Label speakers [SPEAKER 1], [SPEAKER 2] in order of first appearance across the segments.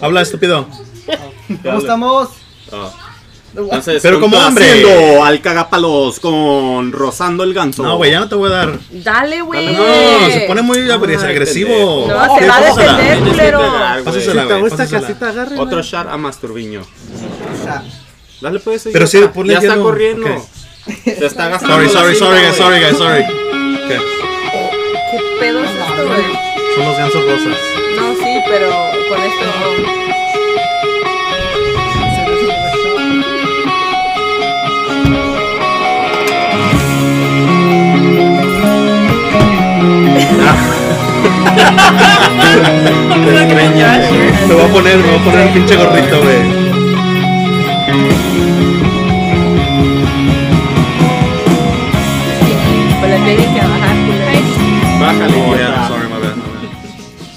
[SPEAKER 1] Habla estúpido.
[SPEAKER 2] ¿Cómo estamos?
[SPEAKER 3] Ah,
[SPEAKER 2] No,
[SPEAKER 3] entonces,
[SPEAKER 1] Pero
[SPEAKER 3] junto
[SPEAKER 1] como hombre.
[SPEAKER 3] haciendo al cagapalos con rozando el ganso.
[SPEAKER 1] No, güey, ya no te voy a dar.
[SPEAKER 4] Dale, güey.
[SPEAKER 1] No, se pone muy agres-
[SPEAKER 3] Ay,
[SPEAKER 1] agresivo.
[SPEAKER 3] pendejo.
[SPEAKER 4] No, se va
[SPEAKER 1] Pásasela.
[SPEAKER 4] a defender.
[SPEAKER 3] Tienes que
[SPEAKER 4] culero.
[SPEAKER 3] entregar, güey.
[SPEAKER 1] Pásasela.
[SPEAKER 2] Si te gusta
[SPEAKER 1] Pásasela.
[SPEAKER 2] casita, agarre.
[SPEAKER 3] Otro shot a Masturbiño. Dale pues.
[SPEAKER 1] Pero sí,
[SPEAKER 3] idiota.
[SPEAKER 1] ponle
[SPEAKER 3] ya está
[SPEAKER 1] hielo.
[SPEAKER 3] corriendo.
[SPEAKER 1] Ok.
[SPEAKER 3] Se está gastando.
[SPEAKER 1] Sorry,
[SPEAKER 3] la
[SPEAKER 1] sorry,
[SPEAKER 3] cinta,
[SPEAKER 1] sorry,
[SPEAKER 3] güey.
[SPEAKER 1] guys, sorry, guys, sorry. Ok,
[SPEAKER 4] ¿Qué pedo es esto, güey?
[SPEAKER 1] Son los gansos rosas.
[SPEAKER 4] No, sí, pero con esto no.
[SPEAKER 1] Te voy a poner, me voy a poner un pinche gorrito, güey.
[SPEAKER 4] Pues la tienen que bajar, culero.
[SPEAKER 3] Bájale.
[SPEAKER 1] Oh,
[SPEAKER 3] idiota.
[SPEAKER 1] yeah, sorry, my bad, my bad.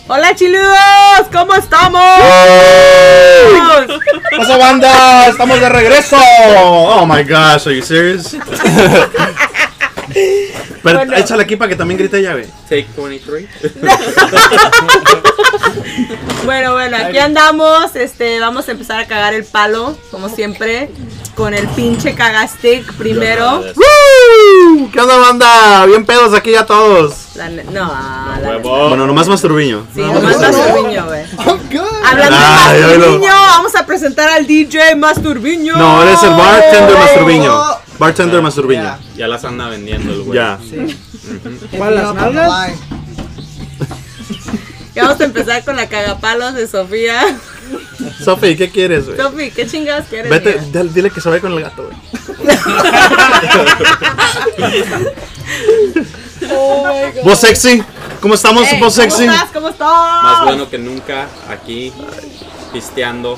[SPEAKER 4] Hola, chiludos. ¿Cómo estamos?
[SPEAKER 1] ¡Pasa banda! ¡Estamos de regreso! Oh my gosh, are you serious? Pero
[SPEAKER 4] Bueno.
[SPEAKER 1] échale aquí para que también grite llave.
[SPEAKER 3] Take 23.
[SPEAKER 4] Bueno, bueno, aquí andamos. Este, vamos a empezar a cagar el palo, como siempre, con el pinche cagastick primero.
[SPEAKER 1] ¡Woo! ¿Qué onda, banda? Bien pedos aquí a todos.
[SPEAKER 4] La ne- no, ah, la
[SPEAKER 3] Huevo.
[SPEAKER 1] Bueno, nomás masturbiño.
[SPEAKER 4] Sí, nomás
[SPEAKER 2] no.
[SPEAKER 4] Masturbiño, güey.
[SPEAKER 2] I'm good.
[SPEAKER 4] Hablando
[SPEAKER 1] Ay,
[SPEAKER 4] de
[SPEAKER 1] oílo.
[SPEAKER 4] Masturbiño, vamos a presentar al DJ Masturbiño.
[SPEAKER 1] No, eres el bartender masturbiño. Bartender masturbiño.
[SPEAKER 2] Ya.
[SPEAKER 3] Ya las anda vendiendo el güey.
[SPEAKER 1] Ya.
[SPEAKER 2] ¿Cuál, las nalgas?
[SPEAKER 4] Y vamos a empezar con la cagapalos de Sofía.
[SPEAKER 1] Sofi, ¿qué quieres, güey?
[SPEAKER 4] Sofi, ¿qué chingados quieres?
[SPEAKER 1] Vete,
[SPEAKER 4] mía?
[SPEAKER 1] dale- dile que se vaya con el gato, güey. Oh Vos sexy, ¿cómo estamos,
[SPEAKER 4] Ey,
[SPEAKER 1] vos sexy?
[SPEAKER 4] Eh, ¿Cómo Eh, estás? ¿Cómo estás?
[SPEAKER 3] Más bueno que nunca aquí pisteando.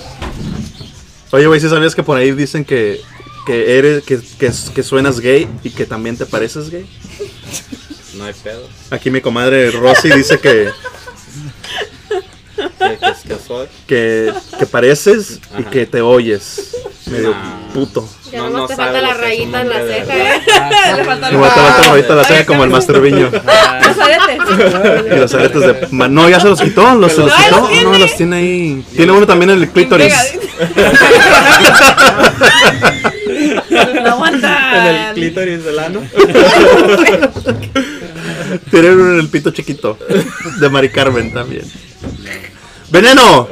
[SPEAKER 1] Oye, güey, si sabías que por ahí dicen que, que eres, que, que, que suenas gay y que también te pareces gay?
[SPEAKER 3] No hay pedo.
[SPEAKER 1] Aquí mi comadre Rosy dice que,
[SPEAKER 3] ¿Qué qué es que soy?
[SPEAKER 1] que, que pareces y
[SPEAKER 3] Ajá.
[SPEAKER 1] que te oyes. Medio
[SPEAKER 3] Nah.
[SPEAKER 1] puto.
[SPEAKER 5] Ya
[SPEAKER 3] No,
[SPEAKER 5] nomás
[SPEAKER 3] no
[SPEAKER 5] te
[SPEAKER 3] sabe
[SPEAKER 5] falta
[SPEAKER 3] lo que
[SPEAKER 5] la
[SPEAKER 3] es un
[SPEAKER 5] rayita en la
[SPEAKER 3] hombre de
[SPEAKER 5] ceja,
[SPEAKER 3] verdad.
[SPEAKER 5] ¿eh? Le falta
[SPEAKER 1] Y
[SPEAKER 5] la
[SPEAKER 1] voy a tratar
[SPEAKER 5] rayita.
[SPEAKER 1] ahorita la ceja como el Master Viño. Y los aretes de. ma- No, ya se los quitó, los, se los
[SPEAKER 5] No, ahí
[SPEAKER 1] quitó. No,
[SPEAKER 5] los tiene.
[SPEAKER 1] los tiene ahí. Tiene uno también en el clítoris.
[SPEAKER 5] No aguanta.
[SPEAKER 3] clítoris del ano.
[SPEAKER 1] Tiene uno en el pito chiquito. De Mari Carmen también. ¡Veneno!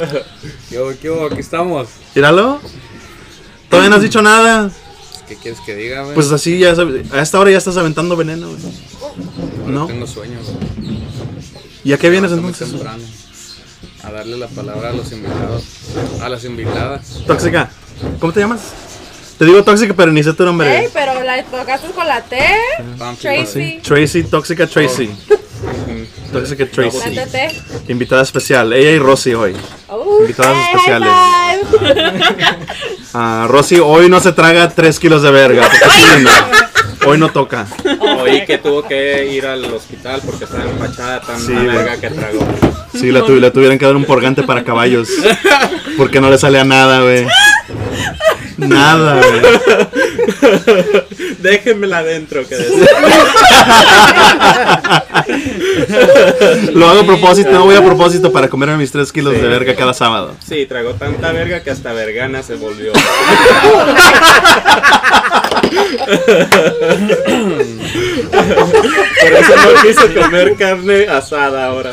[SPEAKER 6] ¿Qué hubo, qué hubo? Aquí estamos.
[SPEAKER 1] Tíralo. Todavía no has dicho nada.
[SPEAKER 6] ¿Qué quieres que diga, güey?
[SPEAKER 1] Pues así ya sabes- a esta hora ya estás aventando veneno. güey.
[SPEAKER 6] Ahora
[SPEAKER 1] No.
[SPEAKER 6] Tengo sueño, güey.
[SPEAKER 3] pues,
[SPEAKER 1] ¿Y a qué vienes
[SPEAKER 6] Está muy
[SPEAKER 1] entonces?
[SPEAKER 6] temprano. A darle la palabra a los invitados. A las invitadas.
[SPEAKER 1] Tóxica. ¿Cómo te llamas? Te digo tóxica, pero ni sé tu nombre.
[SPEAKER 5] Ey, pero la tocaste con la T.
[SPEAKER 4] Ah,
[SPEAKER 6] Estaban
[SPEAKER 5] Tracy.
[SPEAKER 1] Tracy, tóxica Tracy. Tóxica
[SPEAKER 5] La
[SPEAKER 1] Tracy.
[SPEAKER 5] TT.
[SPEAKER 1] Invitada especial. Ella y Rosy hoy.
[SPEAKER 5] Uh,
[SPEAKER 1] Invitadas
[SPEAKER 5] hey,
[SPEAKER 1] especiales.
[SPEAKER 5] high five.
[SPEAKER 1] Ah, Rosy hoy no se traga 3 kilos de verga. porque sí, no. Hoy no toca.
[SPEAKER 3] Oí que tuvo que ir al hospital porque estaba empachada tan
[SPEAKER 1] Sí,
[SPEAKER 3] la
[SPEAKER 1] güey.
[SPEAKER 3] verga que tragó.
[SPEAKER 1] Sí, le, tuvi- le tuvieran que dar un porgante para caballos. Porque no le sale a nada, güey. Nada, güey.
[SPEAKER 3] Déjenmela adentro que
[SPEAKER 1] Lo hago a propósito, no voy a propósito para comerme mis 3 kilos de verga cada sábado.
[SPEAKER 3] Sí, tragó tanta verga que hasta vergana se volvió. Por eso no quise comer carne asada ahora.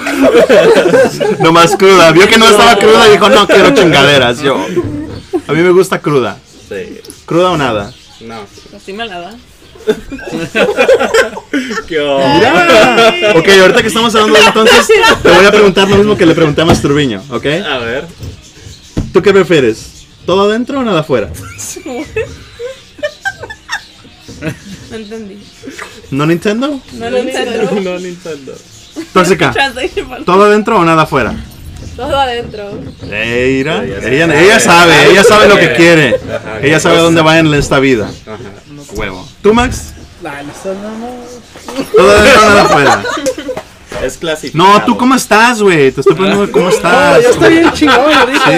[SPEAKER 1] Nomás cruda. Vio que no estaba cruda y dijo, no quiero chingaderas, yo. A mí me gusta cruda.
[SPEAKER 3] Sí,
[SPEAKER 1] Cruda o nada.
[SPEAKER 3] no.
[SPEAKER 1] Ah.
[SPEAKER 5] Así me la da.
[SPEAKER 3] ¿Qué onda?
[SPEAKER 1] Mira. Ok, ahorita que estamos hablando de eso, entonces, te voy a preguntar lo mismo que le pregunté a Masturbiño, ¿ok?
[SPEAKER 3] A ver.
[SPEAKER 1] ¿Tú qué prefieres? ¿Todo adentro o nada afuera?
[SPEAKER 5] No entendí.
[SPEAKER 1] ¿No Nintendo?
[SPEAKER 5] No lo entendí.
[SPEAKER 3] No, Nintendo.
[SPEAKER 1] Tóxica. ¿Todo adentro o nada afuera?
[SPEAKER 5] Todo adentro.
[SPEAKER 1] Ey, mira,
[SPEAKER 3] Ella
[SPEAKER 1] Ella,
[SPEAKER 3] sabe.
[SPEAKER 1] ella sabe, ella sabe lo que quiere.
[SPEAKER 3] Ajá,
[SPEAKER 1] Ella sabe a dónde va en esta vida.
[SPEAKER 3] Ajá.
[SPEAKER 1] Huevo. ¿Tú, Max?
[SPEAKER 6] La lista no.
[SPEAKER 1] Todo adentro o nada afuera.
[SPEAKER 3] Es clásico.
[SPEAKER 1] No, ¿tú cómo estás, güey? Te estoy preguntando cómo estás.
[SPEAKER 6] Yo estoy bien chingón ahorita.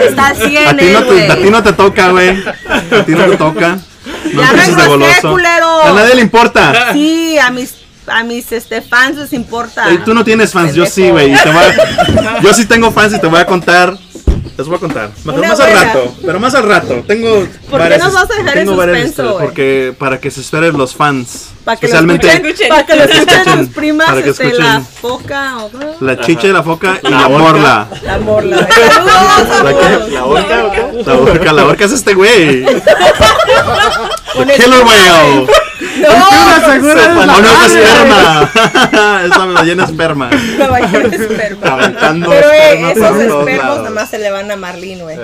[SPEAKER 4] Está al
[SPEAKER 1] A
[SPEAKER 4] 100,
[SPEAKER 1] ti
[SPEAKER 4] eh,
[SPEAKER 1] no te, a ti
[SPEAKER 4] güey.
[SPEAKER 1] no te toca, güey. A ti no te toca. No
[SPEAKER 4] Ya
[SPEAKER 1] empieces
[SPEAKER 4] me engrosé, culero.
[SPEAKER 1] A nadie le importa.
[SPEAKER 4] Sí, a mis a mis este, fans les importa.
[SPEAKER 1] Ey, tú no tienes fans, yo sí, güey. y te voy a- Yo sí tengo fans y te voy a contar. Les voy a contar. Pero
[SPEAKER 4] Una
[SPEAKER 1] más
[SPEAKER 4] buena.
[SPEAKER 1] al rato. Pero más al rato. Tengo
[SPEAKER 4] qué nos vas a dejar en
[SPEAKER 1] tengo varias
[SPEAKER 4] suspenso,
[SPEAKER 1] historias,
[SPEAKER 4] güey?
[SPEAKER 1] Porque para que se esperen los fans.
[SPEAKER 4] Para que,
[SPEAKER 1] especialmente
[SPEAKER 4] los escuchen, para que los escuchen tus
[SPEAKER 1] Escuchen,
[SPEAKER 4] primas,
[SPEAKER 1] para que
[SPEAKER 4] este, la
[SPEAKER 1] escuchen.
[SPEAKER 4] foca o
[SPEAKER 1] la chicha de la foca y la morla.
[SPEAKER 4] la morla. güey. Saludos,
[SPEAKER 1] ¿La
[SPEAKER 4] saludos.
[SPEAKER 1] qué? ¿La orca o qué? La orca, la orca es este güey. The Killer Whale.
[SPEAKER 4] No,
[SPEAKER 1] Oh, no, es esperma. Esa me la llena esperma.
[SPEAKER 4] me bajé el esperma.
[SPEAKER 1] Aventando
[SPEAKER 4] Pero eh,
[SPEAKER 1] esperma por
[SPEAKER 4] esos
[SPEAKER 1] todos
[SPEAKER 4] espermos
[SPEAKER 1] lados.
[SPEAKER 4] nada más se le van a Marlene, güey.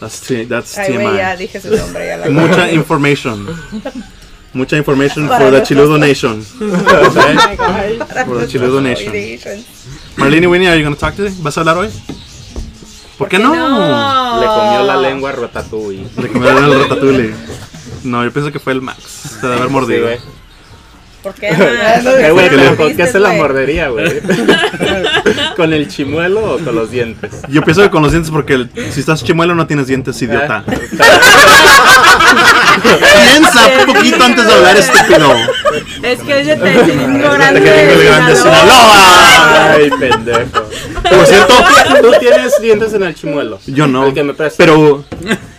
[SPEAKER 1] That's, T- that's
[SPEAKER 4] Ay, güey, ya
[SPEAKER 1] TMI.
[SPEAKER 4] dije su nombre. Ya la
[SPEAKER 1] Mucha information. Mucha information
[SPEAKER 4] Para
[SPEAKER 1] for the
[SPEAKER 4] nuestros-
[SPEAKER 1] Chiludo Nation.
[SPEAKER 3] eh,
[SPEAKER 1] for the Chiludo Nation. Marlene Winnie, are you going to talk today? ¿Vas a hablar hoy? ¿Por qué no?
[SPEAKER 3] Le comió la lengua a Ratatouille.
[SPEAKER 1] Le comieron el ratatouille. No, yo pienso que fue el Max. Te debe haber mordido.
[SPEAKER 3] güey.
[SPEAKER 4] ¿Por qué? Ana?
[SPEAKER 2] Eh,
[SPEAKER 3] Eh, güey,
[SPEAKER 1] que
[SPEAKER 4] ¿Por
[SPEAKER 1] le-
[SPEAKER 3] ¿con qué
[SPEAKER 4] viste,
[SPEAKER 3] se la
[SPEAKER 4] güey?
[SPEAKER 3] mordería, güey? ¿Con el chimuelo o con los dientes?
[SPEAKER 1] yo pienso que con los dientes, porque el- si estás chimuelo no tienes dientes, idiota.
[SPEAKER 3] Ah.
[SPEAKER 1] Piensa un poquito antes de hablar, estúpido.
[SPEAKER 4] Es que es de Tecilingro Grande.
[SPEAKER 1] Te quería
[SPEAKER 4] de
[SPEAKER 1] el grande
[SPEAKER 4] Sinaloa.
[SPEAKER 1] Sinaloa.
[SPEAKER 3] Ay, pendejo.
[SPEAKER 1] Por cierto,
[SPEAKER 3] ¿Tú tienes dientes en el chimuelo?
[SPEAKER 1] Yo no.
[SPEAKER 3] El que me prestas.
[SPEAKER 1] Pero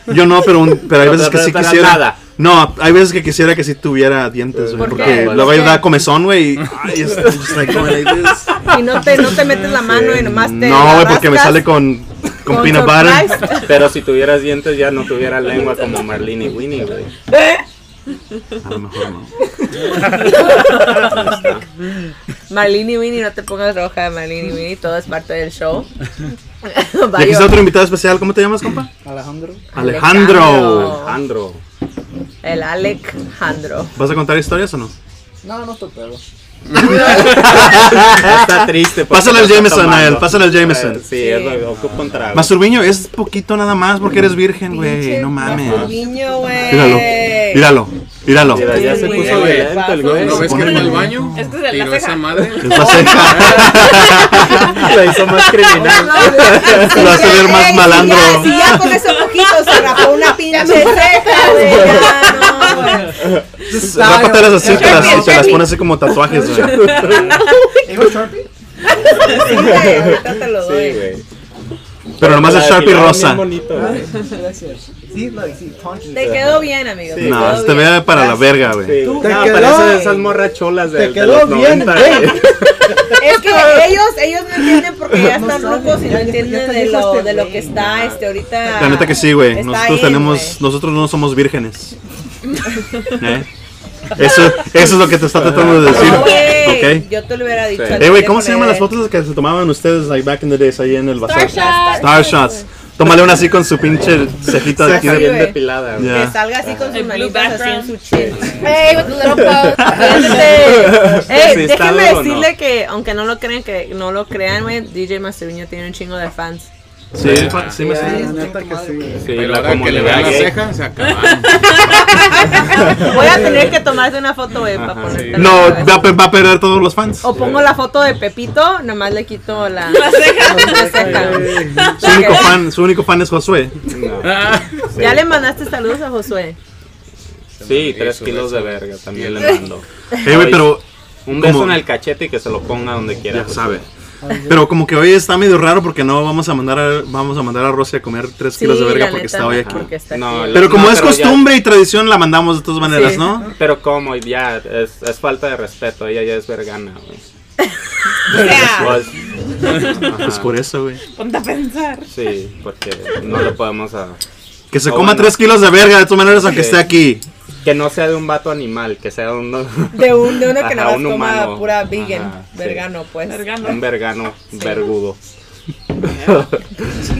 [SPEAKER 1] yo no, pero, un- pero hay
[SPEAKER 3] No
[SPEAKER 1] veces
[SPEAKER 3] te
[SPEAKER 1] que sí
[SPEAKER 3] prestarán
[SPEAKER 1] quisiera.
[SPEAKER 3] nada.
[SPEAKER 1] No, hay veces que quisiera que sí tuviera dientes, güey.
[SPEAKER 4] ¿Por
[SPEAKER 1] Porque
[SPEAKER 4] qué?
[SPEAKER 3] Pues
[SPEAKER 1] luego
[SPEAKER 4] ¿Por qué?
[SPEAKER 1] da comezón, güey. y- Ay, es it's like going like this.
[SPEAKER 4] Y no te, no te metes la mano y nomás te.
[SPEAKER 1] No, güey, porque me
[SPEAKER 4] rascas
[SPEAKER 1] sale con, con, peanut butter.
[SPEAKER 4] surprise.
[SPEAKER 3] Pero si tuvieras dientes ya no tuviera lengua como Marlene y Winnie, güey.
[SPEAKER 1] A lo mejor no.
[SPEAKER 4] Marlene y Winnie, no te pongas roja, Marlene y Winnie, todo es parte del show.
[SPEAKER 1] Y aquí
[SPEAKER 4] Vaya,
[SPEAKER 1] está otro invitado especial. ¿Cómo te llamas, compa?
[SPEAKER 2] Alejandro.
[SPEAKER 1] Alejandro.
[SPEAKER 4] Alejandro.
[SPEAKER 3] Alejandro.
[SPEAKER 4] El Alejandro.
[SPEAKER 1] ¿Vas a contar historias o no?
[SPEAKER 2] No, no te pego.
[SPEAKER 3] Está triste. porque
[SPEAKER 1] Pásale
[SPEAKER 3] no
[SPEAKER 1] al
[SPEAKER 3] está
[SPEAKER 1] Jameson
[SPEAKER 3] tomando.
[SPEAKER 1] a él, pásale al Jameson.
[SPEAKER 3] Eh, Sí, es lo que ocupa un trago.
[SPEAKER 1] Masturbiño, es poquito nada más porque eres virgen, güey. No mames.
[SPEAKER 4] Niño, güey.
[SPEAKER 1] Míralo, míralo, míralo.
[SPEAKER 3] Mira, ya se
[SPEAKER 5] Sí,
[SPEAKER 3] puso
[SPEAKER 6] güey.
[SPEAKER 3] violento el
[SPEAKER 6] ¿No
[SPEAKER 3] güey.
[SPEAKER 6] ves que en Este el baño?
[SPEAKER 5] Es que se le
[SPEAKER 6] Tiró
[SPEAKER 5] hace
[SPEAKER 6] esa madre.
[SPEAKER 1] Es la ceja.
[SPEAKER 3] La hizo más criminal.
[SPEAKER 1] Lo hace ver más malandro.
[SPEAKER 4] Si ya, con ese poquito se rapó una pinche ceja, güey. ya, no, güey.
[SPEAKER 1] Rápatelas así te las- y te las pones así como tatuajes, güey.
[SPEAKER 2] ¿Tengo Sharpie?
[SPEAKER 4] Sí, güey, ahorita te lo doy.
[SPEAKER 3] Sí, güey.
[SPEAKER 1] Pero nomás
[SPEAKER 3] La
[SPEAKER 1] el Sharpie
[SPEAKER 3] depilaron bien
[SPEAKER 1] rosa.
[SPEAKER 3] bonito, güey.
[SPEAKER 2] Gracias. Sí, no, sí, punches.
[SPEAKER 4] Te quedó bien, amigo. te quedó
[SPEAKER 1] No, te
[SPEAKER 4] bien.
[SPEAKER 1] vea para la verga, güey.
[SPEAKER 3] Sí,
[SPEAKER 2] Te
[SPEAKER 3] no,
[SPEAKER 2] quedó
[SPEAKER 3] parece
[SPEAKER 2] bien.
[SPEAKER 3] esas morras cholas de,
[SPEAKER 2] Te
[SPEAKER 3] de
[SPEAKER 2] quedó
[SPEAKER 3] los
[SPEAKER 2] bien,
[SPEAKER 3] 90,
[SPEAKER 2] güey.
[SPEAKER 3] güey.
[SPEAKER 4] Es que ellos, ellos no entienden porque ya
[SPEAKER 2] No
[SPEAKER 4] están
[SPEAKER 2] saben,
[SPEAKER 4] rucos y
[SPEAKER 2] ya-
[SPEAKER 4] no
[SPEAKER 2] ya
[SPEAKER 4] entienden
[SPEAKER 2] está
[SPEAKER 4] de
[SPEAKER 2] viejo
[SPEAKER 4] lo,
[SPEAKER 2] este
[SPEAKER 4] de lo
[SPEAKER 2] güey.
[SPEAKER 4] que está este ahorita.
[SPEAKER 1] Ah. La neta que sí, güey.
[SPEAKER 4] Está
[SPEAKER 1] Nosotros
[SPEAKER 4] in, güey.
[SPEAKER 1] tenemos, nosotros no somos vírgenes. ¿Eh? Eso, eso es lo que te está tratando de decir.
[SPEAKER 4] No, güey,
[SPEAKER 1] Ok.
[SPEAKER 4] Yo te lo hubiera dicho.
[SPEAKER 3] Sí.
[SPEAKER 4] al
[SPEAKER 1] Eh, güey,
[SPEAKER 4] teléfono,
[SPEAKER 1] ¿cómo se llaman
[SPEAKER 4] eh.
[SPEAKER 1] las fotos que se tomaban ustedes like back in the days ahí en el bazar?
[SPEAKER 5] Starshots.
[SPEAKER 1] Star shots. Tómale una así con su pinche cejita de aquí
[SPEAKER 3] Está
[SPEAKER 1] de
[SPEAKER 3] bien
[SPEAKER 4] güey.
[SPEAKER 3] depilada, güey.
[SPEAKER 4] Que
[SPEAKER 1] Ya.
[SPEAKER 4] salga así con sus
[SPEAKER 5] El blue
[SPEAKER 4] manitas así en su chin.
[SPEAKER 5] Hey, with the little
[SPEAKER 4] Este,
[SPEAKER 3] Sí, está
[SPEAKER 4] Ey, déjenme
[SPEAKER 3] duro, ¿no?
[SPEAKER 4] decirle que, aunque no lo crean, que no lo crean, güey, DJ Masterviño tiene un chingo de fans.
[SPEAKER 1] Sí, fa- sí me
[SPEAKER 2] Sí,
[SPEAKER 1] sé.
[SPEAKER 2] la neta que sí.
[SPEAKER 3] Sí,
[SPEAKER 6] Pero
[SPEAKER 3] la
[SPEAKER 6] ahora que le
[SPEAKER 3] comunidad
[SPEAKER 6] vean la
[SPEAKER 3] gay.
[SPEAKER 6] ceja, se acabaron.
[SPEAKER 4] Voy a tener que tomarte una foto, güey, para ponerte.
[SPEAKER 1] No, va, a pe- va a perder todos los fans.
[SPEAKER 4] O pongo la foto de Pepito, nomás le quito la,
[SPEAKER 5] La ceja.
[SPEAKER 4] la ceja.
[SPEAKER 1] Su único fan, su único fan es Josué.
[SPEAKER 4] Ya le mandaste saludos a Josué.
[SPEAKER 3] Sí, tres kilos de verga también le mando.
[SPEAKER 1] Eh, güey, pero
[SPEAKER 3] Un beso
[SPEAKER 1] Como-
[SPEAKER 3] en el cachete y que se lo ponga donde quiera.
[SPEAKER 1] ya sabe. Pero como que hoy está medio raro porque no vamos a mandar a, vamos a mandar a Rosy a comer tres kilos de
[SPEAKER 4] Sí,
[SPEAKER 1] verga
[SPEAKER 4] la
[SPEAKER 1] porque
[SPEAKER 4] neta,
[SPEAKER 1] está hoy
[SPEAKER 4] ajá.
[SPEAKER 1] aquí.
[SPEAKER 4] Porque está
[SPEAKER 3] No,
[SPEAKER 4] aquí.
[SPEAKER 3] la-
[SPEAKER 1] Pero como es
[SPEAKER 3] pero ya-
[SPEAKER 1] costumbre y tradición la mandamos de todas maneras,
[SPEAKER 4] Sí.
[SPEAKER 1] ¿no?
[SPEAKER 3] Pero como ya, es, es falta de respeto, ella ya es vergana, güey. Pues,
[SPEAKER 1] Pues por eso, güey.
[SPEAKER 5] Ponte a pensar.
[SPEAKER 3] sí, porque no lo podemos a...
[SPEAKER 1] Que se
[SPEAKER 3] Ah,
[SPEAKER 1] coma
[SPEAKER 3] bueno.
[SPEAKER 1] tres kilos de verga de todas maneras aunque
[SPEAKER 3] Sí.
[SPEAKER 1] esté aquí.
[SPEAKER 3] Que no sea de un vato animal, que sea de un...
[SPEAKER 4] De, un, de uno que
[SPEAKER 3] Ajá,
[SPEAKER 4] nada más
[SPEAKER 3] un
[SPEAKER 4] toma
[SPEAKER 3] humano.
[SPEAKER 4] pura vegan,
[SPEAKER 3] Ajá, sí.
[SPEAKER 4] vergano, pues.
[SPEAKER 3] Un
[SPEAKER 5] Vergano.
[SPEAKER 3] vergano, vergudo.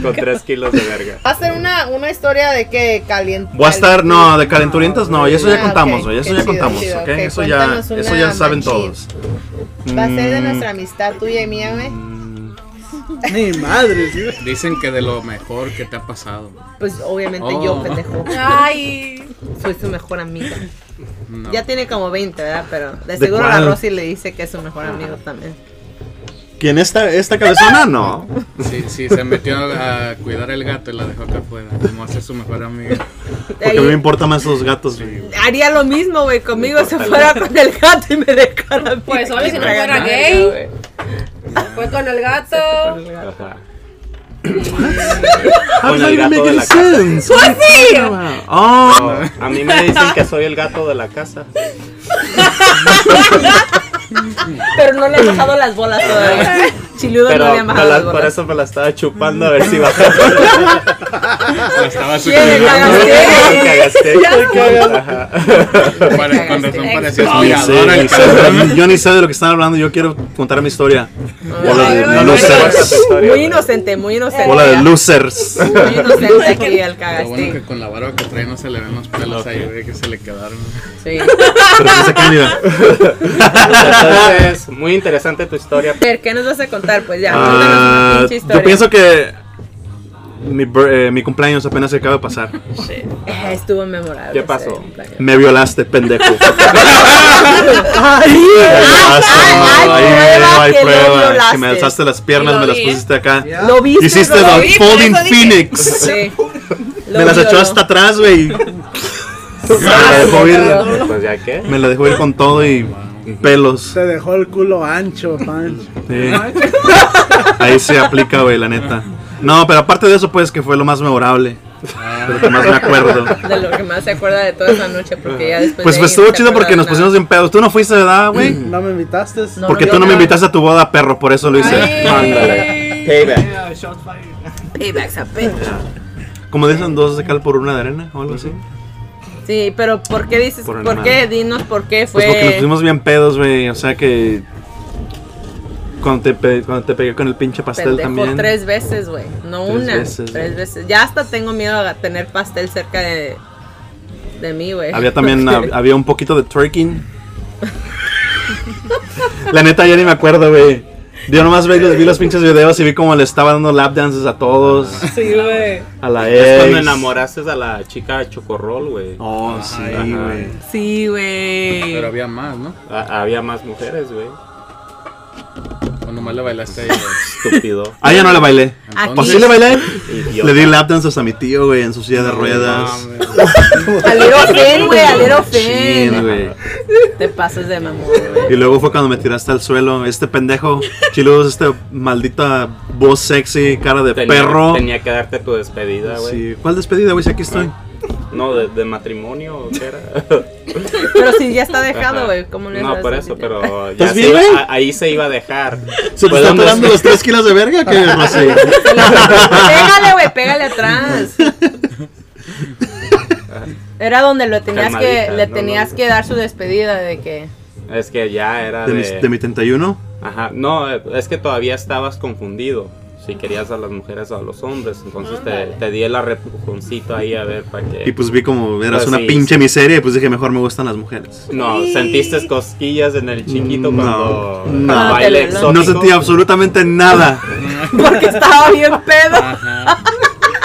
[SPEAKER 3] Con tres kilos de verga.
[SPEAKER 7] Va a ser una, una historia de que caliente.
[SPEAKER 1] Voy a estar, no, de calenturientas, no, y eso ya
[SPEAKER 7] Ah,
[SPEAKER 1] contamos,
[SPEAKER 7] ok.
[SPEAKER 1] güey, eso
[SPEAKER 7] Qué
[SPEAKER 1] ya
[SPEAKER 7] chido,
[SPEAKER 1] contamos,
[SPEAKER 7] chido,
[SPEAKER 1] ¿ok?
[SPEAKER 7] ok,
[SPEAKER 1] Eso ya,
[SPEAKER 7] cuéntanos
[SPEAKER 1] eso
[SPEAKER 7] una
[SPEAKER 1] ya saben
[SPEAKER 7] machín.
[SPEAKER 1] todos.
[SPEAKER 7] Va a ser de
[SPEAKER 1] Mm,
[SPEAKER 7] nuestra amistad tuya y mía, güey.
[SPEAKER 2] Ni madre, sí.
[SPEAKER 6] Dicen que de lo mejor que te ha pasado.
[SPEAKER 4] Pues obviamente
[SPEAKER 6] Oh.
[SPEAKER 4] yo, pendejo,
[SPEAKER 5] Ay.
[SPEAKER 4] soy su mejor amiga.
[SPEAKER 6] No.
[SPEAKER 4] Ya tiene como 20, ¿verdad? Pero
[SPEAKER 1] ¿De
[SPEAKER 4] de, seguro la
[SPEAKER 1] cuál?
[SPEAKER 4] Rosy le dice que es su mejor amigo también.
[SPEAKER 1] ¿Quién esta, esta cabezona? No.
[SPEAKER 6] Sí, sí, se metió a cuidar el gato y la dejó acá afuera. Como hace su mejor amiga.
[SPEAKER 1] Porque me importan más los gatos.
[SPEAKER 4] Haría lo mismo, güey. Conmigo se fuera con el gato y me dejara. a mí
[SPEAKER 5] Pues,
[SPEAKER 4] aquí
[SPEAKER 5] obvio, si no
[SPEAKER 4] tragando
[SPEAKER 5] fuera
[SPEAKER 4] algo,
[SPEAKER 5] gay.
[SPEAKER 4] güey.
[SPEAKER 5] Fue con el gato.
[SPEAKER 3] Ajá.
[SPEAKER 1] How
[SPEAKER 3] Con
[SPEAKER 1] does
[SPEAKER 3] el
[SPEAKER 1] that even
[SPEAKER 3] gato
[SPEAKER 1] make
[SPEAKER 3] de
[SPEAKER 1] any
[SPEAKER 3] la casa.
[SPEAKER 1] sense?
[SPEAKER 3] No,
[SPEAKER 1] Oh,
[SPEAKER 3] a mí me dicen que soy el gato de la casa.
[SPEAKER 4] Pero no le he bajado las bolas todavía. Chiludo
[SPEAKER 3] Pero
[SPEAKER 4] no le ha
[SPEAKER 3] me
[SPEAKER 4] bajado
[SPEAKER 3] la-
[SPEAKER 4] las
[SPEAKER 3] por
[SPEAKER 4] bolas.
[SPEAKER 3] eso me la estaba chupando a ver si bajaba.
[SPEAKER 6] La estaba
[SPEAKER 4] ¿Quién le
[SPEAKER 6] succionando.
[SPEAKER 4] cagaste?
[SPEAKER 3] Cagaste.
[SPEAKER 6] Para- Con razón parecía
[SPEAKER 1] Ni sé,
[SPEAKER 6] aspirador
[SPEAKER 1] ni
[SPEAKER 6] el
[SPEAKER 1] sé.
[SPEAKER 6] cabrón.
[SPEAKER 1] Yo ni sé de lo que están hablando. Yo quiero contar mi historia. Bola de
[SPEAKER 3] No, no,
[SPEAKER 1] losers.
[SPEAKER 3] no, no, no, no, no.
[SPEAKER 4] Muy inocente, muy inocente.
[SPEAKER 1] Bola de losers.
[SPEAKER 4] Muy inocente aquí el
[SPEAKER 6] Lo bueno que
[SPEAKER 4] cagaste.
[SPEAKER 6] con la barba que trae no se le ven los pelos ahí, güey, que se le quedaron.
[SPEAKER 4] Sí.
[SPEAKER 1] Pero sí se cambia.
[SPEAKER 3] Entonces, muy interesante tu historia.
[SPEAKER 4] Pero, ¿qué nos vas a contar? Pues ya, cuéntanos una
[SPEAKER 1] Ah,
[SPEAKER 4] pinche historia.
[SPEAKER 1] yo pienso que mi, bir- eh, mi cumpleaños apenas se acaba de pasar.
[SPEAKER 4] Eh, Estuvo memorable.
[SPEAKER 3] ¿Qué
[SPEAKER 4] ese
[SPEAKER 3] pasó?
[SPEAKER 4] cumpleaños.
[SPEAKER 1] Me violaste, pendejo.
[SPEAKER 2] Ay.
[SPEAKER 1] Me violaste,
[SPEAKER 4] ay,
[SPEAKER 1] no, ahí
[SPEAKER 4] ay, prueba
[SPEAKER 1] no hay
[SPEAKER 4] que lo
[SPEAKER 1] prueba.
[SPEAKER 4] violaste.
[SPEAKER 1] Que me alzaste las piernas,
[SPEAKER 5] Lo
[SPEAKER 1] me las
[SPEAKER 5] vi.
[SPEAKER 1] pusiste acá.
[SPEAKER 4] ¿Lo viste?
[SPEAKER 1] Hiciste
[SPEAKER 4] lo
[SPEAKER 1] la
[SPEAKER 4] vi?
[SPEAKER 1] Falling Phoenix.
[SPEAKER 4] Sí. Lo
[SPEAKER 1] Me las
[SPEAKER 4] violó.
[SPEAKER 1] echó hasta atrás, güey. Me la dejó ir.
[SPEAKER 3] ah, Pues ya que.
[SPEAKER 1] Me la dejó ir con todo y pelos.
[SPEAKER 2] Se dejó el culo ancho, pancho.
[SPEAKER 1] Sí. Ahí se aplica, güey, la neta. No, pero aparte de eso, pues, que fue lo más memorable. De lo que más me acuerdo.
[SPEAKER 4] De lo que más se acuerda de toda esa noche, porque ya después.
[SPEAKER 1] Pues, pues
[SPEAKER 4] de ahí no
[SPEAKER 1] estuvo
[SPEAKER 4] se
[SPEAKER 1] chido porque
[SPEAKER 4] acuerda
[SPEAKER 1] nos
[SPEAKER 4] de
[SPEAKER 1] pusimos
[SPEAKER 4] nada.
[SPEAKER 1] bien pedos. Tú no fuiste, ¿verdad, güey?
[SPEAKER 2] ¿No me invitaste?
[SPEAKER 4] No,
[SPEAKER 1] Porque
[SPEAKER 4] no,
[SPEAKER 1] tú no
[SPEAKER 4] yo
[SPEAKER 1] me
[SPEAKER 4] no.
[SPEAKER 1] invitaste a tu boda, perro, por eso lo hice.
[SPEAKER 3] Ándale. Payback.
[SPEAKER 4] Paybacks a payback.
[SPEAKER 1] Como dicen dos de cal por una de arena o algo así.
[SPEAKER 4] Sí, pero ¿por qué dices?
[SPEAKER 1] Por
[SPEAKER 4] ¿Por,
[SPEAKER 1] animal.
[SPEAKER 4] qué? Dinos por qué
[SPEAKER 1] Pues porque nos
[SPEAKER 4] fue.
[SPEAKER 1] pusimos bien pedos, güey. O sea que. Cuando te, pe- cuando te pegué con el pinche pastel
[SPEAKER 4] pendejo
[SPEAKER 1] también.
[SPEAKER 4] tres veces, güey. No
[SPEAKER 1] Tres
[SPEAKER 4] una.
[SPEAKER 1] veces,
[SPEAKER 4] tres
[SPEAKER 1] güey.
[SPEAKER 4] veces. Ya hasta tengo miedo a tener pastel cerca de, de mí, güey.
[SPEAKER 1] Había también
[SPEAKER 4] Porque-
[SPEAKER 1] hab- había un poquito de twerking. La neta ya ni me acuerdo, güey. Yo nomás vi, los- vi los pinches videos y vi cómo le estaba dando lap dances a todos.
[SPEAKER 4] Sí, güey.
[SPEAKER 1] A la
[SPEAKER 3] Es
[SPEAKER 1] ex.
[SPEAKER 3] cuando enamoraste a la chica Chocorrol, güey.
[SPEAKER 1] Oh, sí,
[SPEAKER 6] Ajá.
[SPEAKER 1] güey.
[SPEAKER 4] Sí, güey.
[SPEAKER 6] Pero había más, ¿no?
[SPEAKER 3] A- Ah, Había más mujeres, güey.
[SPEAKER 6] O nomás le bailaste ahí, güey.
[SPEAKER 3] Estúpido.
[SPEAKER 1] Ah, ya no le bailé.
[SPEAKER 4] Aquí.
[SPEAKER 1] ¿O sí le bailé?
[SPEAKER 3] Idiota.
[SPEAKER 1] Le di lap dances a mi tío, güey, en su silla de ruedas.
[SPEAKER 6] No,
[SPEAKER 4] Al little fin, güey. Al little fin.
[SPEAKER 1] Chin, güey.
[SPEAKER 4] Te pasas de mamón, güey.
[SPEAKER 1] Y luego fue cuando me tiraste al suelo. Este pendejo, chiludos, esta maldita voz sexy, cara de
[SPEAKER 3] Tenía-
[SPEAKER 1] perro.
[SPEAKER 3] Tenía que darte tu despedida, güey.
[SPEAKER 1] Sí. ¿Cuál despedida, güey? Si aquí estoy.
[SPEAKER 3] No, de, de matrimonio, ¿o ¿qué era?
[SPEAKER 4] Pero si ya está dejado,
[SPEAKER 3] Ajá.
[SPEAKER 4] güey. ¿Cómo le
[SPEAKER 3] No,
[SPEAKER 4] das
[SPEAKER 3] por
[SPEAKER 4] a
[SPEAKER 3] eso,
[SPEAKER 4] ti?
[SPEAKER 3] pero ya
[SPEAKER 1] ¿Estás
[SPEAKER 3] se
[SPEAKER 1] bien,
[SPEAKER 3] iba-
[SPEAKER 1] güey?
[SPEAKER 3] a- ahí se iba a dejar.
[SPEAKER 1] Pues
[SPEAKER 3] Pues,
[SPEAKER 1] ¿Se te
[SPEAKER 3] Fue
[SPEAKER 1] están
[SPEAKER 3] donde
[SPEAKER 1] pegando
[SPEAKER 3] se-
[SPEAKER 1] los 3 kilos de verga? Que no sé.
[SPEAKER 4] Pégale, güey, pégale atrás. Era donde lo tenías que,
[SPEAKER 3] Calmadita,
[SPEAKER 4] le
[SPEAKER 3] no,
[SPEAKER 4] tenías
[SPEAKER 3] no.
[SPEAKER 4] que dar su despedida de que.
[SPEAKER 3] Es que ya era
[SPEAKER 1] De,
[SPEAKER 3] de...
[SPEAKER 1] mis- de mi 31.
[SPEAKER 3] Ajá, no, eh, es que todavía estabas confundido. Si querías a las mujeres o a los hombres, entonces te, te di el arrepujoncito ahí a ver para que...
[SPEAKER 1] Y pues vi como eras
[SPEAKER 3] Pues
[SPEAKER 1] una
[SPEAKER 3] sí,
[SPEAKER 1] pinche
[SPEAKER 3] sí.
[SPEAKER 1] miseria y pues dije, mejor me gustan las mujeres.
[SPEAKER 3] No, sentiste cosquillas en el chiquito
[SPEAKER 1] No,
[SPEAKER 3] cuando
[SPEAKER 1] Mm, no.
[SPEAKER 3] cuando baile
[SPEAKER 4] No,
[SPEAKER 3] exótico.
[SPEAKER 1] No sentí absolutamente nada.
[SPEAKER 4] Porque estaba bien pedo.
[SPEAKER 3] Ah.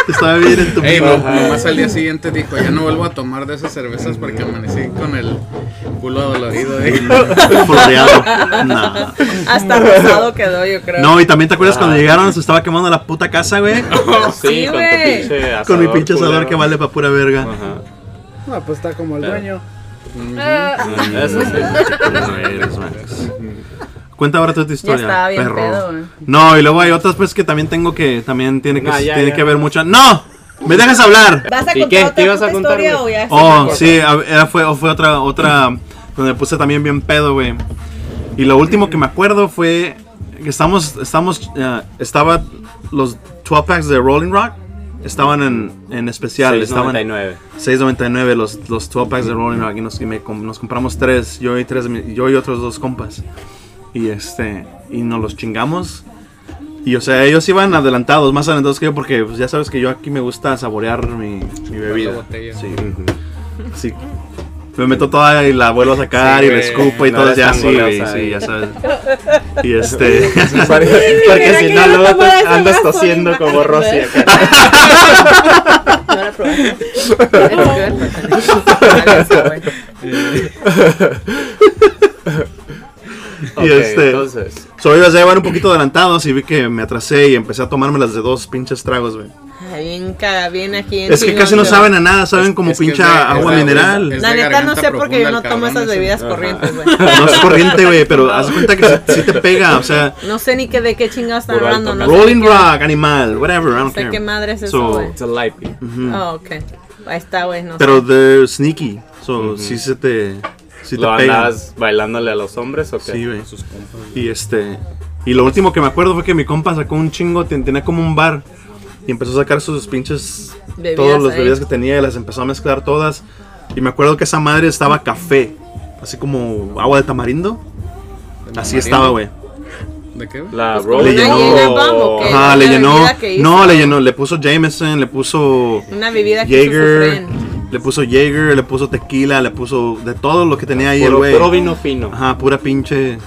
[SPEAKER 1] Estaba bien en tu
[SPEAKER 6] Ey, no, nomás al día siguiente dijo, ya no vuelvo a tomar de esas cervezas porque amanecí con el culo dolorido. eh".
[SPEAKER 1] floreado. No.
[SPEAKER 4] Hasta rosado quedó, yo creo.
[SPEAKER 1] No, y también te acuerdas cuando
[SPEAKER 3] Ah.
[SPEAKER 1] llegaron, se estaba quemando la puta casa, güey.
[SPEAKER 3] Sí,
[SPEAKER 4] Sí,
[SPEAKER 3] con tu
[SPEAKER 4] güey.
[SPEAKER 3] pinche asador.
[SPEAKER 1] Con mi pinche asador
[SPEAKER 3] culero.
[SPEAKER 1] que vale pa' pura verga.
[SPEAKER 3] Ajá.
[SPEAKER 2] No, pues está como el
[SPEAKER 3] Pero-
[SPEAKER 2] dueño.
[SPEAKER 3] Eso sí.
[SPEAKER 1] No eres, Max. Cuenta ahora tú tu
[SPEAKER 4] Ya
[SPEAKER 1] historia.
[SPEAKER 4] estaba bien
[SPEAKER 1] perro.
[SPEAKER 4] pedo, güey.
[SPEAKER 1] No, y luego hay otras pues que también tengo que también tiene que
[SPEAKER 3] No, ya,
[SPEAKER 1] tiene
[SPEAKER 3] ya.
[SPEAKER 1] que ver mucho. No, me dejas hablar.
[SPEAKER 4] ¿Vas a
[SPEAKER 3] ¿Y
[SPEAKER 4] contar
[SPEAKER 3] qué?
[SPEAKER 4] otra
[SPEAKER 3] ¿Qué ibas a
[SPEAKER 4] puta
[SPEAKER 3] contar,
[SPEAKER 4] historia o
[SPEAKER 3] güey?
[SPEAKER 4] ya? se
[SPEAKER 1] Oh,
[SPEAKER 4] acabó?
[SPEAKER 1] sí, a- era- fue o fue otra otra donde me puse también bien pedo, güey. Y lo último que me acuerdo fue que estamos estamos eh, estaba los 12 packs de Rolling Rock estaban en, en especial, estaban
[SPEAKER 3] 6.99.
[SPEAKER 1] 6.99 los, los 12 packs de Rolling Rock y nos, y me com- nos compramos tres, yo y tres, de mi- yo y otros dos compas. Y este y nos los chingamos. Y o sea, ellos iban adelantados, más adelantados que yo porque pues, ya sabes que yo aquí me gusta saborear mi, mi bebida.
[SPEAKER 6] botella.
[SPEAKER 1] Sí. Sí. Me meto toda y la vuelvo a sacar
[SPEAKER 6] Sí,
[SPEAKER 1] y la
[SPEAKER 6] güey.
[SPEAKER 1] escupo y
[SPEAKER 3] No
[SPEAKER 1] todo
[SPEAKER 3] eres
[SPEAKER 1] ya
[SPEAKER 3] tan
[SPEAKER 1] sí, güey,
[SPEAKER 3] golosa,
[SPEAKER 1] sí,
[SPEAKER 3] eh.
[SPEAKER 1] ya sabes. Y este
[SPEAKER 3] Porque
[SPEAKER 4] Mira
[SPEAKER 3] si
[SPEAKER 4] que
[SPEAKER 3] no,
[SPEAKER 4] yo
[SPEAKER 3] luego
[SPEAKER 4] tomo
[SPEAKER 3] te-
[SPEAKER 4] esa
[SPEAKER 3] andas
[SPEAKER 4] gasolina.
[SPEAKER 3] tosiendo como Rosy acá.
[SPEAKER 4] No la probé. It's good. Vale, está bueno.
[SPEAKER 3] Ok,
[SPEAKER 1] y este.
[SPEAKER 3] entonces.
[SPEAKER 1] Solo iba a llevar un poquito adelantados y vi que me atrasé y empecé a tomármelas de dos pinches tragos, güey.
[SPEAKER 4] Ay, Bien caga, bien aquí en
[SPEAKER 1] Es que
[SPEAKER 4] chingón,
[SPEAKER 1] casi no
[SPEAKER 4] yo.
[SPEAKER 1] saben a nada, saben
[SPEAKER 6] Es-
[SPEAKER 1] como
[SPEAKER 6] es que
[SPEAKER 1] pinche
[SPEAKER 6] es de- es
[SPEAKER 1] agua
[SPEAKER 6] de-
[SPEAKER 1] mineral.
[SPEAKER 6] es-
[SPEAKER 4] La
[SPEAKER 6] de
[SPEAKER 4] neta no
[SPEAKER 6] garganta
[SPEAKER 4] sé por qué yo
[SPEAKER 6] profunda,
[SPEAKER 4] no
[SPEAKER 6] el
[SPEAKER 4] tomo
[SPEAKER 6] cabrón
[SPEAKER 4] esas
[SPEAKER 6] ese.
[SPEAKER 4] bebidas
[SPEAKER 3] Ajá.
[SPEAKER 4] corrientes, güey.
[SPEAKER 1] No es corriente, güey, pero haz de cuenta que sí, sí te pega, o sea.
[SPEAKER 4] No sé ni qué de qué chingados están
[SPEAKER 3] Puro
[SPEAKER 4] hablando, no
[SPEAKER 3] alto,
[SPEAKER 4] sé
[SPEAKER 1] Rolling
[SPEAKER 4] ni qué-
[SPEAKER 1] Rock, animal, whatever, I
[SPEAKER 4] No
[SPEAKER 1] don't
[SPEAKER 4] sé
[SPEAKER 1] care.
[SPEAKER 4] qué madre es eso,
[SPEAKER 1] So,
[SPEAKER 4] güey.
[SPEAKER 3] It's a light beer.
[SPEAKER 1] ujú.
[SPEAKER 4] Ah, ok. Ahí está, güey, no
[SPEAKER 1] Pero they're sneaky, so sí se te. Sí te
[SPEAKER 3] ¿Lo
[SPEAKER 1] pega.
[SPEAKER 3] andabas bailándole a los hombres o qué?
[SPEAKER 1] Sí, güey. Y este. Y lo último que me acuerdo fue que mi compa sacó un chingo, ten- tenía como un bar. Y empezó a sacar sus pinches.
[SPEAKER 4] Bebidas
[SPEAKER 1] todas las
[SPEAKER 4] ahí.
[SPEAKER 1] bebidas que tenía y las empezó a mezclar todas. Y me acuerdo que esa madre estaba café. Así como agua de tamarindo. Así
[SPEAKER 6] tamarindo?
[SPEAKER 1] estaba, güey.
[SPEAKER 6] ¿De qué? güey?
[SPEAKER 3] La
[SPEAKER 1] Le
[SPEAKER 3] Rolling
[SPEAKER 1] llenó-
[SPEAKER 3] Rock.
[SPEAKER 4] Bang, ¿o qué?
[SPEAKER 1] Ajá,
[SPEAKER 4] la
[SPEAKER 1] le llenó.
[SPEAKER 4] bebida que hizo.
[SPEAKER 1] No, le llenó. Le puso Jameson, le puso.
[SPEAKER 4] sé. Una bebida que hizo
[SPEAKER 1] Jaeger.
[SPEAKER 4] su friend.
[SPEAKER 1] Le puso Jaeger, le puso tequila, le puso de todo lo que tenía ahí el
[SPEAKER 3] Puro,
[SPEAKER 1] güey.
[SPEAKER 3] puro vino fino.
[SPEAKER 1] Ajá, pura pinche.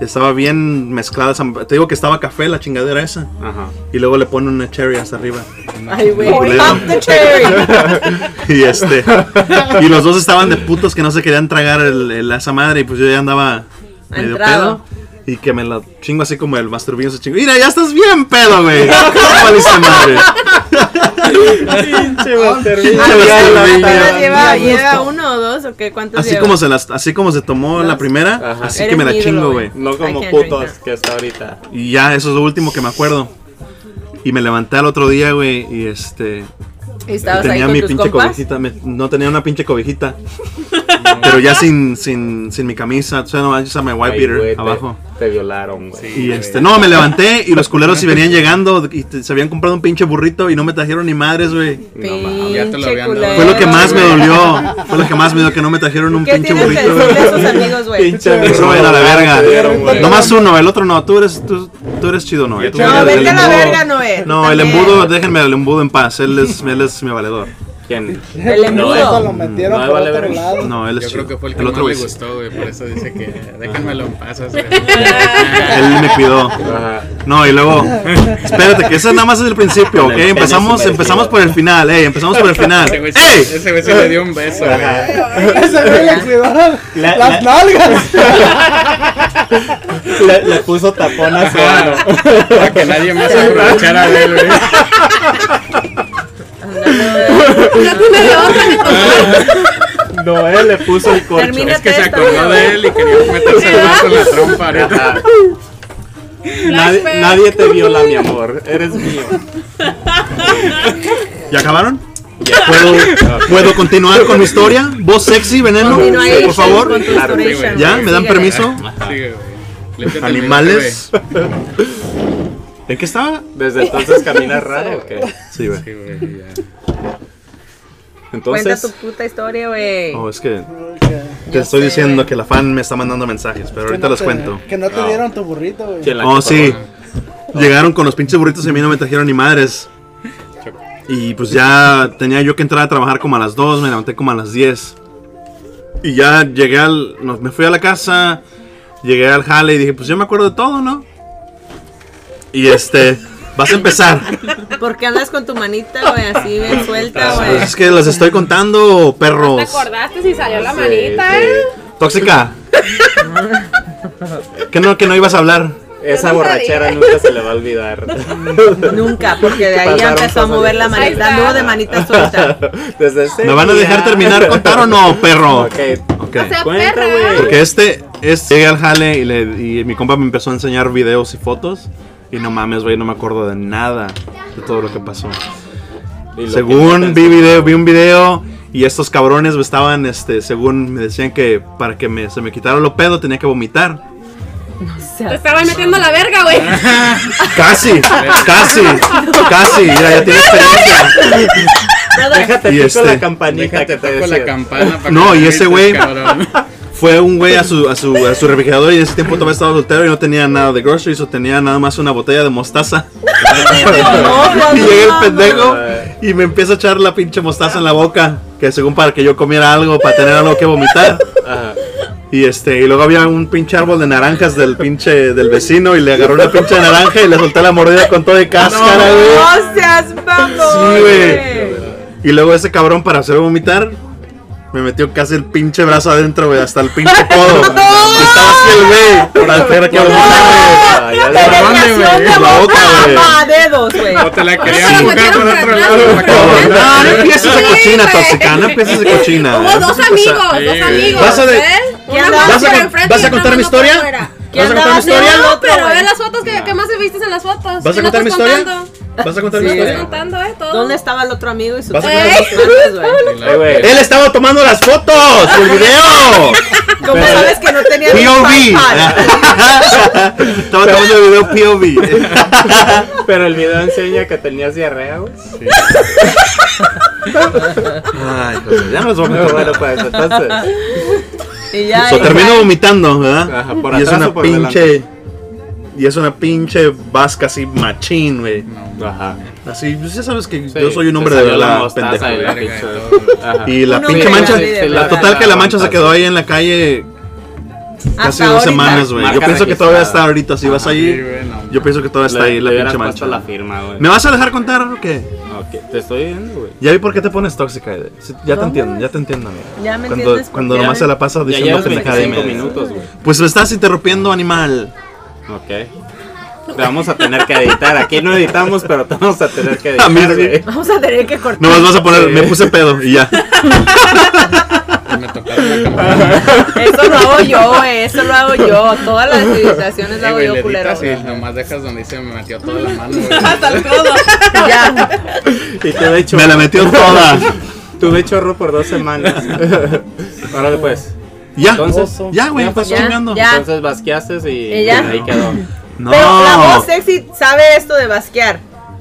[SPEAKER 1] Estaba bien mezclada. esa- Te digo que estaba café la chingadera esa.
[SPEAKER 3] Ajá.
[SPEAKER 1] Y luego le pone una cherry hasta arriba.
[SPEAKER 4] Ay, güey.
[SPEAKER 1] Culero.
[SPEAKER 4] Pop the cherry.
[SPEAKER 1] y este. Y los dos estaban de putos que no se querían tragar el, el- esa madre. Y pues yo ya andaba medio
[SPEAKER 4] Entrado.
[SPEAKER 1] pedo. Y que me la chingo así como el masturbillo se chingo. Mira, ya estás bien pedo, güey. Ya valiste madre.
[SPEAKER 2] Pinche
[SPEAKER 4] Ah,
[SPEAKER 2] Monterrey.
[SPEAKER 1] Pinche masturbillo.
[SPEAKER 4] ¿Apenas lleva,
[SPEAKER 7] Bien a
[SPEAKER 4] lleva uno o dos o qué? ¿Cuántos
[SPEAKER 1] Así
[SPEAKER 4] lleva?
[SPEAKER 1] como, se las, así como se tomó la primera,
[SPEAKER 3] Ajá.
[SPEAKER 1] así
[SPEAKER 4] Eres
[SPEAKER 1] que me la
[SPEAKER 4] mi ídolo,
[SPEAKER 1] chingo,
[SPEAKER 4] güey.
[SPEAKER 1] güey.
[SPEAKER 3] No como
[SPEAKER 4] I can't drink
[SPEAKER 3] putos
[SPEAKER 4] that.
[SPEAKER 3] que está ahorita.
[SPEAKER 1] Y ya, eso es lo último que me acuerdo. Y me levanté al otro día, güey, y este...
[SPEAKER 4] ¿Y estabas ahí
[SPEAKER 1] tenía
[SPEAKER 4] con
[SPEAKER 1] mi
[SPEAKER 4] tus
[SPEAKER 1] pinche
[SPEAKER 4] compas?
[SPEAKER 1] cobijita, me- no tenía una pinche cobijita. pero ya sin, sin, sin mi camisa, o sea, nomás yo usaba mi white
[SPEAKER 3] Ay,
[SPEAKER 1] beater
[SPEAKER 3] güey, te-
[SPEAKER 1] abajo.
[SPEAKER 3] Te, violaron, güey.
[SPEAKER 1] Y este, no, me levanté y los culeros si venían llegando y te- se habían comprado un pinche burrito y no me trajeron ni madres, güey.
[SPEAKER 3] mames,
[SPEAKER 6] ya te lo
[SPEAKER 4] Pinche
[SPEAKER 6] habían dado.
[SPEAKER 4] culero,
[SPEAKER 1] Fue lo que más me
[SPEAKER 4] Eh, güey.
[SPEAKER 1] dolió, fue lo que más me dolió que no me trajeron un
[SPEAKER 4] ¿Qué
[SPEAKER 1] pinche
[SPEAKER 4] tienes que
[SPEAKER 1] burrito.
[SPEAKER 4] decirle a sus amigos, güey?
[SPEAKER 1] Eso vayan a la verga.
[SPEAKER 3] Te dieron, güey.
[SPEAKER 1] Nomás uno, el otro no. Tú eres, tú, tú eres chido, Noé. Tú
[SPEAKER 3] No,
[SPEAKER 1] eres
[SPEAKER 3] vete
[SPEAKER 1] del
[SPEAKER 3] a la
[SPEAKER 1] embudo.
[SPEAKER 4] verga, Noé.
[SPEAKER 1] No, el
[SPEAKER 4] También.
[SPEAKER 1] embudo, déjenme al embudo en paz. Él es, él es mi valedor.
[SPEAKER 3] ¿Quién?
[SPEAKER 4] El embudo.
[SPEAKER 2] Eso lo metieron
[SPEAKER 3] No,
[SPEAKER 2] por
[SPEAKER 3] vale,
[SPEAKER 2] otro
[SPEAKER 3] verga.
[SPEAKER 2] lado.
[SPEAKER 1] No, él es
[SPEAKER 6] Yo
[SPEAKER 1] chido.
[SPEAKER 6] creo que fue el que más
[SPEAKER 1] otro
[SPEAKER 6] le
[SPEAKER 1] güey.
[SPEAKER 6] gustó, güey. Por eso dice que déjenmelo en paz. o sea.
[SPEAKER 1] Él me cuidó.
[SPEAKER 3] Ajá.
[SPEAKER 1] No, y luego. Espérate, que ese nada más es el principio, ¿ok?
[SPEAKER 3] Con el pene
[SPEAKER 1] Empezamos,
[SPEAKER 3] sumergido.
[SPEAKER 1] empezamos por el final, ¡ey! Empezamos por el final.
[SPEAKER 6] Ese güey se-
[SPEAKER 1] ¡Ey!
[SPEAKER 6] ese güey se le dio un beso, güey.
[SPEAKER 2] Ese güey le cuidó las nalgas.
[SPEAKER 3] Le, puso tapón a su mano.
[SPEAKER 6] Para que nadie más aprovechara de él, güey.
[SPEAKER 3] Noé le puso el corcho.
[SPEAKER 4] Termina-
[SPEAKER 6] Es que se
[SPEAKER 4] esta,
[SPEAKER 6] acordó
[SPEAKER 4] güey.
[SPEAKER 6] de él y quería meterse el vaso en la trompa ahorita.
[SPEAKER 3] Nadie, nadie te viola, mi amor. Eres mío.
[SPEAKER 1] ¿Ya acabaron? ¿Puedo, ¿Puedo continuar con mi historia? ¿Vos sexy, veneno?
[SPEAKER 4] Continúa ahí,
[SPEAKER 1] Por favor.
[SPEAKER 4] con tu
[SPEAKER 6] Claro, sí, güey.
[SPEAKER 4] restoration,
[SPEAKER 1] ¿Ya?
[SPEAKER 4] güey,
[SPEAKER 1] ¿Me dan
[SPEAKER 4] síguele.
[SPEAKER 1] permiso?
[SPEAKER 6] Sigue, güey. Límpiate el
[SPEAKER 1] Animales. ¿En qué estaba?
[SPEAKER 3] Desde entonces caminas raro, ¿o qué?
[SPEAKER 1] Sí, güey.
[SPEAKER 6] bigote, güey. Sí, güey, ya.
[SPEAKER 4] Cuenta tu
[SPEAKER 3] Entonces,
[SPEAKER 4] puta historia, güey.
[SPEAKER 1] Oh, es que te
[SPEAKER 4] Ya
[SPEAKER 1] estoy
[SPEAKER 4] sé,
[SPEAKER 1] diciendo
[SPEAKER 4] güey.
[SPEAKER 1] que la fan me está mandando mensajes, pero ahorita
[SPEAKER 2] Que no
[SPEAKER 1] los
[SPEAKER 2] te-
[SPEAKER 1] cuento.
[SPEAKER 2] Que no te dieron tu burrito, güey.
[SPEAKER 3] ¿quién la
[SPEAKER 1] Oh,
[SPEAKER 3] que
[SPEAKER 1] sí.
[SPEAKER 3] pagó?
[SPEAKER 1] Llegaron con los pinches burritos y a mí no me trajeron ni madres. Y pues ya tenía yo que entrar a trabajar como a las 2, me levanté como a las 10. Y ya llegué al. no, me fui a la casa, llegué al jale y dije, pues yo me acuerdo de todo, ¿no? Y este. Vas a empezar.
[SPEAKER 4] ¿Por qué andas con tu manita, güey? Así bien suelta, güey.
[SPEAKER 1] Pues es que las estoy contando,
[SPEAKER 5] ¿Te
[SPEAKER 1] perros.
[SPEAKER 5] acordaste si salió la
[SPEAKER 3] Sí,
[SPEAKER 5] manita,
[SPEAKER 3] sí.
[SPEAKER 5] eh?
[SPEAKER 1] Tóxica. Que no, que no ibas a hablar.
[SPEAKER 3] Esa borrachera nunca se le va a olvidar.
[SPEAKER 4] Nunca, porque de ahí ya
[SPEAKER 3] Pasaron
[SPEAKER 4] empezó a
[SPEAKER 3] cosas
[SPEAKER 4] mover la
[SPEAKER 5] bien. Ahí
[SPEAKER 4] manita.
[SPEAKER 5] está.
[SPEAKER 4] Anduvo de manita suelta.
[SPEAKER 3] Desde ese
[SPEAKER 1] ¿Me van a
[SPEAKER 3] día-
[SPEAKER 1] dejar terminar contar o no, perro?
[SPEAKER 3] Ok.
[SPEAKER 1] Ok.
[SPEAKER 5] O sea,
[SPEAKER 3] Cuenta,
[SPEAKER 5] perra.
[SPEAKER 3] güey.
[SPEAKER 1] Porque este, este llegué al jale y, le- y mi compa me empezó a enseñar videos y fotos. Y no mames, güey, no me acuerdo de nada de todo lo que pasó.
[SPEAKER 3] Y lo
[SPEAKER 1] Según
[SPEAKER 3] que-
[SPEAKER 1] vi video, vi un video y estos cabrones me estaban, este, según me decían que para que me- se me quitara lo pedo tenía que vomitar.
[SPEAKER 5] Te estaban metiendo la verga, güey.
[SPEAKER 1] Casi, casi, casi. Mira, ya tiene experiencia.
[SPEAKER 3] Déjate
[SPEAKER 1] Y
[SPEAKER 3] pico
[SPEAKER 1] este-
[SPEAKER 3] la campanita
[SPEAKER 6] Déjate
[SPEAKER 3] que te
[SPEAKER 6] toco la
[SPEAKER 3] decía.
[SPEAKER 6] campana para
[SPEAKER 1] No,
[SPEAKER 6] que
[SPEAKER 1] y
[SPEAKER 6] me
[SPEAKER 1] ese
[SPEAKER 6] grites,
[SPEAKER 1] güey-
[SPEAKER 6] cabrón.
[SPEAKER 1] Fue un güey a su, a, su, a su refrigerador y en ese tiempo todavía estaba soltero y no tenía nada de groceries o tenía nada más una botella de mostaza. y llega el pendejo y me empieza a echar la pinche mostaza en la boca, que según para que yo comiera algo, para tener algo que vomitar.
[SPEAKER 3] Ajá.
[SPEAKER 1] Y este, y luego había un pinche árbol de naranjas del pinche del vecino y le agarró una pinche naranja y le solté la mordida con todo de cáscara, güey.
[SPEAKER 4] No seas mamón,
[SPEAKER 1] Sí, güey.
[SPEAKER 4] güey.
[SPEAKER 1] Y luego ese cabrón para hacer vomitar Me metió casi el pinche brazo adentro, güey, hasta el pinche codo. güey. Estaba así el güey, por la espera que vomitara,
[SPEAKER 3] Ah, ya le-
[SPEAKER 4] Penetración de
[SPEAKER 1] La boca, güey.
[SPEAKER 4] boca a dedos, güey.
[SPEAKER 6] No te la quería
[SPEAKER 5] Se la
[SPEAKER 6] mojar
[SPEAKER 5] metieron
[SPEAKER 6] por
[SPEAKER 5] para
[SPEAKER 6] otro
[SPEAKER 5] atrás.
[SPEAKER 6] lado. para que
[SPEAKER 1] güey.
[SPEAKER 6] no-
[SPEAKER 1] No, no empieces de
[SPEAKER 5] Sí,
[SPEAKER 1] cochina,
[SPEAKER 5] güey.
[SPEAKER 1] tóxica, no empieces de cochina.
[SPEAKER 5] Hubo dos amigos, dos amigos.
[SPEAKER 1] Vas a de-
[SPEAKER 5] ¿eh?
[SPEAKER 4] ¿Quién
[SPEAKER 5] Uno
[SPEAKER 4] la-
[SPEAKER 5] más
[SPEAKER 1] ¿Vas a,
[SPEAKER 5] por
[SPEAKER 1] con-
[SPEAKER 5] enfrente
[SPEAKER 1] ¿Vas
[SPEAKER 5] y
[SPEAKER 1] a
[SPEAKER 5] otro
[SPEAKER 1] contar mi
[SPEAKER 5] más por
[SPEAKER 1] historia?
[SPEAKER 5] afuera.
[SPEAKER 4] ¿Quién
[SPEAKER 1] ¿Vas a contar mi
[SPEAKER 4] andaba
[SPEAKER 1] historia?
[SPEAKER 4] haciendo?
[SPEAKER 5] No, pero
[SPEAKER 4] güey.
[SPEAKER 5] ve las fotos que, que más se viste en las fotos.
[SPEAKER 1] ¿Vas a
[SPEAKER 5] Y no
[SPEAKER 1] contar mi
[SPEAKER 5] estás
[SPEAKER 1] historia?
[SPEAKER 5] contando.
[SPEAKER 1] ¿Vas a contar mi
[SPEAKER 5] No estás
[SPEAKER 1] historia?
[SPEAKER 5] contando, eh, todo.
[SPEAKER 4] ¿Dónde estaba el otro amigo y su
[SPEAKER 1] Vas a
[SPEAKER 5] contar
[SPEAKER 4] sus manos, güey?
[SPEAKER 3] Eh, güey,
[SPEAKER 1] Él estaba tomando las fotos, el video.
[SPEAKER 4] ¿Cómo sabes que no tenía ni
[SPEAKER 1] Ah.
[SPEAKER 4] iPad?
[SPEAKER 1] POV. estaba tomando el video POV.
[SPEAKER 3] Pero el video enseña que tenías diarrea, güey.
[SPEAKER 1] Ay, José, ya no los voy a
[SPEAKER 3] Pero
[SPEAKER 1] contar.
[SPEAKER 3] bueno, pues entonces.
[SPEAKER 4] Y ya,
[SPEAKER 1] So,
[SPEAKER 4] y
[SPEAKER 1] termino
[SPEAKER 4] ya.
[SPEAKER 1] vomitando, ¿verdad?
[SPEAKER 3] Ajá, por
[SPEAKER 1] y es
[SPEAKER 3] atrás
[SPEAKER 1] una
[SPEAKER 3] o por
[SPEAKER 1] pinche. Y es una pinche vasca así machín, güey.
[SPEAKER 3] Ajá.
[SPEAKER 1] Así, pues ya sabes que
[SPEAKER 3] Sí,
[SPEAKER 1] yo soy un
[SPEAKER 3] te
[SPEAKER 1] hombre de
[SPEAKER 3] salió la
[SPEAKER 1] verdad,
[SPEAKER 3] mostaza
[SPEAKER 1] pendejo.
[SPEAKER 3] y
[SPEAKER 1] güey.
[SPEAKER 3] la
[SPEAKER 6] Verga y
[SPEAKER 3] pinche-
[SPEAKER 6] todo.
[SPEAKER 3] Ajá.
[SPEAKER 1] Y la
[SPEAKER 4] Uno
[SPEAKER 1] pinche
[SPEAKER 4] de
[SPEAKER 1] mancha,
[SPEAKER 4] verdad y de
[SPEAKER 1] la
[SPEAKER 4] verdad.
[SPEAKER 1] total que la mancha se quedó ahí en la calle casi
[SPEAKER 4] Hasta
[SPEAKER 1] dos
[SPEAKER 4] ahorita.
[SPEAKER 1] semanas, güey. Yo
[SPEAKER 3] Marca
[SPEAKER 1] pienso que
[SPEAKER 3] registrada.
[SPEAKER 1] todavía está ahorita, si vas
[SPEAKER 6] Sí,
[SPEAKER 1] ahí,
[SPEAKER 6] güey, no.
[SPEAKER 1] yo pienso que todavía está
[SPEAKER 3] Le-
[SPEAKER 1] ahí la
[SPEAKER 3] le hubieras
[SPEAKER 1] pinche
[SPEAKER 3] puesto
[SPEAKER 1] mancha.
[SPEAKER 3] la firma, güey.
[SPEAKER 1] ¿Me vas a dejar contar o qué?
[SPEAKER 3] Ok, te estoy viendo, güey.
[SPEAKER 1] Ya vi por qué te pones tóxica, Ede. Sí, Ya te entiendo, ya te entiendo, amigo.
[SPEAKER 4] Ya me
[SPEAKER 1] cuando,
[SPEAKER 4] entiendes,
[SPEAKER 1] Cuando
[SPEAKER 4] porque
[SPEAKER 1] nomás
[SPEAKER 4] ya-
[SPEAKER 1] se la pasa
[SPEAKER 3] Ya
[SPEAKER 1] diciendo
[SPEAKER 3] llevas
[SPEAKER 1] pendejada y
[SPEAKER 3] 25
[SPEAKER 1] media.
[SPEAKER 3] minutos, güey.
[SPEAKER 1] Pues lo estás interrumpiendo, animal.
[SPEAKER 3] Ok. Te vamos a tener que editar. Aquí no editamos, pero te vamos a tener que editar.
[SPEAKER 1] Ah, mira, sí.
[SPEAKER 3] güey.
[SPEAKER 4] Vamos a tener que cortar.
[SPEAKER 1] Nomás vas a poner, me puse pedo y ya.
[SPEAKER 6] Me tocaron la campana.
[SPEAKER 4] Eso lo hago yo, güey. Eso lo hago yo. Todas las civilizaciones las
[SPEAKER 6] Eh,
[SPEAKER 4] hago
[SPEAKER 6] güey,
[SPEAKER 4] yo,
[SPEAKER 6] le
[SPEAKER 4] culero.
[SPEAKER 6] editas y
[SPEAKER 4] güey.
[SPEAKER 6] nomás dejas donde dice me metió toda la mano. güey.
[SPEAKER 4] Hasta el codo. Ya.
[SPEAKER 3] Y tuve chorro.
[SPEAKER 1] Me la metió toda.
[SPEAKER 3] Tuve chorro por dos semanas. Ahora después.
[SPEAKER 1] Ya.
[SPEAKER 3] Entonces,
[SPEAKER 1] ya, güey,
[SPEAKER 3] ya
[SPEAKER 1] estás
[SPEAKER 4] fue. Ya,
[SPEAKER 1] chingando.
[SPEAKER 4] ya.
[SPEAKER 3] Entonces basqueaste y,
[SPEAKER 4] ¿Y ya?
[SPEAKER 3] y ahí quedó.
[SPEAKER 1] No.
[SPEAKER 4] Pero la voz sexy sabe esto de basquear.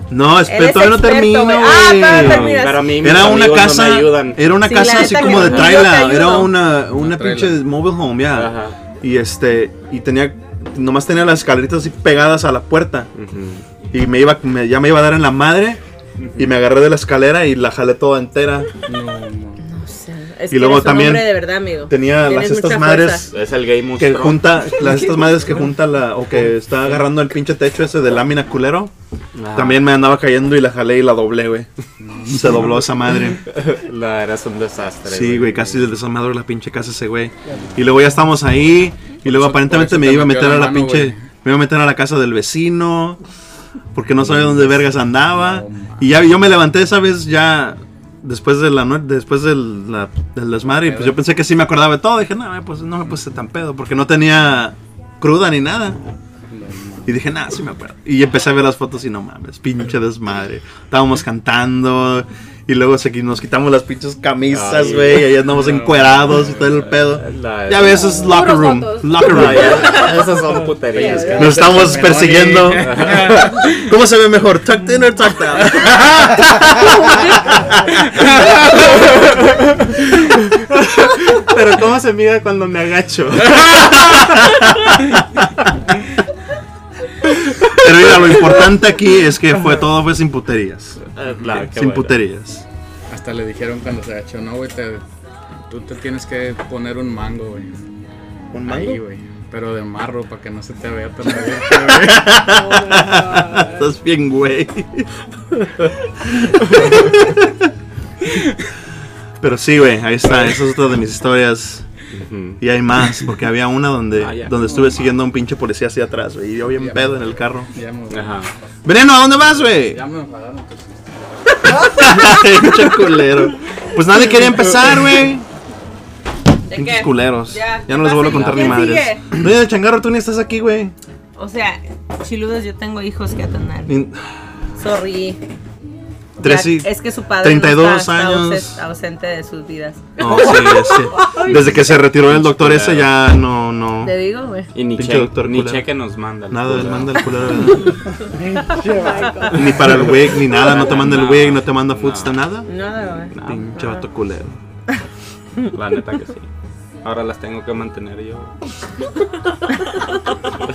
[SPEAKER 1] No, espera,
[SPEAKER 4] Eres
[SPEAKER 1] todavía no
[SPEAKER 4] experto,
[SPEAKER 1] termino,
[SPEAKER 4] güey.
[SPEAKER 1] güey.
[SPEAKER 4] Ah, todavía no terminas.
[SPEAKER 3] Pero a mí mis
[SPEAKER 1] Era una
[SPEAKER 3] amigos
[SPEAKER 1] casa,
[SPEAKER 3] no me ayudan.
[SPEAKER 1] era una
[SPEAKER 4] Sí, la
[SPEAKER 1] casa así
[SPEAKER 4] neta que
[SPEAKER 1] como de
[SPEAKER 4] no. Yo
[SPEAKER 1] trailer,
[SPEAKER 4] te
[SPEAKER 1] era
[SPEAKER 4] ayudo.
[SPEAKER 1] una, una
[SPEAKER 6] Una
[SPEAKER 1] pinche
[SPEAKER 6] trailer.
[SPEAKER 1] mobile home, ya.
[SPEAKER 3] Ajá.
[SPEAKER 1] Y este, y tenía, nomás tenía las escaleritas así pegadas a la puerta.
[SPEAKER 3] Ujú.
[SPEAKER 1] Y me iba, me- ya me iba a dar en la madre. Y me agarré de la escalera y la jalé toda entera.
[SPEAKER 4] Es
[SPEAKER 1] Y
[SPEAKER 4] que
[SPEAKER 1] luego
[SPEAKER 4] eres un
[SPEAKER 1] también
[SPEAKER 4] hombre de verdad, amigo.
[SPEAKER 1] Tenía
[SPEAKER 4] Tienes
[SPEAKER 1] las estas
[SPEAKER 4] mucha
[SPEAKER 1] madres
[SPEAKER 4] fuerza.
[SPEAKER 3] Es el gay
[SPEAKER 1] que
[SPEAKER 3] monstruo.
[SPEAKER 1] junta, las estas madres que junta la, o que está agarrando el pinche techo ese de lámina culero.
[SPEAKER 3] Ah,
[SPEAKER 1] También me andaba cayendo y la jalé y la doblé, güey. Se dobló esa madre.
[SPEAKER 3] La eras un desastre.
[SPEAKER 1] Sí, güey, casi el desmadre la pinche casa ese güey. Y luego ya estamos ahí. Y luego
[SPEAKER 6] eso-
[SPEAKER 1] aparentemente
[SPEAKER 6] por eso
[SPEAKER 1] me
[SPEAKER 6] te
[SPEAKER 1] iba a
[SPEAKER 6] metió
[SPEAKER 1] meter
[SPEAKER 6] la
[SPEAKER 1] a la
[SPEAKER 6] mano,
[SPEAKER 1] pinche.
[SPEAKER 6] güey.
[SPEAKER 1] Me iba a meter a la casa del vecino. Porque no sabía dónde vergas andaba. Y ya yo me levanté esa vez ya. Después de la noche, después del, la- del desmadre, y pues yo pensé que sí me acordaba de todo. Dije, no, eh, pues no me puse tan pedo, porque no tenía cruda ni nada. Y dije, nada, sí me acuerdo. Y empecé a ver las fotos y no mames, pinche desmadre. Estábamos cantando y luego se, qui- nos quitamos las pinches camisas,
[SPEAKER 3] Ay.
[SPEAKER 1] güey. Y ahí andamos encuerados y todo el pedo.
[SPEAKER 3] La-
[SPEAKER 1] Ya ves, es locker
[SPEAKER 5] Puros
[SPEAKER 1] room.
[SPEAKER 5] fotos.
[SPEAKER 1] Locker room.
[SPEAKER 3] Ah, ya. Esas son puterías.
[SPEAKER 6] Oye,
[SPEAKER 1] Nos estamos
[SPEAKER 6] Meloni.
[SPEAKER 1] persiguiendo. ¿Cómo se ve mejor? ¿Tucked in o tucked out?
[SPEAKER 3] Pero ¿cómo se mide cuando me agacho?
[SPEAKER 1] Pero mira, lo importante aquí es que fue todo fue sin puterías.
[SPEAKER 3] Ah, claro, qué
[SPEAKER 1] sin
[SPEAKER 3] bueno.
[SPEAKER 1] puterías.
[SPEAKER 6] Hasta le dijeron cuando se agachó, no, güey, te- tú te tienes que poner un mango, güey.
[SPEAKER 1] ¿Un
[SPEAKER 6] Ahí, güey. Pero de marro, para que no se te vea tan abierto,
[SPEAKER 1] Estás bien, güey. Pero sí, güey, ahí está. Esa es otra de mis historias.
[SPEAKER 3] Ujú.
[SPEAKER 1] Y hay más, porque había una donde,
[SPEAKER 3] Ah, ya.
[SPEAKER 1] donde estuve siguiendo a un pinche policía hacia atrás, güey. Y yo bien pedo en el carro.
[SPEAKER 6] güey. Ya me,
[SPEAKER 3] Ajá.
[SPEAKER 1] Veneno, ¿a dónde vas, güey?
[SPEAKER 6] ya me enfadaron. pues.
[SPEAKER 1] Pinche culero. Pues nadie quería empezar, güey.
[SPEAKER 4] ¿De
[SPEAKER 1] Pinches
[SPEAKER 4] qué?
[SPEAKER 1] culeros.
[SPEAKER 4] Ya,
[SPEAKER 1] Ya,
[SPEAKER 4] ¿qué
[SPEAKER 1] no les vuelvo a
[SPEAKER 4] pasa?
[SPEAKER 1] contar ni
[SPEAKER 4] ¿Quién
[SPEAKER 1] madres.
[SPEAKER 4] sigue?
[SPEAKER 1] Doña de Changarro, tú ni estás aquí, güey.
[SPEAKER 4] O sea, chiludos, yo tengo hijos que atender.
[SPEAKER 1] Ni-
[SPEAKER 4] Sorry.
[SPEAKER 1] Tres
[SPEAKER 4] Ya,
[SPEAKER 1] y-
[SPEAKER 4] Es que su padre
[SPEAKER 1] 32
[SPEAKER 4] no está, está
[SPEAKER 1] años.
[SPEAKER 4] ausen- ausente de sus vidas.
[SPEAKER 1] No, sí, es que Desde que se retiró el doctor ese ya no, no.
[SPEAKER 4] Te digo, güey.
[SPEAKER 3] Y ni,
[SPEAKER 1] Pinche
[SPEAKER 3] che-
[SPEAKER 1] doctor
[SPEAKER 3] ni
[SPEAKER 1] culero.
[SPEAKER 3] cheque nos manda. el
[SPEAKER 1] Nada,
[SPEAKER 3] culo.
[SPEAKER 1] manda el culero. ni para el wig, ni nada. No te manda el wig, no te manda foods, nada.
[SPEAKER 4] No, güey.
[SPEAKER 1] Pinche vato culero.
[SPEAKER 3] La neta que sí. Ahora las tengo que mantener yo.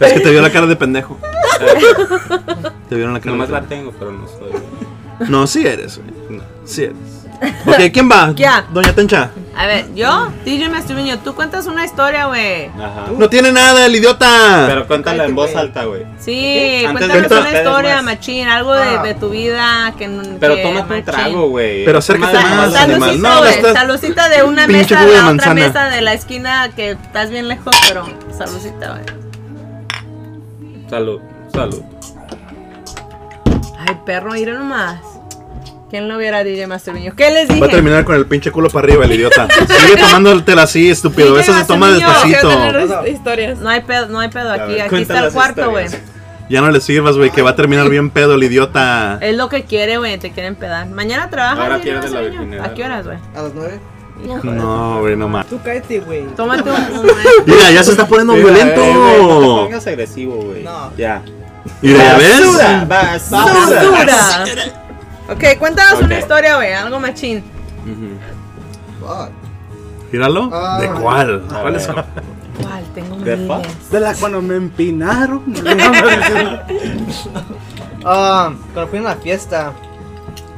[SPEAKER 1] Es que te vio la cara de pendejo. Te vieron la cara
[SPEAKER 3] Eh, Nomás
[SPEAKER 1] de
[SPEAKER 3] la
[SPEAKER 1] pendejo.
[SPEAKER 3] tengo, pero no soy.
[SPEAKER 1] No, sí eres, güey. Sí eres. Ok, ¿quién va?
[SPEAKER 4] Ya.
[SPEAKER 1] Doña Tencha.
[SPEAKER 4] A ver, yo, DJ Masturbino, tú cuentas una historia, güey.
[SPEAKER 3] Ajá.
[SPEAKER 1] No tiene nada, el idiota.
[SPEAKER 3] Pero cuéntala en voz alta, güey.
[SPEAKER 4] Sí,
[SPEAKER 3] Antes de
[SPEAKER 4] cuéntanos
[SPEAKER 1] que
[SPEAKER 4] una
[SPEAKER 1] ustedes
[SPEAKER 4] historia,
[SPEAKER 3] más. Ah.
[SPEAKER 4] machín, algo de, de tu vida que n-
[SPEAKER 3] Pero
[SPEAKER 4] que
[SPEAKER 3] tómate un
[SPEAKER 4] machín.
[SPEAKER 3] trago, güey.
[SPEAKER 1] Pero acércate
[SPEAKER 3] Tómale
[SPEAKER 1] más,
[SPEAKER 3] más,
[SPEAKER 1] animal.
[SPEAKER 3] animal.
[SPEAKER 1] No,
[SPEAKER 4] Salucita, güey,
[SPEAKER 1] estás-
[SPEAKER 4] salucita de una
[SPEAKER 1] Pinche
[SPEAKER 4] mesa a
[SPEAKER 1] jugo de
[SPEAKER 4] la otra
[SPEAKER 1] manzana.
[SPEAKER 4] mesa de la esquina que estás bien lejos, pero salucita, güey.
[SPEAKER 3] Salud, salud.
[SPEAKER 4] Ay, perro, mira nomás. ¿Quién lo viera, DJ Mastermiño? ¿Qué les dije?
[SPEAKER 1] Va a terminar con el pinche culo para arriba, el idiota. Sigue tomándotela así, estúpido. Esa
[SPEAKER 4] Sí,
[SPEAKER 1] se
[SPEAKER 4] llevas un
[SPEAKER 1] toma
[SPEAKER 4] niño,
[SPEAKER 1] despacito.
[SPEAKER 5] historias.
[SPEAKER 4] No hay pedo, no hay pedo aquí.
[SPEAKER 3] ver,
[SPEAKER 4] aquí
[SPEAKER 3] cuenta
[SPEAKER 4] está el
[SPEAKER 3] las
[SPEAKER 4] cuarto, güey.
[SPEAKER 3] historias.
[SPEAKER 1] Ya no le sirvas, güey, que va a terminar bien pedo el idiota.
[SPEAKER 4] Es lo que quiere, güey. Te quieren pedar. Mañana trabajas.
[SPEAKER 3] Ahora
[SPEAKER 4] DJ
[SPEAKER 3] pierde la
[SPEAKER 4] Mastermiño?
[SPEAKER 3] virginidad,
[SPEAKER 4] ¿A qué horas, güey?
[SPEAKER 2] A las nueve.
[SPEAKER 1] No, güey, no más.
[SPEAKER 2] Tú cállate, güey.
[SPEAKER 4] Tómate un.
[SPEAKER 1] Mira, ya se está poniendo
[SPEAKER 3] Mira, eh, güey, no te
[SPEAKER 1] violento.
[SPEAKER 3] pongas agresivo, güey.
[SPEAKER 2] No.
[SPEAKER 3] Ya.
[SPEAKER 1] Mira, ya
[SPEAKER 3] Basura,
[SPEAKER 1] ves.
[SPEAKER 3] basura.
[SPEAKER 4] ¡Basura! Ok, cuéntanos una
[SPEAKER 3] Ok.
[SPEAKER 4] historia, güey. Algo machín.
[SPEAKER 3] Ujú.
[SPEAKER 2] Fuck.
[SPEAKER 1] Míralo.
[SPEAKER 2] Ah.
[SPEAKER 1] ¿De cuál?
[SPEAKER 3] A
[SPEAKER 1] ¿Cuál es?
[SPEAKER 3] ver.
[SPEAKER 4] ¿Cuál? Tengo
[SPEAKER 3] ¿De
[SPEAKER 4] miles.
[SPEAKER 3] fuck?
[SPEAKER 6] De la cuando me empinaron.
[SPEAKER 2] Ah, cuando fui a una fiesta.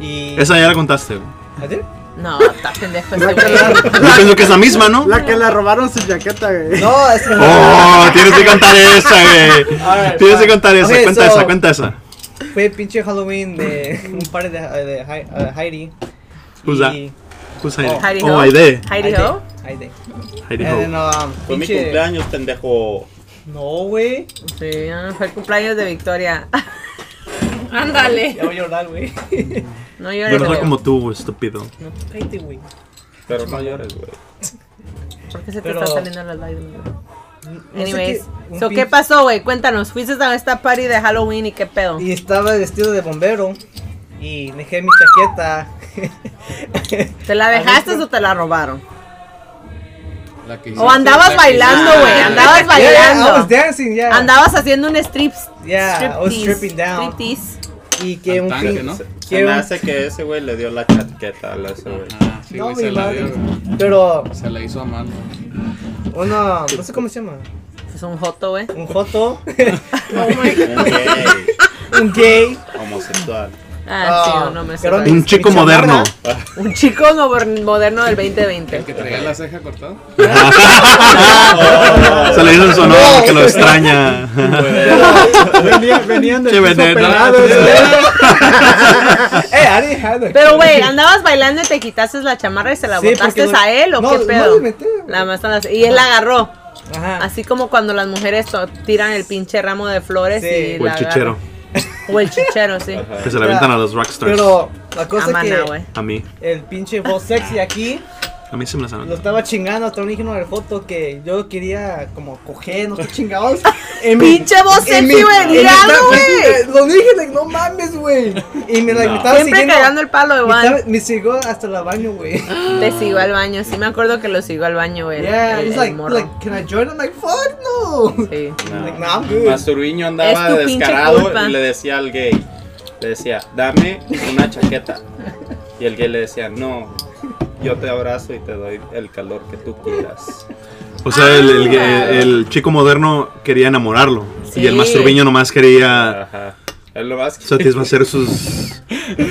[SPEAKER 2] Y.
[SPEAKER 1] Esa ya la contaste, güey.
[SPEAKER 2] ¿A ti?
[SPEAKER 4] No, está pendejo este güey.
[SPEAKER 1] Yo pienso que es la misma, ¿no?
[SPEAKER 6] La que le robaron su chaqueta, güey.
[SPEAKER 2] No, es que.
[SPEAKER 1] Oh, tienes que contar esa, güey.
[SPEAKER 2] Alright,
[SPEAKER 1] Tienes que
[SPEAKER 2] fine.
[SPEAKER 1] contar esa,
[SPEAKER 2] Ok,
[SPEAKER 1] cuenta
[SPEAKER 2] so-
[SPEAKER 1] esa, cuenta esa.
[SPEAKER 2] Fue pinche Halloween de un par de, de Hai- eh, Heidi.
[SPEAKER 1] Who's
[SPEAKER 2] y-
[SPEAKER 1] that? Who's Heidi?
[SPEAKER 4] Heidi
[SPEAKER 1] Oh,
[SPEAKER 4] Ho.
[SPEAKER 1] Aide.
[SPEAKER 4] Heidi Ho.
[SPEAKER 2] Heidi.
[SPEAKER 1] Heidi
[SPEAKER 2] And then,
[SPEAKER 1] Ho.
[SPEAKER 2] um,
[SPEAKER 3] Fue mi
[SPEAKER 2] pinche-
[SPEAKER 3] cumpleaños, pendejo.
[SPEAKER 2] No, güey.
[SPEAKER 4] Sí, ah, fue el cumpleaños de Victoria.
[SPEAKER 5] Ándale.
[SPEAKER 2] Ya voy a llorar, güey.
[SPEAKER 4] No
[SPEAKER 1] Yo
[SPEAKER 4] llores.
[SPEAKER 1] no soy
[SPEAKER 4] güey.
[SPEAKER 1] como tú, güey, estúpido.
[SPEAKER 2] No, cállate, güey.
[SPEAKER 3] Pero no llores, güey.
[SPEAKER 4] ¿Por qué se te
[SPEAKER 2] Pero-
[SPEAKER 4] está saliendo las lágrimas? güey?
[SPEAKER 2] No sé
[SPEAKER 4] Anyways,
[SPEAKER 2] qué- un
[SPEAKER 4] so,
[SPEAKER 2] pinche-
[SPEAKER 4] ¿qué pasó, güey? Cuéntanos, fuiste a esta party de Halloween y qué pedo.
[SPEAKER 2] Y estaba vestido de bombero. Y dejé mi chaqueta.
[SPEAKER 4] ¿Te la dejaste
[SPEAKER 2] Adentro.
[SPEAKER 4] o te la robaron?
[SPEAKER 6] La que
[SPEAKER 4] O andabas bailando, güey, andabas
[SPEAKER 2] Yeah, yeah, I was
[SPEAKER 4] bailando.
[SPEAKER 2] dancing, yeah.
[SPEAKER 4] Andabas haciendo un strip.
[SPEAKER 2] Yeah, I was stripping down.
[SPEAKER 4] striptease.
[SPEAKER 2] Y que un
[SPEAKER 6] Tanque,
[SPEAKER 2] pin-
[SPEAKER 6] ¿no?
[SPEAKER 3] Se
[SPEAKER 2] que
[SPEAKER 3] me
[SPEAKER 2] un-
[SPEAKER 3] hace que ese güey le dio la chaqueta a ese güey.
[SPEAKER 6] Ah, sí,
[SPEAKER 2] No,
[SPEAKER 6] güey,
[SPEAKER 2] mi
[SPEAKER 6] se la
[SPEAKER 2] madre.
[SPEAKER 6] dio, güey.
[SPEAKER 2] Pero
[SPEAKER 6] Se la hizo a mano.
[SPEAKER 2] una, no sé cómo se llama,
[SPEAKER 4] Es un joto, güey.
[SPEAKER 2] un joto,
[SPEAKER 4] Oh
[SPEAKER 3] Un gay
[SPEAKER 2] un gay,
[SPEAKER 3] homosexual.
[SPEAKER 4] Ah,
[SPEAKER 2] Ah,
[SPEAKER 4] sí, no me
[SPEAKER 2] pero-
[SPEAKER 4] sé.
[SPEAKER 1] Un chico
[SPEAKER 2] Mi chamarra.
[SPEAKER 1] moderno.
[SPEAKER 4] Un chico moder- moderno del 2020.
[SPEAKER 6] El que traía la ceja cortada.
[SPEAKER 1] Se le hizo el sonoro que lo extraña.
[SPEAKER 6] Venían, venían
[SPEAKER 1] Che, ah, venden-
[SPEAKER 2] eh, Ari, Jalo.
[SPEAKER 4] Pero, güey, andabas bailando y te quitaste la chamarra y se la
[SPEAKER 2] Sí,
[SPEAKER 4] botaste
[SPEAKER 2] porque no-
[SPEAKER 4] a él o
[SPEAKER 2] no,
[SPEAKER 4] qué
[SPEAKER 2] no
[SPEAKER 4] pedo.
[SPEAKER 2] le metí, güey.
[SPEAKER 4] la manzana- y él la agarró.
[SPEAKER 2] Ajá.
[SPEAKER 4] Así como cuando las mujeres to- tiran el pinche ramo de flores
[SPEAKER 2] Sí.
[SPEAKER 4] y
[SPEAKER 1] O el
[SPEAKER 4] la agarran.
[SPEAKER 1] chichero.
[SPEAKER 4] O el chichero, sí.
[SPEAKER 3] Ajá.
[SPEAKER 1] Que se le aventan a los rockstars.
[SPEAKER 2] Pero la cosa
[SPEAKER 4] Amana,
[SPEAKER 2] que
[SPEAKER 4] güey.
[SPEAKER 1] A mí.
[SPEAKER 2] el pinche voz sexy aquí
[SPEAKER 1] A mí se me las
[SPEAKER 2] lo
[SPEAKER 1] aventan.
[SPEAKER 2] estaba chingando hasta un hijo del joto que yo quería como coger, no sé chingados. En mi-
[SPEAKER 4] Pinche voz
[SPEAKER 2] en mi-
[SPEAKER 4] sexy,
[SPEAKER 2] en
[SPEAKER 4] güey.
[SPEAKER 2] mi-
[SPEAKER 4] di algo, güey.
[SPEAKER 2] Lo dije, like, no mames, güey. Y me la
[SPEAKER 3] No.
[SPEAKER 2] me estaba
[SPEAKER 4] Siempre
[SPEAKER 2] siguiendo.
[SPEAKER 4] cagando el palo,
[SPEAKER 2] me,
[SPEAKER 4] güey.
[SPEAKER 2] estaba- me siguió hasta la baño, güey.
[SPEAKER 4] Te sigo al baño. Sí, me acuerdo que lo sigo al baño, güey.
[SPEAKER 2] Yeah,
[SPEAKER 4] el-
[SPEAKER 2] he's
[SPEAKER 4] el
[SPEAKER 2] like,
[SPEAKER 4] morro.
[SPEAKER 2] like, can I join? I'm like, fuck no.
[SPEAKER 4] Sí.
[SPEAKER 2] Like, nah, I'm good.
[SPEAKER 3] Masturbiño andaba
[SPEAKER 4] Es tu pinche culpa.
[SPEAKER 3] descarado y le decía al gay, le decía, dame una chaqueta. Y el gay le decía, no, yo te abrazo y te doy el calor que tú quieras.
[SPEAKER 1] O sea, el, el- el chico moderno quería enamorarlo. Y el
[SPEAKER 4] Ah. Sí.
[SPEAKER 1] masturbiño nomás quería
[SPEAKER 3] Ajá. Es lo más que...
[SPEAKER 1] satisfacer sus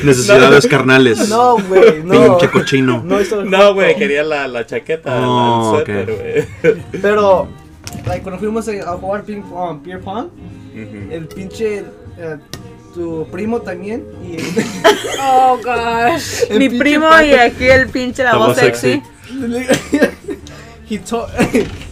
[SPEAKER 1] necesidades carnales.
[SPEAKER 2] No, güey, no.
[SPEAKER 1] Pinche cochino.
[SPEAKER 2] No, eso
[SPEAKER 3] No, güey, quería la, la chaqueta, la-
[SPEAKER 1] Oh,
[SPEAKER 3] el suéter,
[SPEAKER 1] ok.
[SPEAKER 3] güey.
[SPEAKER 2] Pero, like, cuando fuimos a a jugar ping pong, beer pong,
[SPEAKER 3] Ujú.
[SPEAKER 2] el pinche. eh, tu primo también. Y
[SPEAKER 5] Oh, gosh.
[SPEAKER 2] el
[SPEAKER 4] Mi
[SPEAKER 2] pinche
[SPEAKER 4] primo
[SPEAKER 2] pato-
[SPEAKER 4] y aquí el pinche la, voz sexy.
[SPEAKER 2] He to-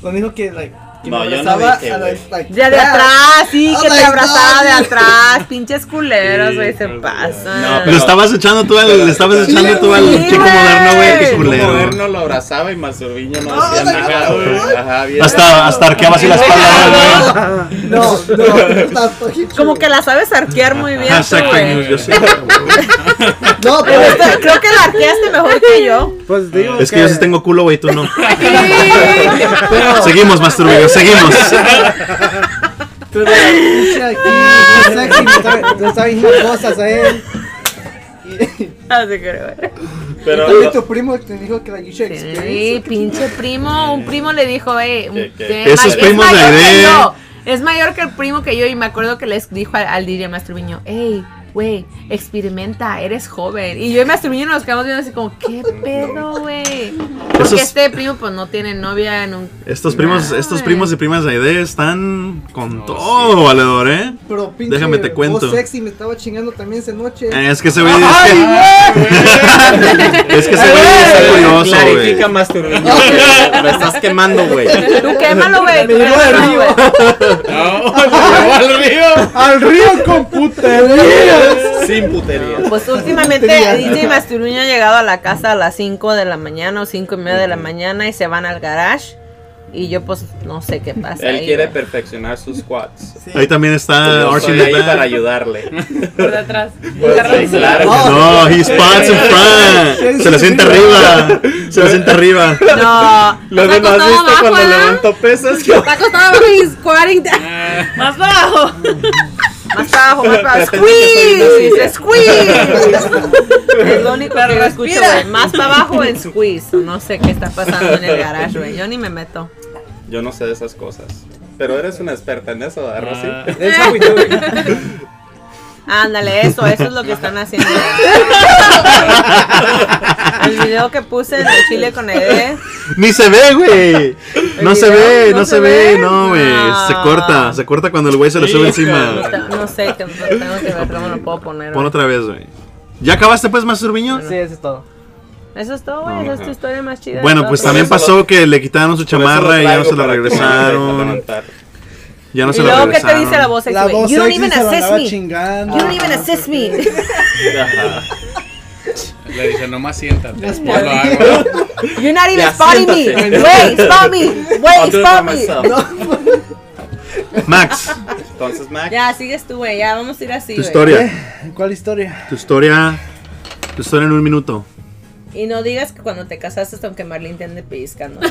[SPEAKER 2] Lo dijo que, like. Que
[SPEAKER 3] No,
[SPEAKER 2] me
[SPEAKER 3] yo no
[SPEAKER 2] abrazaba
[SPEAKER 3] dije,
[SPEAKER 2] a la-
[SPEAKER 3] güey.
[SPEAKER 2] like,
[SPEAKER 4] Ya de
[SPEAKER 2] that.
[SPEAKER 4] atrás, sí,
[SPEAKER 2] Oh
[SPEAKER 4] que
[SPEAKER 2] my
[SPEAKER 4] te abrazaba de
[SPEAKER 2] God.
[SPEAKER 4] atrás. Pinches culeros,
[SPEAKER 3] Sí,
[SPEAKER 4] güey, se
[SPEAKER 3] no,
[SPEAKER 4] pasan.
[SPEAKER 3] no,
[SPEAKER 1] Lo estabas echando tú al, le estabas echando tú al
[SPEAKER 4] Sí,
[SPEAKER 1] chico
[SPEAKER 4] güey.
[SPEAKER 1] moderno, güey. Qué
[SPEAKER 4] Chico
[SPEAKER 1] culero.
[SPEAKER 3] moderno lo abrazaba y Masturbiño no
[SPEAKER 4] Oh,
[SPEAKER 2] Ah,
[SPEAKER 3] hacía
[SPEAKER 2] la
[SPEAKER 3] nada,
[SPEAKER 2] chingada,
[SPEAKER 3] güey.
[SPEAKER 2] güey.
[SPEAKER 3] Ajá, bien.
[SPEAKER 1] Hasta, hasta arqueaba así la espalda, güey.
[SPEAKER 2] No, no, está- está hicho,
[SPEAKER 4] Como
[SPEAKER 2] güey.
[SPEAKER 4] que la sabes arquear muy bien. tú,
[SPEAKER 1] Hashtag fake
[SPEAKER 4] güey.
[SPEAKER 1] news, yo sé.
[SPEAKER 2] No,
[SPEAKER 4] Me
[SPEAKER 2] pero.
[SPEAKER 4] gusta- Creo que la arqueaste mejor que yo.
[SPEAKER 6] Pues digo.
[SPEAKER 1] Es que yo sí tengo culo, güey, tú no.
[SPEAKER 2] pero-
[SPEAKER 1] Seguimos, masturbiño, seguimos.
[SPEAKER 2] Pero este pinche aquí, no sé, que me estaba- le estaba diciendo cosas a él. Y,
[SPEAKER 4] Así que, güey.
[SPEAKER 3] Pero
[SPEAKER 2] también tu primo te dijo que la you should experience.
[SPEAKER 4] Sí, pinche primo. Un primo le dijo, eh. un-
[SPEAKER 3] ¿Qué, qué?
[SPEAKER 4] de-
[SPEAKER 1] Esos
[SPEAKER 4] ma-
[SPEAKER 1] primos
[SPEAKER 4] mayor
[SPEAKER 1] de
[SPEAKER 4] que
[SPEAKER 1] Aide.
[SPEAKER 4] yo. Es mayor que el primo que yo. Y me acuerdo que les dijo al, al DJ Masturbiño, hey, güey, experimenta, eres joven. Y yo y mi Astrumiño nos quedamos viendo así como, ¿qué pedo, güey? Porque
[SPEAKER 1] Esos-
[SPEAKER 4] este primo, pues, no tiene novia nunca.
[SPEAKER 1] Estos primos,
[SPEAKER 4] Nah,
[SPEAKER 1] estos
[SPEAKER 4] güey.
[SPEAKER 1] primos y primas de Aide están con todo, valedor, ¿eh?
[SPEAKER 2] Pero pinche
[SPEAKER 1] Déjame te cuento.
[SPEAKER 2] voz sexy me estaba chingando también esa noche.
[SPEAKER 1] Eh, Es que ese güey es que... es que ese güey está curioso, güey.
[SPEAKER 3] Clarifica más tu niño. Me estás quemando, güey.
[SPEAKER 4] Tú quémalo, güey. tú
[SPEAKER 2] Me llevó
[SPEAKER 4] quémalo,
[SPEAKER 2] al río.
[SPEAKER 4] güey.
[SPEAKER 6] al río!
[SPEAKER 2] ¡Al río con puterías!
[SPEAKER 3] Sin putería.
[SPEAKER 4] Pues últimamente DJ Masturuño ha llegado a la casa a las 5 de la mañana o 5 y media de la mañana y se van al garage. Y yo pues no sé qué pasa.
[SPEAKER 3] Él
[SPEAKER 4] ahí,
[SPEAKER 3] quiere
[SPEAKER 4] güey.
[SPEAKER 3] perfeccionar sus quads.
[SPEAKER 1] Ahí también está
[SPEAKER 3] Yo
[SPEAKER 1] Archie
[SPEAKER 3] estoy ahí
[SPEAKER 1] Levin.
[SPEAKER 3] para ayudarle.
[SPEAKER 5] Por detrás.
[SPEAKER 3] Pues, Sí, claro.
[SPEAKER 1] No, he spots in front. Se le sienta arriba. Se le sienta arriba.
[SPEAKER 4] No,
[SPEAKER 3] Lo
[SPEAKER 5] Está
[SPEAKER 3] demás
[SPEAKER 5] acostado
[SPEAKER 3] viste
[SPEAKER 5] abajo,
[SPEAKER 3] cuando
[SPEAKER 5] ¿verdad?
[SPEAKER 3] levanto pesas.
[SPEAKER 5] Está acostado abajo y squatting.
[SPEAKER 4] Ah.
[SPEAKER 5] Más para abajo.
[SPEAKER 4] más para abajo, más para abajo.
[SPEAKER 3] Pretende que soy
[SPEAKER 4] Squeeze, squeeze. Es lo único que yo escucho, güey. Más para abajo en squeeze. No sé qué está pasando en el garage, güey. Yo ni me meto.
[SPEAKER 3] Yo no sé de esas cosas. Pero eres una experta en eso, ¿verdad, Rosy?
[SPEAKER 4] Ándale, eso, eso es lo que están haciendo. El video que puse en el E, chile con Ede.
[SPEAKER 1] Ni se ve, güey. No se ve, no se ve, no, güey.
[SPEAKER 4] No.
[SPEAKER 1] Se corta, se corta cuando el güey se le sube encima.
[SPEAKER 4] Está- No sé, que- tengo que ver cómo lo puedo poner.
[SPEAKER 1] Pon
[SPEAKER 4] güey.
[SPEAKER 1] otra vez, güey. ¿Ya acabaste pues, más turbiño?
[SPEAKER 2] Sí, eso es todo.
[SPEAKER 4] Eso es todo, güey. Esa es tu historia más chida. de
[SPEAKER 1] Bueno,
[SPEAKER 4] todas.
[SPEAKER 1] pues también
[SPEAKER 3] Por eso
[SPEAKER 1] pasó que le quitaron su chamarra y ya no se la regresaron. Ya no
[SPEAKER 4] Y
[SPEAKER 1] se la
[SPEAKER 4] luego, ¿qué te
[SPEAKER 1] regresaron.
[SPEAKER 4] dice la voz sexy,
[SPEAKER 2] La
[SPEAKER 4] güey?
[SPEAKER 2] voz
[SPEAKER 4] You don't
[SPEAKER 2] sexy
[SPEAKER 4] even
[SPEAKER 2] se lo
[SPEAKER 4] assess
[SPEAKER 2] andaba
[SPEAKER 4] me.
[SPEAKER 2] chingando.
[SPEAKER 4] You don't even assess me.
[SPEAKER 6] Le dice, nomás siéntate. Ya lo hago.
[SPEAKER 4] You're not even
[SPEAKER 3] Ya,
[SPEAKER 4] spotting me.
[SPEAKER 3] siéntate.
[SPEAKER 4] Wait, spot me. Wait, spot me.
[SPEAKER 1] Max,
[SPEAKER 3] Entonces, Mac,
[SPEAKER 4] Ya, sigues tú, güey. Ya, vamos a ir así,
[SPEAKER 1] tu
[SPEAKER 4] güey.
[SPEAKER 1] historia.
[SPEAKER 2] Eh, ¿Cuál historia?
[SPEAKER 1] Tu historia. Tu historia en un minuto.
[SPEAKER 4] Y no digas que cuando te casaste, aunque Marlene te ande pellizcando. Y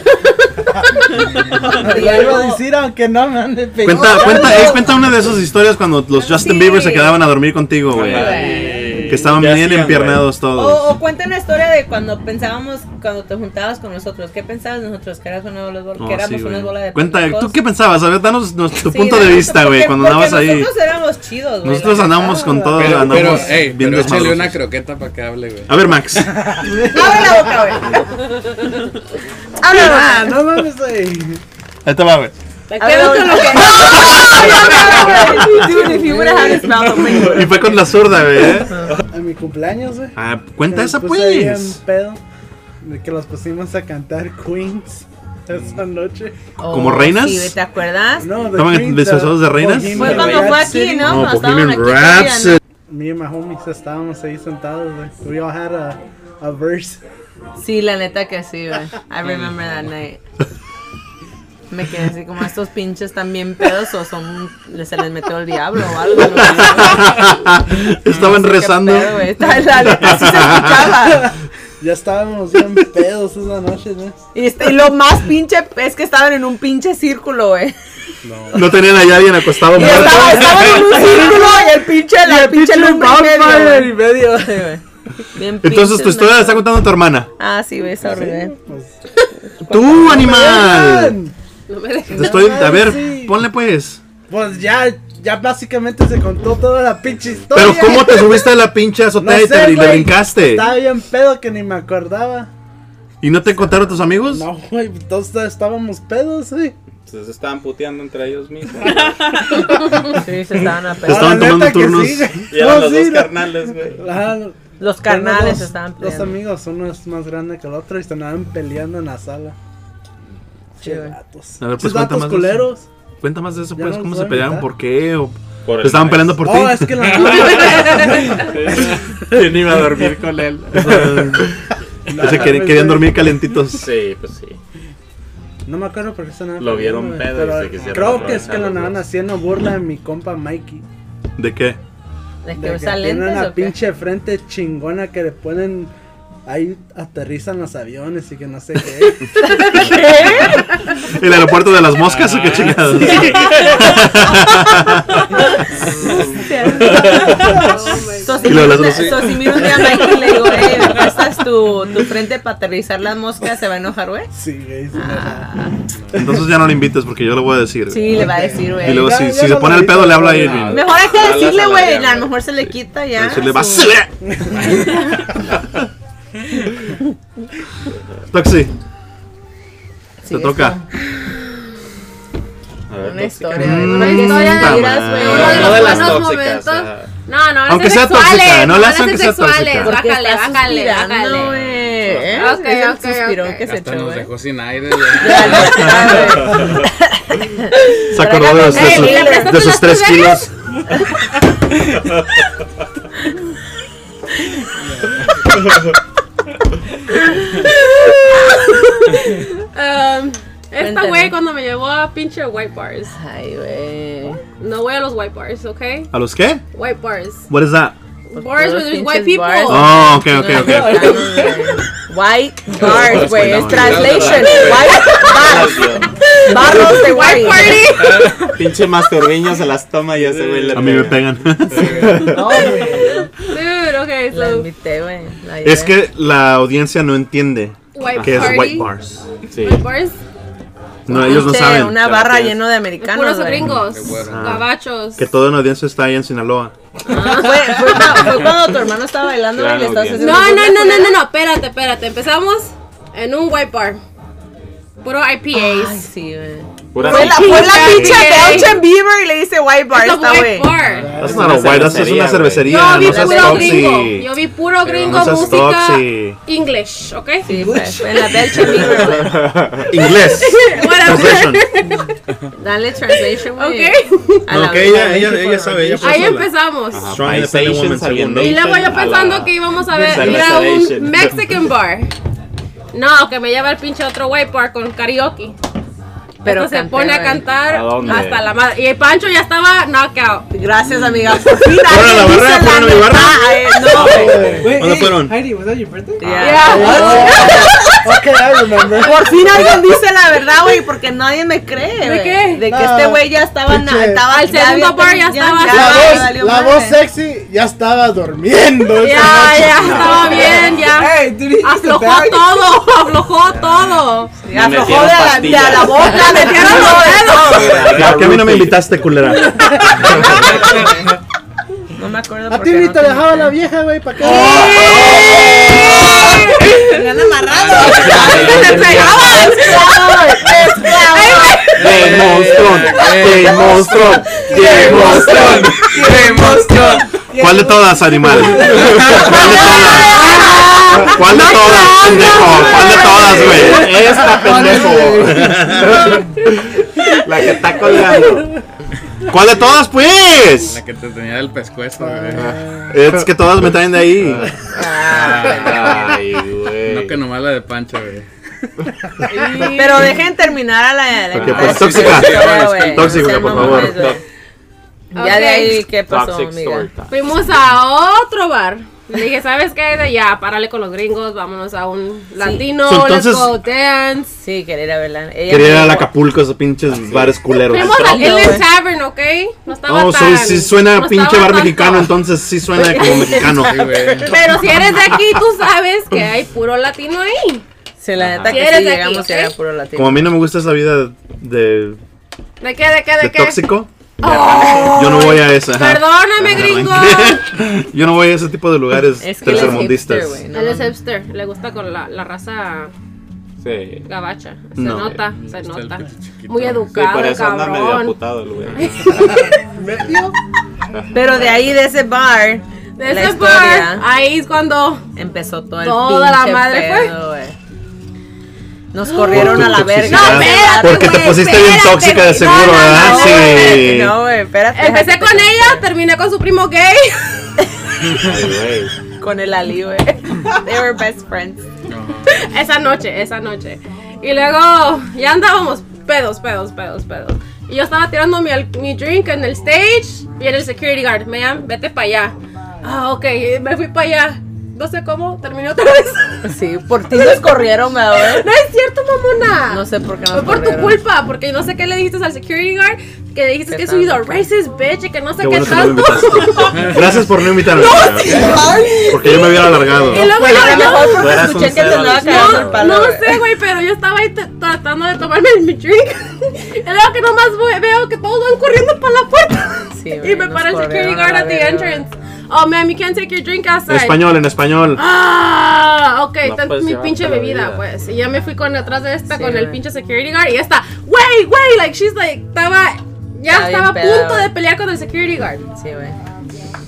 [SPEAKER 2] La iba a
[SPEAKER 4] algo-
[SPEAKER 2] decir, aunque no me ande pegando.
[SPEAKER 1] Cuenta, cuenta, eh, cuenta una de esas historias cuando los Justin
[SPEAKER 4] Sí.
[SPEAKER 1] Bieber se quedaban a dormir contigo, güey.
[SPEAKER 4] Ay.
[SPEAKER 1] Que estaban
[SPEAKER 3] Ya
[SPEAKER 1] bien
[SPEAKER 3] sigan,
[SPEAKER 1] empiernados todos.
[SPEAKER 4] O, o cuenta una historia de cuando pensábamos, cuando te juntabas con nosotros. ¿Qué pensabas de nosotros? Que, eras una bola, que
[SPEAKER 1] Oh, sí,
[SPEAKER 4] éramos
[SPEAKER 1] güey.
[SPEAKER 4] una bola de
[SPEAKER 1] Cuenta,
[SPEAKER 4] pendejos.
[SPEAKER 1] ¿tú qué pensabas? A ver, danos nos- tu
[SPEAKER 4] Sí,
[SPEAKER 1] punto de
[SPEAKER 4] danos-
[SPEAKER 1] vista, güey,
[SPEAKER 4] porque-
[SPEAKER 1] cuando
[SPEAKER 4] porque
[SPEAKER 1] andabas ahí.
[SPEAKER 4] Nosotros éramos chidos, güey.
[SPEAKER 1] Nosotros
[SPEAKER 4] la neta.
[SPEAKER 1] andamos con todo,
[SPEAKER 6] Pero, pero,
[SPEAKER 1] andamos
[SPEAKER 6] ey,
[SPEAKER 1] bien
[SPEAKER 6] pero échale
[SPEAKER 1] desmadrosos.
[SPEAKER 6] una croqueta para que hable, güey.
[SPEAKER 1] A ver, Max.
[SPEAKER 4] Abre la boca, güey. Abre la boca.
[SPEAKER 2] Ah, no mames, güey.
[SPEAKER 1] Ahí te va, güey.
[SPEAKER 5] Te
[SPEAKER 4] Abre la
[SPEAKER 5] quedas
[SPEAKER 4] boca.
[SPEAKER 5] con lo que.
[SPEAKER 4] No, no, no, no, no. Dude, if you would have had a smell of me.
[SPEAKER 1] Y fue con la zurda, güey. ¿eh?
[SPEAKER 2] A mi cumpleaños, güey.
[SPEAKER 1] Ah, cuenta
[SPEAKER 2] Me
[SPEAKER 1] esa,
[SPEAKER 2] puse ahí en
[SPEAKER 1] pues.
[SPEAKER 4] um,
[SPEAKER 2] pedo. De que los pusimos a cantar Queens esa noche.
[SPEAKER 1] ¿Como
[SPEAKER 4] Oh,
[SPEAKER 1] reinas?
[SPEAKER 4] Sí, güey, ¿te acuerdas?
[SPEAKER 2] No, de
[SPEAKER 1] ¿Estaban
[SPEAKER 2] Queens,
[SPEAKER 1] disfrazados de
[SPEAKER 2] uh,
[SPEAKER 1] reinas?
[SPEAKER 2] Bohemian
[SPEAKER 4] Fue cuando fue aquí,
[SPEAKER 2] Rhapsody.
[SPEAKER 4] ¿no?
[SPEAKER 1] No, pues,
[SPEAKER 4] Cuando estaban aquí
[SPEAKER 1] Bohemian
[SPEAKER 4] todavía,
[SPEAKER 1] Rhapsody.
[SPEAKER 2] Me and my homies estábamos ahí sentados, güey. We all had a, a verse.
[SPEAKER 4] ¿no? Sí, la neta que sí, güey. I remember that night. Me quedé así como estos pinches también pedos o son se les metió el diablo o algo. no sé.
[SPEAKER 1] Estaban
[SPEAKER 4] Sí, qué
[SPEAKER 1] rezando.
[SPEAKER 4] pedo, güey. Está- la neta sí se escuchaba.
[SPEAKER 2] Ya estábamos bien pedos esa noche, ¿no?
[SPEAKER 4] Y, este- y lo más pinche es que estaban en un pinche círculo, güey.
[SPEAKER 1] No tenían allá alguien acostado
[SPEAKER 4] Y
[SPEAKER 1] muerto.
[SPEAKER 4] estaba- estaban en un círculo y el pinche, la pinche lumbre en medio, güey.
[SPEAKER 2] medio.
[SPEAKER 4] Sí, güey. Bien
[SPEAKER 1] Entonces
[SPEAKER 4] pinche,
[SPEAKER 1] tu historia
[SPEAKER 4] ¿no?
[SPEAKER 1] la está contando tu hermana.
[SPEAKER 4] Ah, sí, güey, sorry, güey.
[SPEAKER 2] Pues,
[SPEAKER 1] tú, animal.
[SPEAKER 5] No me dejes.
[SPEAKER 1] Te estoy, a
[SPEAKER 2] Sí.
[SPEAKER 1] ver, ponle pues.
[SPEAKER 2] pues ya, ya básicamente se contó toda la pinche historia.
[SPEAKER 1] Pero ¿cómo te subiste a la pinche azotea
[SPEAKER 2] No
[SPEAKER 1] y te
[SPEAKER 2] sé,
[SPEAKER 1] y le
[SPEAKER 2] güey.
[SPEAKER 1] brincaste?
[SPEAKER 2] Estaba bien pedo que ni me acordaba.
[SPEAKER 1] ¿Y no te contaron tus amigos?
[SPEAKER 2] No, güey, entonces estábamos pedos, güey.
[SPEAKER 3] se estaban puteando entre ellos mismos.
[SPEAKER 4] Sí, se estaban
[SPEAKER 1] Te estaban
[SPEAKER 4] apelando.
[SPEAKER 2] Ah, la
[SPEAKER 1] tomando
[SPEAKER 2] neta que
[SPEAKER 1] turnos.
[SPEAKER 2] sí, güey.
[SPEAKER 3] Y eran
[SPEAKER 2] No,
[SPEAKER 3] los
[SPEAKER 2] sí,
[SPEAKER 3] dos
[SPEAKER 2] la-
[SPEAKER 3] carnales, güey.
[SPEAKER 2] Ajá, tengo
[SPEAKER 4] Los carnales
[SPEAKER 2] dos-
[SPEAKER 4] se estaban
[SPEAKER 2] Dos
[SPEAKER 4] peleando.
[SPEAKER 2] amigos, uno es más grande que el otro y se andaban peleando en la sala. Che,
[SPEAKER 4] güey.
[SPEAKER 2] gatos.
[SPEAKER 1] A ver, pues,
[SPEAKER 2] Che,
[SPEAKER 1] cuenta
[SPEAKER 2] gatos
[SPEAKER 1] más de
[SPEAKER 2] culeros.
[SPEAKER 1] Cuenta más de eso,
[SPEAKER 2] Ya
[SPEAKER 1] pues.
[SPEAKER 2] no
[SPEAKER 1] ¿Cómo
[SPEAKER 2] los
[SPEAKER 1] se
[SPEAKER 2] voy a
[SPEAKER 1] pelearon?
[SPEAKER 2] invitar.
[SPEAKER 1] ¿Por qué? ¿O
[SPEAKER 3] Por
[SPEAKER 1] ¿Te
[SPEAKER 3] el
[SPEAKER 1] estaban
[SPEAKER 3] maíz.
[SPEAKER 1] peleando por ti?
[SPEAKER 2] Oh, es que la no,
[SPEAKER 3] Yo iba a dormir con él.
[SPEAKER 1] O sea, querían, querían dormir calentitos.
[SPEAKER 3] Sí, pues sí.
[SPEAKER 2] no me acuerdo por qué se andaban
[SPEAKER 3] Lo vieron
[SPEAKER 2] peleando, güey,
[SPEAKER 3] pedo y
[SPEAKER 2] pero
[SPEAKER 3] se quisieron
[SPEAKER 2] Creo que es que
[SPEAKER 3] aprovechar
[SPEAKER 2] lo
[SPEAKER 3] los
[SPEAKER 2] andaban
[SPEAKER 3] dos.
[SPEAKER 2] haciendo burla de mi compa Mikey.
[SPEAKER 1] ¿De qué?
[SPEAKER 4] ¿De
[SPEAKER 2] De
[SPEAKER 4] que
[SPEAKER 2] que
[SPEAKER 4] usa
[SPEAKER 2] tiene
[SPEAKER 4] lentes
[SPEAKER 2] una
[SPEAKER 4] o qué?
[SPEAKER 2] pinche frente chingona que le ponen. Ahí aterrizan los aviones y que no sé qué.
[SPEAKER 1] ¿El aeropuerto de las moscas
[SPEAKER 2] Ah.
[SPEAKER 1] o qué chingados?
[SPEAKER 4] So, si
[SPEAKER 1] Y lo de
[SPEAKER 4] miro
[SPEAKER 1] las
[SPEAKER 4] un día-
[SPEAKER 1] luces.
[SPEAKER 4] so, si miro un día a Mikey y le digo, eh, ¿me prestas tu, tu frente para aterrizar las moscas, se va a enojar, güey.
[SPEAKER 2] Sí, güey. sí, no, no.
[SPEAKER 1] Entonces ya no le invites porque yo le voy a decir. güey.
[SPEAKER 4] Sí, le va a decir, güey.
[SPEAKER 1] Y luego
[SPEAKER 2] Ya-
[SPEAKER 1] si,
[SPEAKER 2] ya
[SPEAKER 1] si se
[SPEAKER 2] no
[SPEAKER 1] pone
[SPEAKER 2] lo
[SPEAKER 1] el pedo
[SPEAKER 2] digo,
[SPEAKER 1] le habla a
[SPEAKER 2] no.
[SPEAKER 1] Irving.
[SPEAKER 4] Mejor hay que
[SPEAKER 3] Jalas a
[SPEAKER 4] decirle,
[SPEAKER 3] la
[SPEAKER 4] güey.
[SPEAKER 3] verga,
[SPEAKER 4] A lo mejor se le quita ya.
[SPEAKER 1] Decirle,
[SPEAKER 4] su-
[SPEAKER 1] "Basura". Toxi,
[SPEAKER 4] Sí,
[SPEAKER 1] te toca.
[SPEAKER 3] A ver,
[SPEAKER 4] Una
[SPEAKER 3] tóxica.
[SPEAKER 4] historia.
[SPEAKER 1] Mm,
[SPEAKER 4] güey.
[SPEAKER 5] Una historia de
[SPEAKER 1] puta
[SPEAKER 5] miras,
[SPEAKER 1] madre.
[SPEAKER 5] güey.
[SPEAKER 3] Pero
[SPEAKER 5] Uno
[SPEAKER 3] no
[SPEAKER 5] de
[SPEAKER 3] de
[SPEAKER 5] los
[SPEAKER 3] las
[SPEAKER 5] buenos
[SPEAKER 3] tóxicas.
[SPEAKER 5] momentos.
[SPEAKER 3] ajá.
[SPEAKER 5] No, no, no
[SPEAKER 1] Aunque
[SPEAKER 5] ser
[SPEAKER 1] sea tóxica, no
[SPEAKER 5] sexuales. No
[SPEAKER 1] la
[SPEAKER 5] las
[SPEAKER 1] hacen que sea
[SPEAKER 5] sexuales.
[SPEAKER 1] tóxica.
[SPEAKER 4] Porque
[SPEAKER 5] Bájale,
[SPEAKER 4] está
[SPEAKER 5] bájale,
[SPEAKER 4] suspirando,
[SPEAKER 5] bájale.
[SPEAKER 4] güey. ¿Eh?
[SPEAKER 5] Ok,
[SPEAKER 4] Es
[SPEAKER 5] ok,
[SPEAKER 4] un suspiro
[SPEAKER 5] ok.
[SPEAKER 4] que se
[SPEAKER 6] Hasta
[SPEAKER 4] echó,
[SPEAKER 6] nos
[SPEAKER 4] güey.
[SPEAKER 6] dejó sin aire. ya.
[SPEAKER 4] Ya, la neta, güey.
[SPEAKER 1] Se acordó de, de
[SPEAKER 5] Ey,
[SPEAKER 1] sus-
[SPEAKER 5] ¿le prestaste
[SPEAKER 1] de sus
[SPEAKER 5] las
[SPEAKER 1] tres
[SPEAKER 5] tus
[SPEAKER 1] kilos.
[SPEAKER 5] Um, esta
[SPEAKER 4] Cuéntame.
[SPEAKER 5] güey cuando me llevó a pinche White Bars.
[SPEAKER 4] Ay, güey.
[SPEAKER 5] No voy a los White Bars, ¿ok?
[SPEAKER 1] ¿A los qué?
[SPEAKER 5] White Bars.
[SPEAKER 1] What is that?
[SPEAKER 5] Bars
[SPEAKER 4] Pues Todos
[SPEAKER 5] with
[SPEAKER 4] pinches
[SPEAKER 5] white people.
[SPEAKER 4] bars.
[SPEAKER 1] Oh, ok, ok, ok.
[SPEAKER 4] White bars, güey.
[SPEAKER 1] no,
[SPEAKER 4] Es
[SPEAKER 1] no.
[SPEAKER 4] translation.
[SPEAKER 3] No, no, no.
[SPEAKER 5] Ah.
[SPEAKER 4] White bars. Barros de white party.
[SPEAKER 3] Pinche masturbiño se las toma y ese güey le
[SPEAKER 1] A mí me pegan.
[SPEAKER 2] No, güey.
[SPEAKER 5] Dude, ok,
[SPEAKER 4] La
[SPEAKER 5] so
[SPEAKER 4] invité, güey. la
[SPEAKER 1] es
[SPEAKER 4] llevé.
[SPEAKER 1] que la audiencia no entiende
[SPEAKER 5] white
[SPEAKER 1] qué es
[SPEAKER 5] party.
[SPEAKER 1] white bars.
[SPEAKER 3] Sí.
[SPEAKER 5] White Bars,
[SPEAKER 1] No, ellos no
[SPEAKER 4] Pinche,
[SPEAKER 1] saben.
[SPEAKER 4] Una
[SPEAKER 3] Claro
[SPEAKER 4] barra
[SPEAKER 3] que es.
[SPEAKER 4] lleno de
[SPEAKER 5] puros
[SPEAKER 4] americanos, güey.
[SPEAKER 5] gringos,
[SPEAKER 6] bueno.
[SPEAKER 5] gabachos.
[SPEAKER 1] Que toda una audiencia está ahí en Sinaloa.
[SPEAKER 4] Ah, Fue, fue, cua- fue cuando tu hermano estaba bailando, güey. y Le
[SPEAKER 3] Claro,
[SPEAKER 4] estabas
[SPEAKER 3] bien.
[SPEAKER 4] haciendo.
[SPEAKER 5] No, no, no, no, no, no, espérate, espérate. Empezamos en un white bar. Puro
[SPEAKER 4] Ay,
[SPEAKER 5] IPAs.
[SPEAKER 4] sí, güey.
[SPEAKER 3] Pura
[SPEAKER 4] Fue la,
[SPEAKER 3] pinche-
[SPEAKER 4] fue la
[SPEAKER 5] Sí.
[SPEAKER 4] pinche de Ocean Bieber y le dice white bar
[SPEAKER 5] It's a
[SPEAKER 4] esta,
[SPEAKER 5] white
[SPEAKER 4] güey.
[SPEAKER 5] bar.
[SPEAKER 1] That's
[SPEAKER 3] una
[SPEAKER 1] not a white, that's just una
[SPEAKER 3] cervecería,
[SPEAKER 5] Yo
[SPEAKER 1] cervecería.
[SPEAKER 5] vi
[SPEAKER 1] No seas
[SPEAKER 5] puro gringo.
[SPEAKER 1] toxi.
[SPEAKER 5] Yo vi puro gringo,
[SPEAKER 1] no seas
[SPEAKER 5] música
[SPEAKER 1] toxi.
[SPEAKER 5] English, ¿ok?
[SPEAKER 4] Sí, fue, fue en la Belgian Bieber, güey.
[SPEAKER 1] Inglés.
[SPEAKER 5] Whatever.
[SPEAKER 1] Translation.
[SPEAKER 4] Dale translation, güey.
[SPEAKER 5] Ok.
[SPEAKER 4] A la
[SPEAKER 1] Ok, ella,
[SPEAKER 4] Belgian
[SPEAKER 1] ella,
[SPEAKER 4] Bieber,
[SPEAKER 1] ella sabe. Ella
[SPEAKER 5] Ahí
[SPEAKER 1] puede sola.
[SPEAKER 5] empezamos.
[SPEAKER 3] Ah,
[SPEAKER 1] Strong Independent Woman, segundo.
[SPEAKER 5] Y luego yo pensando que íbamos a ver ir a un
[SPEAKER 3] Celebration.
[SPEAKER 5] Mexican bar. No, que me lleva el pinche otro white bar con karaoke.
[SPEAKER 4] Pero
[SPEAKER 5] Pero se
[SPEAKER 4] canté,
[SPEAKER 5] pone a
[SPEAKER 4] güey.
[SPEAKER 5] cantar
[SPEAKER 3] ¿A dónde?
[SPEAKER 5] hasta la madre. Y el Pancho ya estaba knockout.
[SPEAKER 4] Gracias, amiga. Por fin alguien
[SPEAKER 1] la
[SPEAKER 4] dice
[SPEAKER 1] barra,
[SPEAKER 4] la
[SPEAKER 1] ponle la barra.
[SPEAKER 4] neta, eh, No, güey.
[SPEAKER 2] Wait,
[SPEAKER 1] ¿Dónde
[SPEAKER 2] hey,
[SPEAKER 1] fueron?
[SPEAKER 2] Heidi, was that your birthday?
[SPEAKER 4] Yeah.
[SPEAKER 2] Oh, okay, I remember.
[SPEAKER 4] Por fin alguien dice la verdad, güey, porque nadie me cree.
[SPEAKER 5] ¿De
[SPEAKER 4] güey.
[SPEAKER 5] qué?
[SPEAKER 4] De que
[SPEAKER 2] Ah,
[SPEAKER 4] este güey ya estaba, na-
[SPEAKER 2] pinche.
[SPEAKER 4] estaba
[SPEAKER 5] Al segundo
[SPEAKER 4] había-
[SPEAKER 5] bar ya estaba-
[SPEAKER 2] La
[SPEAKER 5] Ay,
[SPEAKER 2] voz,
[SPEAKER 4] valió
[SPEAKER 2] la
[SPEAKER 4] madre.
[SPEAKER 2] voz sexy ya estaba durmiendo.
[SPEAKER 5] Ya,
[SPEAKER 2] esa noche.
[SPEAKER 5] ya, estaba bien, ya.
[SPEAKER 2] Hey, dude, he used to
[SPEAKER 5] Aflojó
[SPEAKER 2] bag-
[SPEAKER 5] todo, aflojó todo.
[SPEAKER 4] Y aflojó
[SPEAKER 3] metieron
[SPEAKER 4] de la, de
[SPEAKER 3] pastillas.
[SPEAKER 4] a la boca, metieron los dedos.
[SPEAKER 1] ¿Por qué a mí no me invitaste, culera?
[SPEAKER 4] No me acuerdo.
[SPEAKER 2] A
[SPEAKER 4] por
[SPEAKER 2] ti
[SPEAKER 4] qué
[SPEAKER 2] ni
[SPEAKER 4] no
[SPEAKER 2] te
[SPEAKER 4] te-
[SPEAKER 2] dejaba la vieja, güey, para acá.
[SPEAKER 4] Me han
[SPEAKER 2] Ah,
[SPEAKER 4] amarrado.
[SPEAKER 5] Se pegaba.
[SPEAKER 1] ¡Qué monstruo! ¡Qué monstruo! ¡Qué
[SPEAKER 6] eh,
[SPEAKER 1] monstruo!
[SPEAKER 6] ¡Qué emoción!
[SPEAKER 1] ¿Cuál de todas, animal? ¿Cuál de todas? ¿Cuál de todas, pendejo? ¿Cuál de todas, güey? Esta, pendejo. La que está colgando. ¿Cuál de todas, pues?
[SPEAKER 6] La que te tenía el pescuezo, güey.
[SPEAKER 1] Es que todas me traen de ahí.
[SPEAKER 3] Ay,
[SPEAKER 6] No
[SPEAKER 3] güey.
[SPEAKER 6] que nomás la de Pancho, güey.
[SPEAKER 4] Pero dejen terminar a la. la
[SPEAKER 1] Ok,
[SPEAKER 4] la-
[SPEAKER 1] pues,
[SPEAKER 4] la-
[SPEAKER 1] tóxica.
[SPEAKER 4] la- güey.
[SPEAKER 1] Tóxica,
[SPEAKER 4] O sea,
[SPEAKER 1] por
[SPEAKER 4] no
[SPEAKER 1] favor.
[SPEAKER 4] mames, güey. Ya
[SPEAKER 5] Ok.
[SPEAKER 4] de ahí, ¿qué pasó,
[SPEAKER 3] Toxic
[SPEAKER 4] amiga?
[SPEAKER 3] story time.
[SPEAKER 5] Fuimos a otro bar. Le dije, ¿sabes qué? De Ya, párale con los gringos, vámonos a un latino,
[SPEAKER 1] So,
[SPEAKER 5] let's
[SPEAKER 1] entonces-
[SPEAKER 5] go dance.
[SPEAKER 4] Sí, quería ir a verla. Ella
[SPEAKER 1] Quería ir
[SPEAKER 4] me
[SPEAKER 1] a
[SPEAKER 4] dijo-
[SPEAKER 1] Acapulco, esos pinches bares culeros.
[SPEAKER 5] Fuimos al
[SPEAKER 4] Tronco, güey.
[SPEAKER 5] Ellen Tavern, ¿ok? No estaba
[SPEAKER 1] No,
[SPEAKER 5] tan...
[SPEAKER 1] soy, Oh, sí suena
[SPEAKER 5] no
[SPEAKER 1] pinche
[SPEAKER 5] estaba
[SPEAKER 1] bar
[SPEAKER 5] tanto.
[SPEAKER 1] mexicano, entonces sí suena como mexicano.
[SPEAKER 6] Sí, güey.
[SPEAKER 5] Pero si eres de aquí, tú sabes que hay puro latino ahí.
[SPEAKER 4] Sí, la neta
[SPEAKER 5] Si
[SPEAKER 4] que
[SPEAKER 5] eres
[SPEAKER 4] sí
[SPEAKER 5] de aquí,
[SPEAKER 4] llegamos y
[SPEAKER 5] ¿ok?
[SPEAKER 4] era puro latino.
[SPEAKER 1] Como a mí no me gusta esa vida de,
[SPEAKER 5] ¿De qué, de qué, de,
[SPEAKER 1] de
[SPEAKER 5] qué? Oh,
[SPEAKER 1] tóxico, yo no voy a esa. ajá.
[SPEAKER 5] Perdóname, gringo.
[SPEAKER 1] Yo no voy a ese tipo de lugares
[SPEAKER 4] Es que él es
[SPEAKER 1] tercermundistas.
[SPEAKER 4] hipster, güey. No,
[SPEAKER 5] Él es
[SPEAKER 4] no, no.
[SPEAKER 5] hipster, le gusta con la, la raza
[SPEAKER 3] Sí.
[SPEAKER 5] gabacha. Se
[SPEAKER 1] No.
[SPEAKER 5] nota, se
[SPEAKER 6] Está el
[SPEAKER 5] nota.
[SPEAKER 6] pinche chiquito.
[SPEAKER 5] Muy
[SPEAKER 3] Sí, por
[SPEAKER 5] educado, el
[SPEAKER 3] eso anda medio
[SPEAKER 5] cabrón.
[SPEAKER 3] aputado el güey.
[SPEAKER 4] Pero de ahí, de ese bar,
[SPEAKER 5] De
[SPEAKER 4] la
[SPEAKER 5] ese
[SPEAKER 4] historia,
[SPEAKER 5] bar, ahí es cuando
[SPEAKER 4] empezó todo el
[SPEAKER 5] Toda la
[SPEAKER 4] pinche
[SPEAKER 5] madre fue.
[SPEAKER 4] pedo, güey. Nos corrieron
[SPEAKER 1] tu
[SPEAKER 4] a la verga.
[SPEAKER 1] toxicidad.
[SPEAKER 5] No, espérate,
[SPEAKER 1] Porque te
[SPEAKER 5] güey,
[SPEAKER 1] pusiste bien
[SPEAKER 5] espérate,
[SPEAKER 1] tóxica de
[SPEAKER 5] güey.
[SPEAKER 1] seguro,
[SPEAKER 5] No, no,
[SPEAKER 1] ¿verdad?
[SPEAKER 5] no,
[SPEAKER 1] sí.
[SPEAKER 4] No, güey, espérate.
[SPEAKER 5] empecé con ella, terminé con su primo gay.
[SPEAKER 3] Ay, güey.
[SPEAKER 4] Con el Ali, güey. They were best friends.
[SPEAKER 5] Esa noche, esa noche. Y luego ya andábamos pedos, pedos, pedos, pedos. Y yo estaba tirando mi, al- mi drink en el stage y en el security guard. Me llaman, vete para allá. Ah, ok, me fui para allá. no sé cómo, terminé otra vez.
[SPEAKER 4] Sí, por ti nos corrieron, me
[SPEAKER 5] No es cierto, mamona.
[SPEAKER 4] No sé por qué nos
[SPEAKER 5] Fue por tu
[SPEAKER 4] corrieron.
[SPEAKER 5] culpa, porque no sé qué le dijiste al security guard, que le dijiste
[SPEAKER 4] Qué
[SPEAKER 5] que soy a
[SPEAKER 4] tanto.
[SPEAKER 5] racist bitch y que no sé
[SPEAKER 1] Qué
[SPEAKER 5] qué,
[SPEAKER 1] bueno que no me
[SPEAKER 5] tanto.
[SPEAKER 1] invitaste. Gracias por no invitarme. Porque yo me hubiera alargado.
[SPEAKER 5] y luego
[SPEAKER 4] Bueno, a lo
[SPEAKER 5] yo,
[SPEAKER 4] mejor porque
[SPEAKER 1] Fueras
[SPEAKER 4] escuché
[SPEAKER 1] un
[SPEAKER 4] que te
[SPEAKER 1] cero,
[SPEAKER 4] andaba
[SPEAKER 1] Alex.
[SPEAKER 4] cagando el
[SPEAKER 5] no,
[SPEAKER 4] palo.
[SPEAKER 5] no
[SPEAKER 4] güey.
[SPEAKER 5] sé, güey, pero yo estaba ahí t- tratando de tomarme mi drink. y luego que nomás voy- veo que todos van corriendo para la puerta.
[SPEAKER 4] Sí,
[SPEAKER 5] y
[SPEAKER 4] güey,
[SPEAKER 5] me
[SPEAKER 4] nos
[SPEAKER 5] para el security
[SPEAKER 4] corrieron
[SPEAKER 5] guard
[SPEAKER 4] a la
[SPEAKER 5] at the
[SPEAKER 4] verga.
[SPEAKER 5] entrance. Oh, ma'am, you can't take your drink
[SPEAKER 1] En
[SPEAKER 5] outside.
[SPEAKER 1] español, en español.
[SPEAKER 5] Ah, ok,
[SPEAKER 3] No
[SPEAKER 5] tan-
[SPEAKER 3] puedes
[SPEAKER 5] mi
[SPEAKER 3] llevarte
[SPEAKER 5] pinche
[SPEAKER 3] la
[SPEAKER 5] bebida,
[SPEAKER 3] bebida.
[SPEAKER 5] pues. Y ya me fui con atrás de esta,
[SPEAKER 4] Sí,
[SPEAKER 5] con el
[SPEAKER 4] güey.
[SPEAKER 5] pinche security guard. Y esta, wey, wey, like, she's like, estaba,
[SPEAKER 4] Estaba
[SPEAKER 5] ya
[SPEAKER 4] bien
[SPEAKER 5] estaba a
[SPEAKER 4] peda,
[SPEAKER 5] punto
[SPEAKER 4] güey.
[SPEAKER 5] de pelear con el security guard.
[SPEAKER 4] Sí, güey.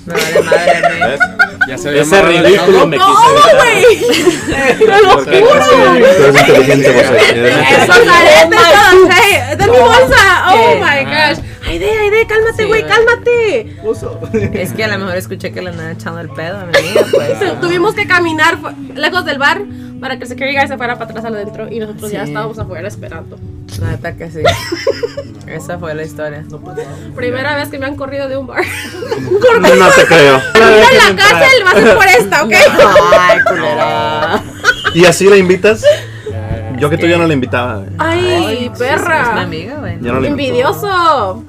[SPEAKER 4] Me vale madre, güey.
[SPEAKER 3] ¿Ves?
[SPEAKER 6] Ya se había
[SPEAKER 3] Ese
[SPEAKER 6] amarrado el
[SPEAKER 3] ridículo me
[SPEAKER 5] No,
[SPEAKER 3] quiso evitar.
[SPEAKER 5] güey. Te lo
[SPEAKER 3] Porque
[SPEAKER 5] juro.
[SPEAKER 3] es que-
[SPEAKER 1] Tú eres inteligente, eh. José.
[SPEAKER 5] Eso
[SPEAKER 4] Oh
[SPEAKER 5] aretes,
[SPEAKER 4] my
[SPEAKER 5] todo, hey, de mi bolsa. Oh
[SPEAKER 4] ¿Qué?
[SPEAKER 5] my gosh. Ay, de, ay, de,
[SPEAKER 4] Sí,
[SPEAKER 5] cálmate, güey,
[SPEAKER 1] eh.
[SPEAKER 4] güey.
[SPEAKER 5] cálmate.
[SPEAKER 4] Es que a lo mejor escuché que le andaba echando el pedo a mi amiga, pues.
[SPEAKER 5] Se- Tuvimos que caminar fu- lejos del bar para que el security guard se fuera para atrás adentro y nosotros ya
[SPEAKER 4] Sí.
[SPEAKER 5] estábamos afuera esperando.
[SPEAKER 4] La neta que sí. Esa fue la historia.
[SPEAKER 5] Primera vez que me han corrido de un bar.
[SPEAKER 1] No te creo.
[SPEAKER 5] Ahorita en la cárcel va a ser por esta, ¿ok?
[SPEAKER 4] Ay, culera.
[SPEAKER 1] ¿Y así la invitas? Yo que tú ya no la invitaba. güey.
[SPEAKER 5] Ay,
[SPEAKER 4] Es mi
[SPEAKER 5] perra.
[SPEAKER 4] amiga, güey.
[SPEAKER 1] Ya no la invitaba.
[SPEAKER 5] Envidioso.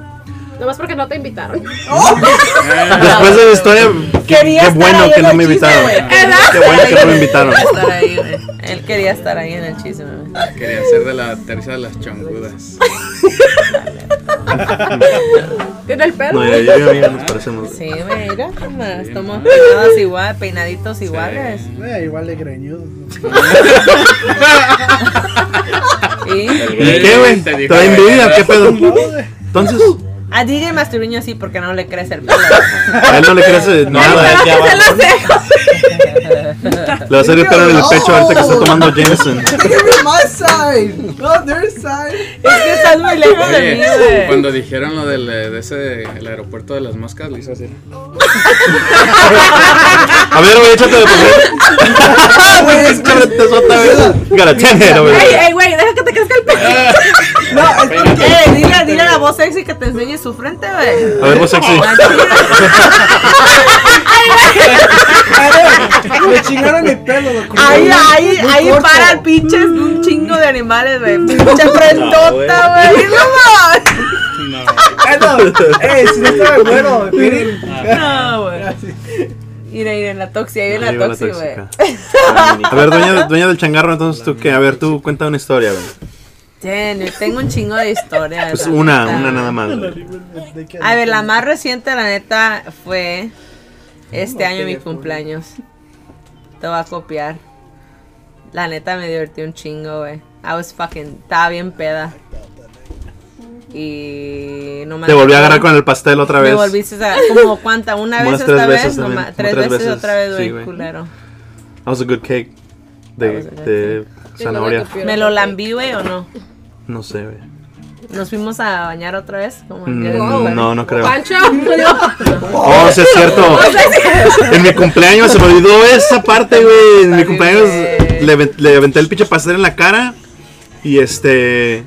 [SPEAKER 5] Nomás porque no te invitaron.
[SPEAKER 1] Después de la historia, qué,
[SPEAKER 7] Quería
[SPEAKER 1] qué
[SPEAKER 7] estar
[SPEAKER 1] bueno
[SPEAKER 7] ahí
[SPEAKER 1] que
[SPEAKER 7] en
[SPEAKER 1] no
[SPEAKER 7] el
[SPEAKER 1] me
[SPEAKER 7] chisme,
[SPEAKER 1] invitaron.
[SPEAKER 7] güey.
[SPEAKER 1] Qué bueno que no me invitaron.
[SPEAKER 4] Quería estar ahí, eh. güey. Él quería estar ahí en el chisme, güey.
[SPEAKER 6] Quería ser de la tercera de las chongudas.
[SPEAKER 5] Tiene el pelo.
[SPEAKER 1] No, ya, ya, ya, ya nos parecemos.
[SPEAKER 4] Sí, güey, mira, nomás, estamos peinados igual, peinaditos iguales.
[SPEAKER 2] Eh, igual de greñudo.
[SPEAKER 4] Y
[SPEAKER 1] ¿Y qué, güey?
[SPEAKER 6] Te
[SPEAKER 1] ¿Te
[SPEAKER 6] dijo,
[SPEAKER 1] da
[SPEAKER 6] güey,
[SPEAKER 1] envidia?
[SPEAKER 6] ¿verdad?
[SPEAKER 1] ¿Qué pedo? Entonces,
[SPEAKER 4] a DJ Masturbiño sí, porque no le crece el pelo.
[SPEAKER 1] a él no le crece
[SPEAKER 3] No,
[SPEAKER 1] nada.
[SPEAKER 3] aquí abajo.
[SPEAKER 1] Le va a salir pelo en el pecho ahorita que está tomando Jameson.
[SPEAKER 2] my side! No, Oh, their side!
[SPEAKER 4] Es que estás muy lejos de mí,
[SPEAKER 6] Oye,
[SPEAKER 4] güey.
[SPEAKER 6] cuando dijeron lo del eh, de ese, el aeropuerto de las moscas, le hizo así.
[SPEAKER 1] A ver, güey, échate de
[SPEAKER 4] Ah,
[SPEAKER 1] poner. Te sota, güey. Garachane, güey.
[SPEAKER 5] Ey, ey, güey, deja que te crezca el pelo.
[SPEAKER 2] No, es que
[SPEAKER 4] Eh, dile, dile a la voz sexy que te enseñe su frente, güey.
[SPEAKER 1] A ver, vos sexy.
[SPEAKER 4] La chida.
[SPEAKER 2] claro, me chingaron el pelo, loco.
[SPEAKER 4] Ahí, ahí,
[SPEAKER 2] Muy
[SPEAKER 4] ahí
[SPEAKER 2] corto.
[SPEAKER 4] para
[SPEAKER 1] Mm.
[SPEAKER 4] el pinche un chingo de animales, güey. Pinche frentota, güey. No mames.
[SPEAKER 2] Ah, no. ¡Eh, si no estaba bueno! miren.
[SPEAKER 4] No, güey. Mira, mira, en la toxi, ahí
[SPEAKER 1] Ahí
[SPEAKER 4] viene
[SPEAKER 1] va
[SPEAKER 4] la
[SPEAKER 1] la
[SPEAKER 4] toxi, güey.
[SPEAKER 1] A ver, dueña, dueña del changarro, entonces tú qué? A ver, tú cuenta una historia, güey.
[SPEAKER 4] Ten, yo tengo un chingo de historias.
[SPEAKER 1] Pues
[SPEAKER 4] la
[SPEAKER 1] una,
[SPEAKER 4] neta.
[SPEAKER 1] una nada más. güey.
[SPEAKER 4] A ver, la más reciente, la neta, fue este año mi cumpleaños. Te voy a copiar. La neta me divertí un chingo, güey. I was fucking, estaba bien peda. Y no me
[SPEAKER 1] Te volví a
[SPEAKER 4] acuerdo.
[SPEAKER 1] agarrar con el pastel otra
[SPEAKER 4] Me
[SPEAKER 1] vez.
[SPEAKER 4] volviste a como cuánta, una
[SPEAKER 1] Como
[SPEAKER 4] vez
[SPEAKER 1] unas tres
[SPEAKER 4] otra vez,
[SPEAKER 1] veces también,
[SPEAKER 4] nomás-
[SPEAKER 1] como
[SPEAKER 4] tres,
[SPEAKER 1] tres
[SPEAKER 4] veces,
[SPEAKER 1] veces,
[SPEAKER 4] otra vez,
[SPEAKER 1] sí,
[SPEAKER 4] güey,
[SPEAKER 1] güey.
[SPEAKER 4] culero.
[SPEAKER 1] That was a good cake. De, de zanahoria.
[SPEAKER 4] Me lo lambí, güey, o no.
[SPEAKER 1] No sé, güey.
[SPEAKER 4] Nos fuimos a bañar otra vez, como el día de
[SPEAKER 1] Mm, No, no creo.
[SPEAKER 5] Pancho, no,
[SPEAKER 1] Oh, sí es cierto. En mi cumpleaños se me olvidó esa parte, güey. En mi
[SPEAKER 4] Está
[SPEAKER 1] cumpleaños
[SPEAKER 4] bien.
[SPEAKER 1] le, aven- le aventé el pinche pastel en la cara. Y este.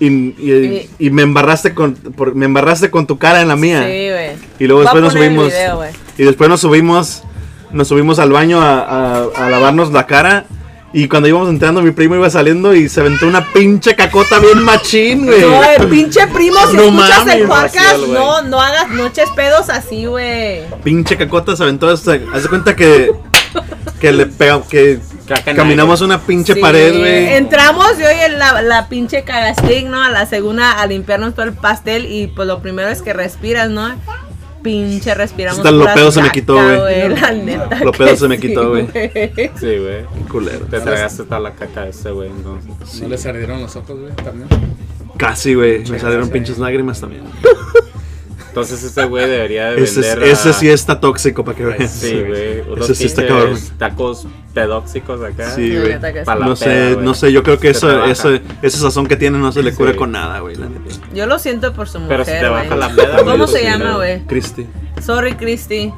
[SPEAKER 1] Y, y- y me embarraste con. por- me embarraste con tu cara en la mía.
[SPEAKER 4] Sí, güey.
[SPEAKER 1] Y luego
[SPEAKER 4] Voy a
[SPEAKER 1] después nos
[SPEAKER 4] poner el
[SPEAKER 1] subimos.
[SPEAKER 4] video, güey.
[SPEAKER 1] y después nos subimos. Nos subimos al baño a, a- a lavarnos la cara. Y cuando íbamos entrando, mi primo iba saliendo y se aventó una pinche cacota bien machín, güey.
[SPEAKER 4] No, el pinche primo, si
[SPEAKER 1] No
[SPEAKER 4] escuchas
[SPEAKER 1] mames,
[SPEAKER 4] el podcast,
[SPEAKER 1] Marcial, güey.
[SPEAKER 4] no, no hagas noches pedos así, güey.
[SPEAKER 1] Pinche cacota se aventó. Hasta, hace cuenta que. Que le pega. Que
[SPEAKER 3] Caca en
[SPEAKER 1] caminamos una pinche
[SPEAKER 4] Sí.
[SPEAKER 1] pared, güey.
[SPEAKER 4] Entramos yo y en la, la pinche cagastig, ¿no? A la segunda a limpiarnos todo el pastel y pues lo primero es que respiras, ¿no? Pinche respiramos.
[SPEAKER 1] Hasta lo
[SPEAKER 4] pura
[SPEAKER 1] pedo se me
[SPEAKER 4] caca,
[SPEAKER 1] el aire.
[SPEAKER 4] La neta.
[SPEAKER 1] Lo
[SPEAKER 4] que
[SPEAKER 1] pedo se me
[SPEAKER 4] sí,
[SPEAKER 1] quitó, güey.
[SPEAKER 3] Sí, güey.
[SPEAKER 1] Culero.
[SPEAKER 3] Te tragaste toda la caca de ese, güey, entonces.
[SPEAKER 6] No les ardieron los ojos, güey, también.
[SPEAKER 1] Casi, güey. Me salieron pinches lágrimas también.
[SPEAKER 3] Entonces ese güey debería de
[SPEAKER 1] Ese,
[SPEAKER 3] vender
[SPEAKER 1] es- ese
[SPEAKER 3] a-
[SPEAKER 1] sí está tóxico, para que veas.
[SPEAKER 3] Pues Sí, güey. unos
[SPEAKER 1] Ese sí está
[SPEAKER 3] pinches
[SPEAKER 1] cabrón.
[SPEAKER 3] Tacos pedóxicos acá.
[SPEAKER 1] Sí,
[SPEAKER 4] La
[SPEAKER 1] güey.
[SPEAKER 4] neta que sí.
[SPEAKER 3] Pa' la
[SPEAKER 1] No
[SPEAKER 3] peda,
[SPEAKER 1] sé,
[SPEAKER 3] güey.
[SPEAKER 1] no sé, yo creo que
[SPEAKER 3] Se
[SPEAKER 1] eso,
[SPEAKER 3] te baja.
[SPEAKER 1] eso, ese sazón que tiene no se le
[SPEAKER 3] Sí.
[SPEAKER 1] cura con nada, güey, la neta.
[SPEAKER 4] Yo lo siento por su mujer,
[SPEAKER 3] Pero si te baja
[SPEAKER 4] güey.
[SPEAKER 3] la peda,
[SPEAKER 4] ¿Cómo
[SPEAKER 3] güey,
[SPEAKER 4] se
[SPEAKER 3] sí,
[SPEAKER 4] llama,
[SPEAKER 3] no.
[SPEAKER 4] güey?
[SPEAKER 1] Cristi.
[SPEAKER 4] Sorry, Christy.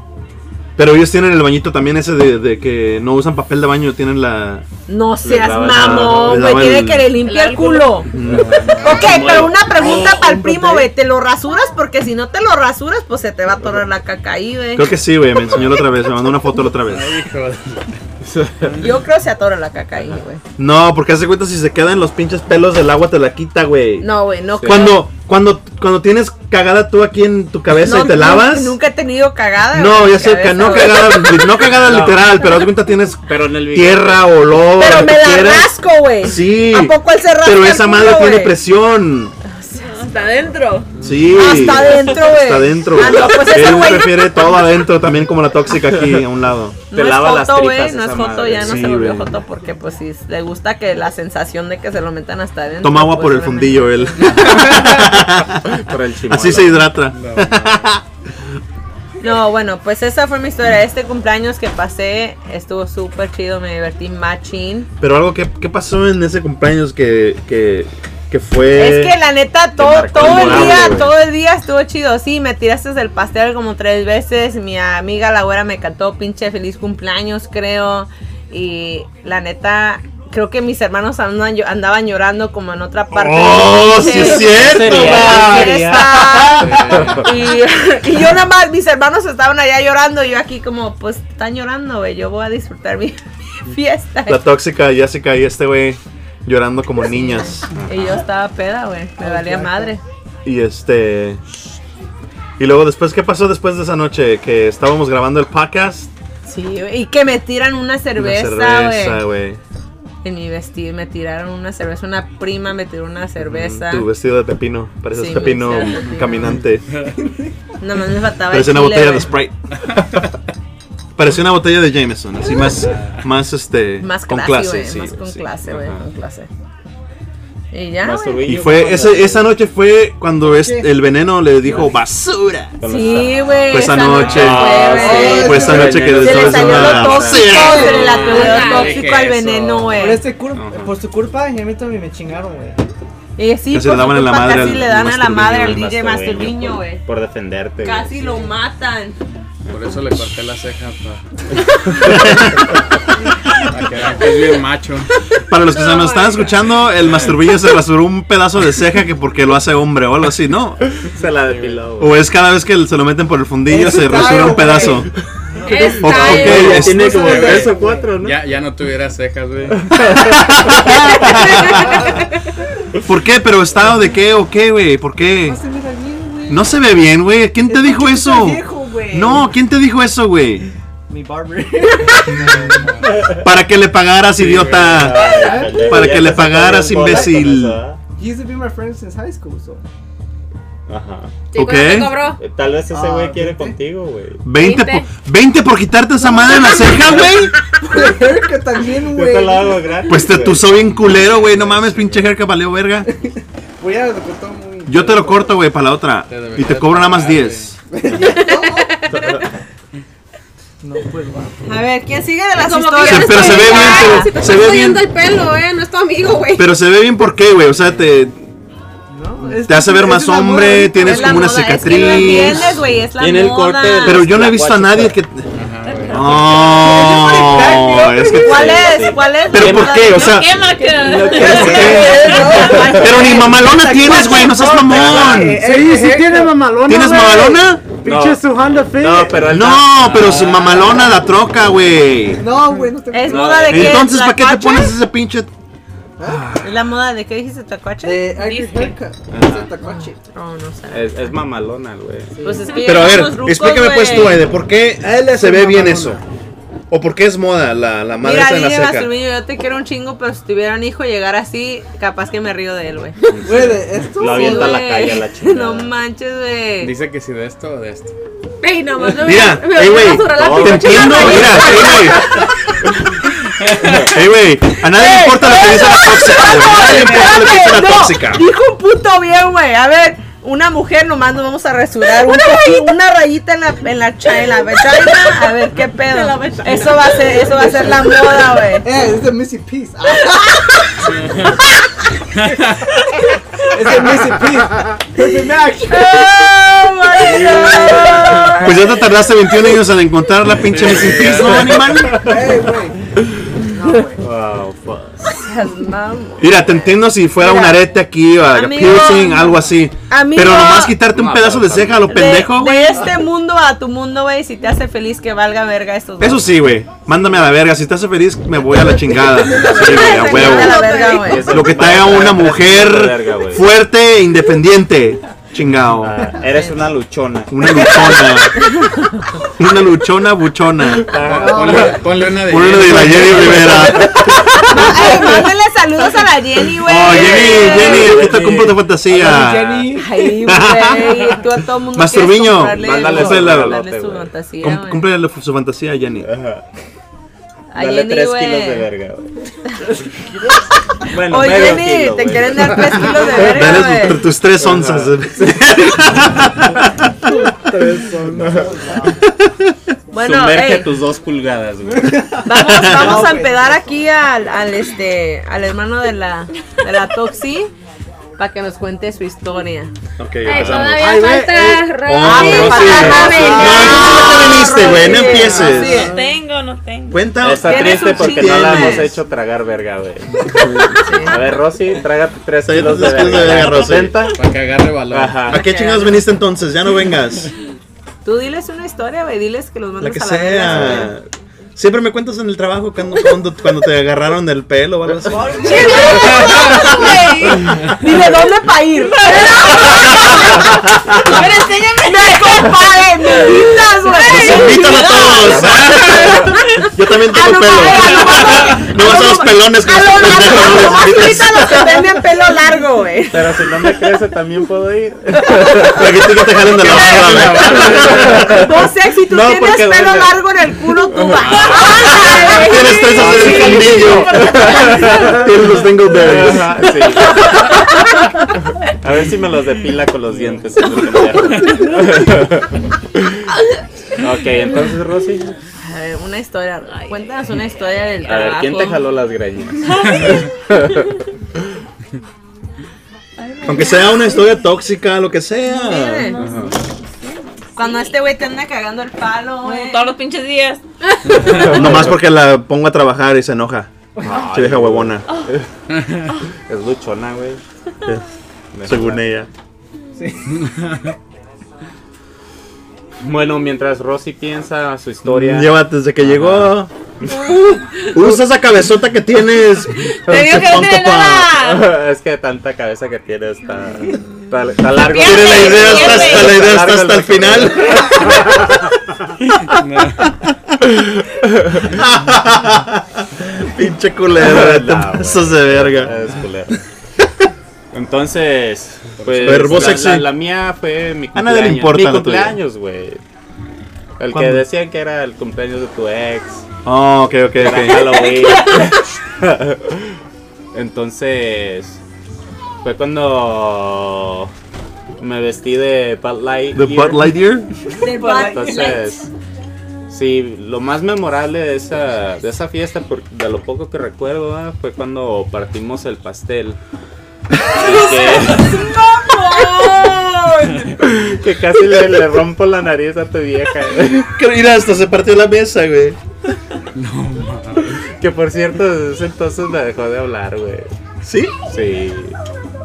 [SPEAKER 1] Pero ellos tienen el bañito también ese de, de que no usan papel de baño, tienen la...
[SPEAKER 4] No seas
[SPEAKER 1] lava-
[SPEAKER 4] mamón,
[SPEAKER 1] lava
[SPEAKER 4] güey. Tiene
[SPEAKER 1] el-
[SPEAKER 4] que le limpia el culo. Ok, pero una pregunta para el primo, güey. ¿Te lo rasuras? Porque si no te lo rasuras, pues se te va a atorar la caca ahí, güey.
[SPEAKER 1] Creo que sí, güey, me enseñó la otra vez, me mandó una foto la otra vez.
[SPEAKER 4] Yo creo que se atora la caca ahí, güey.
[SPEAKER 1] No, porque hace cuenta si se quedan los pinches pelos del agua te la quita, güey.
[SPEAKER 4] No, güey, no creo.
[SPEAKER 1] Cuando, cuando, cuando tienes cagada tú aquí en tu cabeza
[SPEAKER 4] No,
[SPEAKER 1] y te
[SPEAKER 4] nunca-
[SPEAKER 1] lavas.
[SPEAKER 4] Nunca he tenido cagada.
[SPEAKER 1] no,
[SPEAKER 4] güey,
[SPEAKER 1] ya
[SPEAKER 4] en mi
[SPEAKER 1] sé, que
[SPEAKER 4] cabeza,
[SPEAKER 1] no
[SPEAKER 4] güey.
[SPEAKER 1] cagada, li- no cagada
[SPEAKER 3] No.
[SPEAKER 1] literal, pero haz de cuenta tienes
[SPEAKER 3] Pero en el bigote.
[SPEAKER 1] tierra, olor.
[SPEAKER 4] Pero
[SPEAKER 1] lo
[SPEAKER 4] me
[SPEAKER 1] que
[SPEAKER 4] la
[SPEAKER 1] quieras.
[SPEAKER 4] rasco, güey.
[SPEAKER 1] Sí.
[SPEAKER 4] ¿A poco él se rasca
[SPEAKER 1] Pero
[SPEAKER 4] el
[SPEAKER 1] esa
[SPEAKER 4] culo,
[SPEAKER 1] madre tiene
[SPEAKER 4] güey?
[SPEAKER 1] presión.
[SPEAKER 8] Hasta adentro.
[SPEAKER 1] Sí.
[SPEAKER 4] Hasta adentro, güey.
[SPEAKER 1] Hasta adentro.
[SPEAKER 4] Ah, no, pues ese
[SPEAKER 1] Él
[SPEAKER 4] güey.
[SPEAKER 1] prefiere todo adentro, también como la tóxica aquí a un lado.
[SPEAKER 4] No
[SPEAKER 3] Te
[SPEAKER 4] es
[SPEAKER 3] lava las
[SPEAKER 4] foto, güey,
[SPEAKER 3] tripas
[SPEAKER 4] no es
[SPEAKER 3] esa
[SPEAKER 4] foto,
[SPEAKER 3] madre.
[SPEAKER 4] ya no
[SPEAKER 1] Sí,
[SPEAKER 4] se volvió
[SPEAKER 1] güey.
[SPEAKER 4] foto porque pues sí, le gusta que la sensación de que se lo metan hasta adentro.
[SPEAKER 1] Toma agua
[SPEAKER 4] pues,
[SPEAKER 1] por el
[SPEAKER 4] obviamente.
[SPEAKER 1] fundillo él.
[SPEAKER 3] Por el chimuelo.
[SPEAKER 1] Así se hidrata.
[SPEAKER 4] No, bueno, pues esa fue mi historia. Este cumpleaños que pasé estuvo súper chido, me divertí machín.
[SPEAKER 1] Pero algo que, ¿qué pasó en ese cumpleaños que, que, que fue.
[SPEAKER 4] es que la neta, todo,
[SPEAKER 1] marcó
[SPEAKER 4] todo el
[SPEAKER 1] memorable,
[SPEAKER 4] día,
[SPEAKER 1] güey.
[SPEAKER 4] todo el día estuvo chido. Sí, me tiraste del pastel como tres veces. Mi amiga la güera me cantó pinche feliz cumpleaños, creo. Y la neta, creo que mis hermanos andan llo- andaban llorando como en otra parte.
[SPEAKER 1] ¡Oh, sí es cierto!
[SPEAKER 4] de
[SPEAKER 1] va.
[SPEAKER 4] la fiesta. y, y yo nada más, mis hermanos estaban allá llorando, y yo aquí como, pues están llorando, güey, yo voy a disfrutar mi, mi fiesta.
[SPEAKER 1] La tóxica Jessica y este güey llorando como niñas.
[SPEAKER 4] Y yo estaba peda, güey, me valía madre.
[SPEAKER 1] Y este. Y luego después, ¿qué pasó después de esa noche? Que estábamos grabando el podcast.
[SPEAKER 4] Sí, güey, y que me tiran una
[SPEAKER 1] Una
[SPEAKER 4] cerveza,
[SPEAKER 1] cerveza,
[SPEAKER 4] güey.
[SPEAKER 1] güey.
[SPEAKER 4] En mi vestir me tiraron una cerveza, una prima me tiró una cerveza.
[SPEAKER 1] Tu vestido de pepino. Pareces
[SPEAKER 4] Sí, mi
[SPEAKER 1] pepino
[SPEAKER 4] vestido de pepino.
[SPEAKER 1] caminante.
[SPEAKER 4] Nada más me faltaba el
[SPEAKER 1] Parece una
[SPEAKER 4] chile,
[SPEAKER 1] botella de
[SPEAKER 4] güey.
[SPEAKER 1] Sprite. Parece una botella de Jameson, así más, más este,
[SPEAKER 4] Más
[SPEAKER 1] con clase,
[SPEAKER 4] clase, güey,
[SPEAKER 1] sí,
[SPEAKER 4] más con
[SPEAKER 1] sí.
[SPEAKER 4] clase, güey, con clase. Y ya,
[SPEAKER 3] Más
[SPEAKER 4] güey.
[SPEAKER 1] Y
[SPEAKER 3] turbillo,
[SPEAKER 1] fue,
[SPEAKER 3] como
[SPEAKER 1] ese-
[SPEAKER 3] la-
[SPEAKER 1] esa noche fue cuando es- el veneno le dijo basura.
[SPEAKER 3] con la-
[SPEAKER 4] Sí, güey.
[SPEAKER 1] Fue esa noche.
[SPEAKER 4] fue, güey.
[SPEAKER 1] Pues ah, Sí, pues, Fue esa noche que
[SPEAKER 3] Se le
[SPEAKER 4] Se le
[SPEAKER 1] estabas
[SPEAKER 4] salió
[SPEAKER 1] en
[SPEAKER 4] lo
[SPEAKER 1] una-
[SPEAKER 4] tóxico,
[SPEAKER 1] Sí. Ah,
[SPEAKER 4] se le la
[SPEAKER 8] Ay,
[SPEAKER 4] pegó lo
[SPEAKER 6] qué
[SPEAKER 4] tóxico al
[SPEAKER 6] eso.
[SPEAKER 4] veneno,
[SPEAKER 2] Por,
[SPEAKER 4] güey.
[SPEAKER 2] este cul- por su culpa, ya a mí también me chingaron, güey.
[SPEAKER 4] Y sí,
[SPEAKER 1] Casi le
[SPEAKER 4] por
[SPEAKER 1] daban
[SPEAKER 4] su
[SPEAKER 1] en la
[SPEAKER 4] culpa
[SPEAKER 1] madre
[SPEAKER 4] casi
[SPEAKER 1] al
[SPEAKER 4] le dan a la
[SPEAKER 1] Masturbiño,
[SPEAKER 4] madre al
[SPEAKER 1] al
[SPEAKER 4] DJ
[SPEAKER 3] Masturbiño,
[SPEAKER 4] Masturbiño,
[SPEAKER 3] por-
[SPEAKER 4] güey.
[SPEAKER 3] Por defenderte, güey.
[SPEAKER 4] Casi lo matan.
[SPEAKER 6] Por eso le corté la ceja pa. Para que vean que es bien macho.
[SPEAKER 1] Para los que se nos están escuchando, el masturbillo se rasuró un pedazo de ceja que porque lo hace hombre o algo así, ¿no?
[SPEAKER 3] Se la depiló, güey.
[SPEAKER 1] O es cada vez que se lo meten por el fundillo,
[SPEAKER 2] Es
[SPEAKER 1] se rasura un
[SPEAKER 2] style,
[SPEAKER 1] pedazo.
[SPEAKER 5] Es
[SPEAKER 1] O-
[SPEAKER 5] time.
[SPEAKER 1] ok,
[SPEAKER 3] Tiene como
[SPEAKER 6] Güey,
[SPEAKER 3] tres o cuatro, ¿no?
[SPEAKER 6] Ya, ya no tuviera cejas, güey.
[SPEAKER 1] ¿Por qué? ¿Pero estado de qué o qué, güey? ¿Por qué?
[SPEAKER 2] No se mira bien, güey.
[SPEAKER 1] No se ve bien, güey. ¿Quién te
[SPEAKER 2] Es
[SPEAKER 1] dijo
[SPEAKER 2] porque
[SPEAKER 1] eso?
[SPEAKER 2] estás viejo, güey.
[SPEAKER 1] No, ¿quién te dijo eso, güey?
[SPEAKER 2] Mi barber.
[SPEAKER 1] Para que le pagaras, idiota. Ah, Para que le pagaras, imbécil.
[SPEAKER 2] He used to be my friend since high school, so.
[SPEAKER 3] Ajá.
[SPEAKER 5] Sí, ¿cuánto
[SPEAKER 1] Ok.
[SPEAKER 5] te cobró?
[SPEAKER 3] Eh, Tal vez ese
[SPEAKER 2] Ah,
[SPEAKER 3] güey quiere
[SPEAKER 2] ¿viste?
[SPEAKER 3] contigo, güey.
[SPEAKER 1] 20
[SPEAKER 5] 20.
[SPEAKER 1] por, 20 por quitarte esa madre en la ceja, güey.
[SPEAKER 2] Erika también,
[SPEAKER 3] Yo te lo
[SPEAKER 2] güey.
[SPEAKER 3] hago gratis.
[SPEAKER 1] Pues te
[SPEAKER 3] güey.
[SPEAKER 1] tusó bien culero, güey. No mames, pinche jerga, valeo verga.
[SPEAKER 2] Voy a lo cortó muy.
[SPEAKER 1] Yo te lo corto, güey, para la otra. Y te cobro nada más 10.
[SPEAKER 2] No, pues va.
[SPEAKER 4] A ver, ¿quién sigue de las
[SPEAKER 5] Como que
[SPEAKER 4] historias?
[SPEAKER 5] ya
[SPEAKER 1] Se-
[SPEAKER 5] te
[SPEAKER 1] pero se ve
[SPEAKER 5] estoy-
[SPEAKER 1] bien,
[SPEAKER 4] Ah,
[SPEAKER 5] Ay,
[SPEAKER 1] pero-
[SPEAKER 5] si te
[SPEAKER 1] se
[SPEAKER 5] estás
[SPEAKER 1] ve
[SPEAKER 5] jodiendo
[SPEAKER 1] bien.
[SPEAKER 5] el pelo, eh, no es tu amigo, güey.
[SPEAKER 1] Pero se ve bien por qué, güey. O sea, te,
[SPEAKER 2] No, es
[SPEAKER 1] te hace
[SPEAKER 2] que
[SPEAKER 1] ver
[SPEAKER 2] es
[SPEAKER 1] más
[SPEAKER 2] una moda
[SPEAKER 1] hombre,
[SPEAKER 2] ahorita.
[SPEAKER 1] tienes
[SPEAKER 4] Es la
[SPEAKER 1] como una
[SPEAKER 4] moda, es que
[SPEAKER 1] cicatriz.
[SPEAKER 4] no entiendes, güey, es la
[SPEAKER 3] Tiene el
[SPEAKER 4] moda.
[SPEAKER 3] corte de-
[SPEAKER 1] Pero yo no he visto a nadie que.
[SPEAKER 6] Ajá, güey.
[SPEAKER 1] No, es que.
[SPEAKER 4] ¿Cuál es? ¿Cuál es?
[SPEAKER 1] ¿Pero
[SPEAKER 4] la
[SPEAKER 1] por
[SPEAKER 4] moda?
[SPEAKER 1] qué? O sea,
[SPEAKER 8] ¿Qué máquina?
[SPEAKER 1] ¿por qué? Pero ni mamalona tienes, güey. No seas mamón.
[SPEAKER 2] Sí, sí tiene eh, mamalona.
[SPEAKER 1] ¿Tienes
[SPEAKER 2] güey.
[SPEAKER 1] mamalona?
[SPEAKER 2] Pinche su Honda Fit.
[SPEAKER 3] No, pero él
[SPEAKER 1] No, pero su mamalona la troca, güey.
[SPEAKER 2] No, güey, no te
[SPEAKER 4] ¿Es moda de qué?
[SPEAKER 1] Entonces, ¿para qué te
[SPEAKER 4] ¿Tlacuache?
[SPEAKER 1] pones ese pinche.?
[SPEAKER 4] ¿Es la moda de qué dijiste, Tlacuache?
[SPEAKER 2] De Irish haircut.
[SPEAKER 3] Ah.
[SPEAKER 2] Es de tacuache.
[SPEAKER 4] No, no sé.
[SPEAKER 3] Es, es mamalona, el güey.
[SPEAKER 4] Pues es que
[SPEAKER 1] Pero a
[SPEAKER 4] ya
[SPEAKER 1] ver,
[SPEAKER 4] somos rucos,
[SPEAKER 1] explícame pues
[SPEAKER 4] güey.
[SPEAKER 1] tú, Aide, ¿por qué
[SPEAKER 2] A él le
[SPEAKER 1] se
[SPEAKER 2] hacen
[SPEAKER 1] ve bien eso?
[SPEAKER 2] mamalona.
[SPEAKER 1] ¿O por qué es moda la, la madre
[SPEAKER 4] Mira,
[SPEAKER 1] esa en la
[SPEAKER 4] dile
[SPEAKER 1] ceja?
[SPEAKER 4] Masturbiño, yo te quiero un chingo, pero si tuviera un hijo y llegara así, capaz que me río de él, güey.
[SPEAKER 2] Güey, de esto.
[SPEAKER 3] Lo
[SPEAKER 4] Sí,
[SPEAKER 3] avienta a la
[SPEAKER 4] güey.
[SPEAKER 3] calle a la chingada.
[SPEAKER 4] No manches, güey.
[SPEAKER 6] Dice que si de esto o de esto.
[SPEAKER 5] Ey, no, más me-
[SPEAKER 1] Mira,
[SPEAKER 5] me
[SPEAKER 1] ey,
[SPEAKER 5] voy a
[SPEAKER 1] güey,
[SPEAKER 5] rasurar la
[SPEAKER 1] te
[SPEAKER 5] pinche
[SPEAKER 1] entiendo,
[SPEAKER 5] cara,
[SPEAKER 1] mira, ey, güey. Ey, güey, a nadie le importa lo que dice la tóxica, güey. A nadie le importa lo que dice la
[SPEAKER 4] No,
[SPEAKER 1] tóxica.
[SPEAKER 4] Dijo un puto bien, güey. A ver, una mujer nomás nos vamos a rasurar una, rayita. una rayita en la en la, cha- en la vagina. A ver qué pedo. Eso va a ser, eso va a ser la moda, güey.
[SPEAKER 2] Eh, es de Missy Peace. es de Missy Peace. Perfect match.
[SPEAKER 4] Oh my
[SPEAKER 1] Pues ya te tardaste 21 años en encontrar la pinche Missing Piece, ¿no, animal?
[SPEAKER 2] Ey, güey. No, güey.
[SPEAKER 3] Wow, fuck.
[SPEAKER 1] Mira, te entiendo si fuera un
[SPEAKER 4] Mira.
[SPEAKER 1] arete aquí, o
[SPEAKER 4] Amigo.
[SPEAKER 1] piercing, algo así.
[SPEAKER 4] Amigo.
[SPEAKER 1] Pero nomás quitarte un
[SPEAKER 6] No,
[SPEAKER 1] pedazo de
[SPEAKER 6] pero
[SPEAKER 1] ceja a lo
[SPEAKER 4] De-
[SPEAKER 1] pendejo,
[SPEAKER 4] de,
[SPEAKER 1] güey.
[SPEAKER 4] este mundo a tu mundo, güey, si te hace feliz que valga verga estos dos.
[SPEAKER 1] Eso sí, güey. Mándame a la verga. Si estás feliz, me voy a la chingada. Sí, güey, a
[SPEAKER 4] Mándame
[SPEAKER 1] huevo.
[SPEAKER 4] a la verga, güey.
[SPEAKER 1] Lo que te haga una mujer fuerte e independiente. Chingao.
[SPEAKER 3] Ah, eres una luchona.
[SPEAKER 1] Una luchona. Una luchona buchona.
[SPEAKER 3] Ah,
[SPEAKER 5] Ah.
[SPEAKER 6] Ah, Ponle, ponle una de.
[SPEAKER 1] Uno de la Jenny Rivera.
[SPEAKER 4] Ay, mándale saludos a la Jenny, güey.
[SPEAKER 1] Oh, Jenny, Jenny, aquí te
[SPEAKER 3] Jenny.
[SPEAKER 1] compro de fantasía.
[SPEAKER 2] Jenny.
[SPEAKER 4] Ay, güey, tú a todo mundo
[SPEAKER 1] Masturbiño,
[SPEAKER 4] quieres comprarle
[SPEAKER 1] mándale
[SPEAKER 4] algo,
[SPEAKER 1] ese
[SPEAKER 4] comprarle
[SPEAKER 3] regalote,
[SPEAKER 4] su
[SPEAKER 3] güey.
[SPEAKER 4] fantasía,
[SPEAKER 1] Com-
[SPEAKER 4] güey.
[SPEAKER 1] cúmplele su fantasía, Jenny.
[SPEAKER 3] Ajá.
[SPEAKER 4] A
[SPEAKER 3] Dale
[SPEAKER 4] Jenny,
[SPEAKER 3] 3
[SPEAKER 4] güey.
[SPEAKER 3] kilos de verga, güey. bueno,
[SPEAKER 4] Oye,
[SPEAKER 3] medio
[SPEAKER 4] Jenny,
[SPEAKER 3] kilo,
[SPEAKER 4] te
[SPEAKER 3] güey.
[SPEAKER 4] quieren dar 3 kilos de
[SPEAKER 1] Dale
[SPEAKER 4] verga,
[SPEAKER 1] sus-
[SPEAKER 4] güey.
[SPEAKER 1] tus, tres onzas.
[SPEAKER 4] Bueno,
[SPEAKER 3] Sumerge
[SPEAKER 4] ey,
[SPEAKER 3] tus dos pulgadas, güey.
[SPEAKER 4] vamos, vamos a empedar aquí al, al, este, al hermano de la, de la Toxi para que nos cuente su historia.
[SPEAKER 1] ok,
[SPEAKER 5] Ay,
[SPEAKER 1] empezamos.
[SPEAKER 5] todavía
[SPEAKER 2] Ay, güey,
[SPEAKER 5] falta
[SPEAKER 2] eh.
[SPEAKER 5] Rocky,
[SPEAKER 1] Oh, no, sí.
[SPEAKER 5] falta Javi.
[SPEAKER 1] No, no, no, te viniste, güey, no
[SPEAKER 4] Rosy,
[SPEAKER 1] empieces.
[SPEAKER 4] Rosy.
[SPEAKER 8] No tengo, no tengo.
[SPEAKER 1] Cuenta.
[SPEAKER 3] Está
[SPEAKER 4] Tienes
[SPEAKER 3] triste
[SPEAKER 4] un
[SPEAKER 3] porque
[SPEAKER 1] chingo.
[SPEAKER 3] no eh. la hemos
[SPEAKER 1] Tienes.
[SPEAKER 3] hecho tragar verga, güey. A ver, Rosy, trágate tres
[SPEAKER 1] Trágate
[SPEAKER 3] kilos de
[SPEAKER 1] tres kilos de verga,
[SPEAKER 3] verga.
[SPEAKER 1] Rosy.
[SPEAKER 3] ¿Contenta?
[SPEAKER 6] Para que agarre valor.
[SPEAKER 1] ¿A
[SPEAKER 3] Ajá.
[SPEAKER 1] qué chingados viniste entonces? Ya no vengas.
[SPEAKER 4] Tú diles una historia, güey, diles que los
[SPEAKER 1] La
[SPEAKER 4] mandas
[SPEAKER 1] que
[SPEAKER 4] a la verga, güey.
[SPEAKER 1] sea. Siempre me cuentas en el trabajo cuando, cuando, cuando te agarraron del pelo o algo así.
[SPEAKER 4] Dile dónde para ir.
[SPEAKER 8] Pero enséñame.
[SPEAKER 4] Me compadre, me invitas,
[SPEAKER 1] ¡Los
[SPEAKER 4] güey.
[SPEAKER 1] invitan a todos! Yo también
[SPEAKER 4] A
[SPEAKER 1] tengo
[SPEAKER 4] lo
[SPEAKER 1] pelo.
[SPEAKER 4] mejor-
[SPEAKER 1] No vas a los pelones que
[SPEAKER 4] A
[SPEAKER 1] los
[SPEAKER 4] los
[SPEAKER 1] pendejos,
[SPEAKER 4] a
[SPEAKER 1] no
[SPEAKER 4] los
[SPEAKER 1] los
[SPEAKER 4] más
[SPEAKER 1] invitas.
[SPEAKER 4] invitan los que venden pelo largo, güey.
[SPEAKER 3] Pero si no me crece, también puedo ir.
[SPEAKER 1] Para que tú que te jalen de la barra,
[SPEAKER 4] No sé, si tú
[SPEAKER 3] No,
[SPEAKER 4] tienes
[SPEAKER 3] porque
[SPEAKER 4] pelo
[SPEAKER 3] duele.
[SPEAKER 4] largo en el culo, tú vas.
[SPEAKER 1] güey. Tienes tres a hacer el fundillo. Tienes los dingleberries.
[SPEAKER 3] Ajá, sí. A ver si me los depila con los dientes. ok, entonces, Rosy.
[SPEAKER 4] A ver, una historia. Cuéntanos una historia del
[SPEAKER 3] A ver,
[SPEAKER 4] trabajo.
[SPEAKER 3] ¿quién te jaló las greñas?
[SPEAKER 1] Aunque sea una historia tóxica, lo que sea.
[SPEAKER 4] Cuando este güey te anda cagando el palo, güey.
[SPEAKER 8] Todos los pinches días.
[SPEAKER 1] Nomás porque la pongo a trabajar y se enoja. Se deja huevona,
[SPEAKER 4] Ah.
[SPEAKER 3] Es luchona, güey.
[SPEAKER 1] según ella.
[SPEAKER 3] Bueno, mientras Rosy piensa su historia.
[SPEAKER 1] Mm, Lleva desde que llegó. Usa esa cabezota que tienes.
[SPEAKER 8] Te digo que no tiene nada.
[SPEAKER 3] es que tanta cabeza que tiene está, está, está largo.
[SPEAKER 8] Tiene
[SPEAKER 1] Tiene la idea hasta, hasta la idea hasta, hasta el final. Pinche culebra, te
[SPEAKER 3] No,
[SPEAKER 1] pasas de verga.
[SPEAKER 3] Ah, Es culero. Entonces, pues
[SPEAKER 1] Pero vos
[SPEAKER 3] la,
[SPEAKER 1] sexy.
[SPEAKER 3] la- la mía fue mi
[SPEAKER 1] A
[SPEAKER 3] cumpleaños.
[SPEAKER 1] nadie Ah, le importa
[SPEAKER 3] mi
[SPEAKER 1] la tuya.
[SPEAKER 3] cumpleaños, güey. El que
[SPEAKER 1] ¿Cuándo?
[SPEAKER 3] decían que era el cumpleaños de tu ex.
[SPEAKER 1] Oh, ok, ok,
[SPEAKER 3] que era
[SPEAKER 1] ok.
[SPEAKER 3] Halloween. Entonces, fue cuando me vestí de Bud Light.
[SPEAKER 1] ¿The Bud Lightyear?
[SPEAKER 4] Del palo.
[SPEAKER 3] Entonces, sí, lo más memorable de esa, de esa fiesta, por- de lo poco que recuerdo, ah, fue cuando partimos el pastel. Y que, que casi le, le rompo la nariz a tu vieja.
[SPEAKER 1] Que Mira, hasta se partió la mesa, güey.
[SPEAKER 3] Que por cierto, desde ese entonces me dejó de hablar, güey.
[SPEAKER 1] ¿Sí?
[SPEAKER 3] Sí.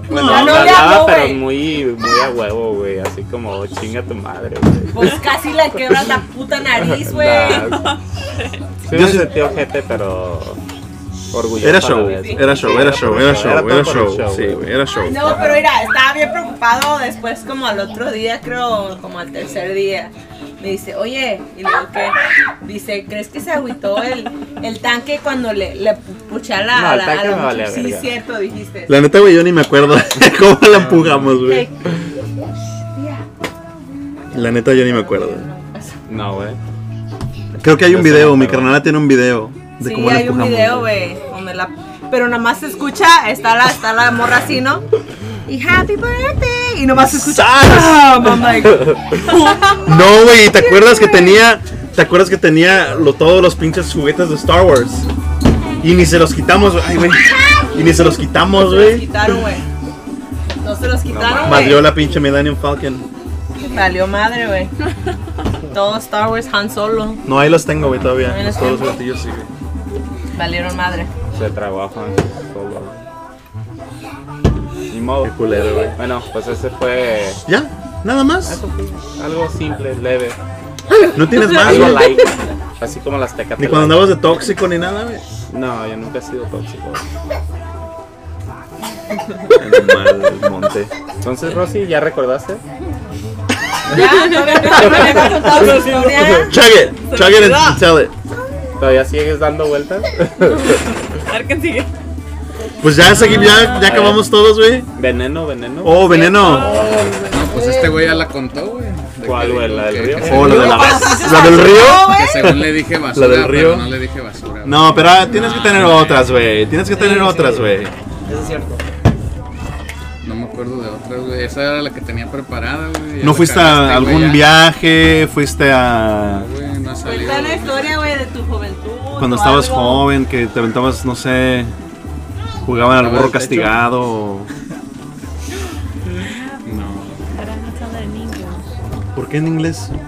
[SPEAKER 3] Bueno,
[SPEAKER 1] No,
[SPEAKER 3] me
[SPEAKER 4] no le
[SPEAKER 3] hablaba,
[SPEAKER 4] habló,
[SPEAKER 3] pero
[SPEAKER 4] güey.
[SPEAKER 3] muy, muy a huevo, güey. Así como, "Oh, chinga tu madre, güey.
[SPEAKER 4] Pues casi la quebras la puta nariz, güey.
[SPEAKER 3] Nah. Sí,
[SPEAKER 1] Yo
[SPEAKER 3] me
[SPEAKER 1] sí-
[SPEAKER 3] sentí ojete, pero. Orgulloso.
[SPEAKER 1] Era
[SPEAKER 3] a la
[SPEAKER 1] show,
[SPEAKER 3] vez.
[SPEAKER 1] era show, era show, era
[SPEAKER 3] todo
[SPEAKER 1] show,
[SPEAKER 3] por
[SPEAKER 1] era
[SPEAKER 3] el
[SPEAKER 1] show. Sí,
[SPEAKER 3] güey.
[SPEAKER 1] güey, era show.
[SPEAKER 4] No, pero mira, estaba bien preocupado después como al otro día, creo, como al tercer día. Me dice, oye, y luego que dice, ¿crees que se agüitó el, el tanque cuando le, le pu- puché a la,
[SPEAKER 3] No,
[SPEAKER 4] a
[SPEAKER 3] el
[SPEAKER 4] la- a
[SPEAKER 3] tanque
[SPEAKER 4] la
[SPEAKER 3] me vale
[SPEAKER 4] muchacha?" Sí,
[SPEAKER 3] verga.
[SPEAKER 4] cierto, dijiste.
[SPEAKER 1] La neta, güey, yo ni me acuerdo cómo la empujamos, güey. La neta, yo ni me acuerdo.
[SPEAKER 3] No, güey.
[SPEAKER 1] Creo que hay un
[SPEAKER 3] Yo sí
[SPEAKER 1] video,
[SPEAKER 3] me
[SPEAKER 1] mi
[SPEAKER 3] acuerdo.
[SPEAKER 1] carnala tiene un video de
[SPEAKER 4] sí,
[SPEAKER 1] cómo la
[SPEAKER 4] hay un
[SPEAKER 1] empujamos.
[SPEAKER 4] video, güey, donde la... Pero nada más se escucha, está la, está la morra así, ¿no? Y happy birthday. Y nomás se escucha.
[SPEAKER 1] ¡Sas!
[SPEAKER 4] "Ah, mamá", y-
[SPEAKER 1] No, güey, ¿te acuerdas que tenía, te acuerdas que tenía lo- todos los pinches juguetes de Star Wars? Y ni se los quitamos, güey. Ay, güey. Y ni se los quitamos,
[SPEAKER 4] se los
[SPEAKER 1] güey.
[SPEAKER 4] quitaron, güey. No se los quitaron, güey.
[SPEAKER 1] Madrió la pinche Millennium Falcon.
[SPEAKER 4] Valió madre, güey. Todo Star Wars Han Solo
[SPEAKER 1] No, ahí los tengo, güey,
[SPEAKER 4] Ahí
[SPEAKER 1] todavía.
[SPEAKER 4] los
[SPEAKER 1] Todos los
[SPEAKER 4] tengo.
[SPEAKER 1] gatillos sí, güey.
[SPEAKER 4] valieron madre.
[SPEAKER 3] Se trabajan solo. Ni modo.
[SPEAKER 1] Qué culero, güey.
[SPEAKER 3] Bueno, pues ese fue
[SPEAKER 1] ¿Ya? ¿Nada más?
[SPEAKER 3] eso fue algo simple, leve,
[SPEAKER 1] ¿No tienes más?
[SPEAKER 3] algo
[SPEAKER 1] güey?
[SPEAKER 3] light, así como las tecates.
[SPEAKER 1] Ni cuando andabas de tóxico ni nada, güey.
[SPEAKER 3] No, yo nunca he sido tóxico.
[SPEAKER 1] Animal, monte.
[SPEAKER 3] Entonces, Rosy, ¿ya recordaste?
[SPEAKER 4] Ya, no me no me había contado su historia.
[SPEAKER 1] Chug it, chug it and tell it.
[SPEAKER 3] ¿Todavía sigues dando vueltas?
[SPEAKER 5] A ver quién sigue.
[SPEAKER 1] Pues ya, seguimos, ya, ya acabamos todos, güey.
[SPEAKER 3] veneno, veneno.
[SPEAKER 1] Oh, veneno.
[SPEAKER 6] No, pues este güey ya la contó, güey. De
[SPEAKER 3] ¿Cuál,
[SPEAKER 6] que
[SPEAKER 3] güey?
[SPEAKER 6] dijo
[SPEAKER 3] ¿La del
[SPEAKER 6] que-
[SPEAKER 3] río?
[SPEAKER 6] que
[SPEAKER 1] Oh, la, de la, la del río.
[SPEAKER 6] Que según le dije basura,
[SPEAKER 1] del
[SPEAKER 6] pero
[SPEAKER 1] río.
[SPEAKER 6] no le dije basura.
[SPEAKER 1] No, pero ah, tienes que tener otras, güey. Tienes que tener
[SPEAKER 9] sí.
[SPEAKER 1] otras, güey.
[SPEAKER 9] Eso es cierto.
[SPEAKER 6] No me acuerdo de otras, güey. Esa era la que tenía preparada, güey. Ya
[SPEAKER 1] ¿No
[SPEAKER 6] la
[SPEAKER 1] fuiste
[SPEAKER 6] cagaste,
[SPEAKER 1] a
[SPEAKER 6] güey,
[SPEAKER 1] algún
[SPEAKER 6] ya.
[SPEAKER 1] viaje? ¿Fuiste a
[SPEAKER 6] No,
[SPEAKER 5] Pues
[SPEAKER 6] güey, no ha salido.
[SPEAKER 4] Cuenta una historia, güey, de tu juventud.
[SPEAKER 1] cuando
[SPEAKER 4] o
[SPEAKER 1] estabas
[SPEAKER 4] algo.
[SPEAKER 1] joven que te aventabas, no sé, jugaban al burro castigado? o-
[SPEAKER 6] No.
[SPEAKER 1] ¿Por qué en inglés?
[SPEAKER 3] Ay,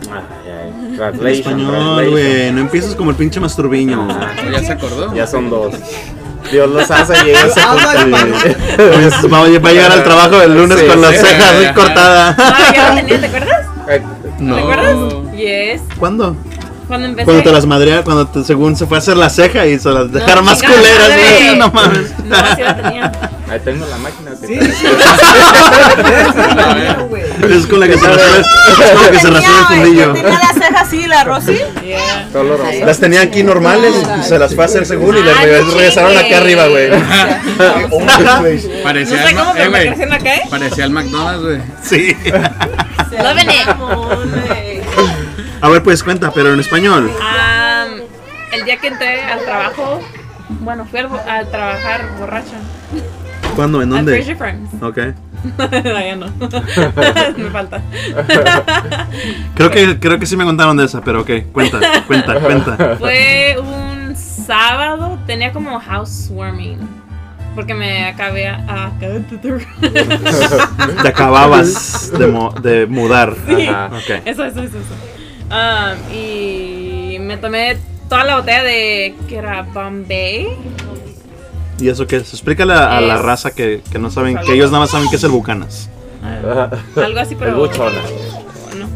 [SPEAKER 3] ay,
[SPEAKER 1] En
[SPEAKER 3] translation,
[SPEAKER 1] español,
[SPEAKER 3] translation.
[SPEAKER 1] güey. No empieces como el pinche masturbiño.
[SPEAKER 6] ¿O ¿Ya se acordó?
[SPEAKER 3] Ya son dos. Dios los hace y ellos se juntan.
[SPEAKER 1] Pues, Va a lle- va a llegar al trabajo el lunes
[SPEAKER 3] Sí,
[SPEAKER 1] con las
[SPEAKER 6] sí,
[SPEAKER 1] cejas
[SPEAKER 6] ajá.
[SPEAKER 1] así cortadas.
[SPEAKER 5] Ah, ya la tenía, ¿te acuerdas?
[SPEAKER 3] Ay,
[SPEAKER 1] No.
[SPEAKER 5] ¿Te acuerdas? Yes.
[SPEAKER 1] ¿Cuándo?
[SPEAKER 5] Cuando empecé.
[SPEAKER 1] Cuando te las madrearon, cuando te- según se fue a hacer la ceja y se las dejaron más
[SPEAKER 5] chingada
[SPEAKER 1] culeras,
[SPEAKER 5] madre.
[SPEAKER 1] güey. No mames.
[SPEAKER 5] No, sí la tenía.
[SPEAKER 3] Ahí tengo la máquina. que
[SPEAKER 9] Sí,
[SPEAKER 3] te-
[SPEAKER 9] sí. Eso, güey.
[SPEAKER 1] Es con la que se rasura, es con la que se rasura el
[SPEAKER 4] Tenía,
[SPEAKER 1] fundillo.
[SPEAKER 4] güey, que tenía las cejas así, la Rosy.
[SPEAKER 5] Yeah.
[SPEAKER 3] Solo Rosy.
[SPEAKER 1] Las tenía aquí normales y se las fue a hacer según y les
[SPEAKER 5] Ah,
[SPEAKER 1] reg-
[SPEAKER 5] no
[SPEAKER 1] regresaron
[SPEAKER 5] chingues.
[SPEAKER 1] aquí arriba, güey.
[SPEAKER 5] No
[SPEAKER 6] Parecía
[SPEAKER 5] sé
[SPEAKER 6] el, Ma-
[SPEAKER 5] cómo,
[SPEAKER 6] eh,
[SPEAKER 5] pero me
[SPEAKER 6] güey,
[SPEAKER 5] crecieron acá, ¿eh?
[SPEAKER 6] parecía el McDonald's, güey.
[SPEAKER 1] Sí.
[SPEAKER 5] Loving it.
[SPEAKER 4] Mamón, güey.
[SPEAKER 1] A ver, pues cuenta, pero en español.
[SPEAKER 5] Am, el día que entré al trabajo, bueno, fui al bo- a, trabajar borracha.
[SPEAKER 1] ¿Cuándo? ¿En
[SPEAKER 5] Al Fraser
[SPEAKER 1] dónde?
[SPEAKER 5] Farms.
[SPEAKER 1] Ok.
[SPEAKER 5] ya no. me falta.
[SPEAKER 1] Creo que, creo que sí me contaron de esa, pero ok. Cuenta, cuenta, cuenta.
[SPEAKER 5] Fue un sábado, tenía como housewarming. Porque me acabé a. a-
[SPEAKER 1] Te acababas de, mo- de mudar.
[SPEAKER 3] Ajá.
[SPEAKER 1] Ok.
[SPEAKER 5] eso, eso, eso. eso. Am, y me tomé toda la botella de. que era Bombay.
[SPEAKER 1] ¿Y eso qué es? Explícale a, a la
[SPEAKER 5] Es-
[SPEAKER 1] raza que, que no saben, que ellos nada más saben qué es el Bucanas.
[SPEAKER 5] Algo así,
[SPEAKER 3] El
[SPEAKER 5] pero.
[SPEAKER 3] buchona.
[SPEAKER 5] No.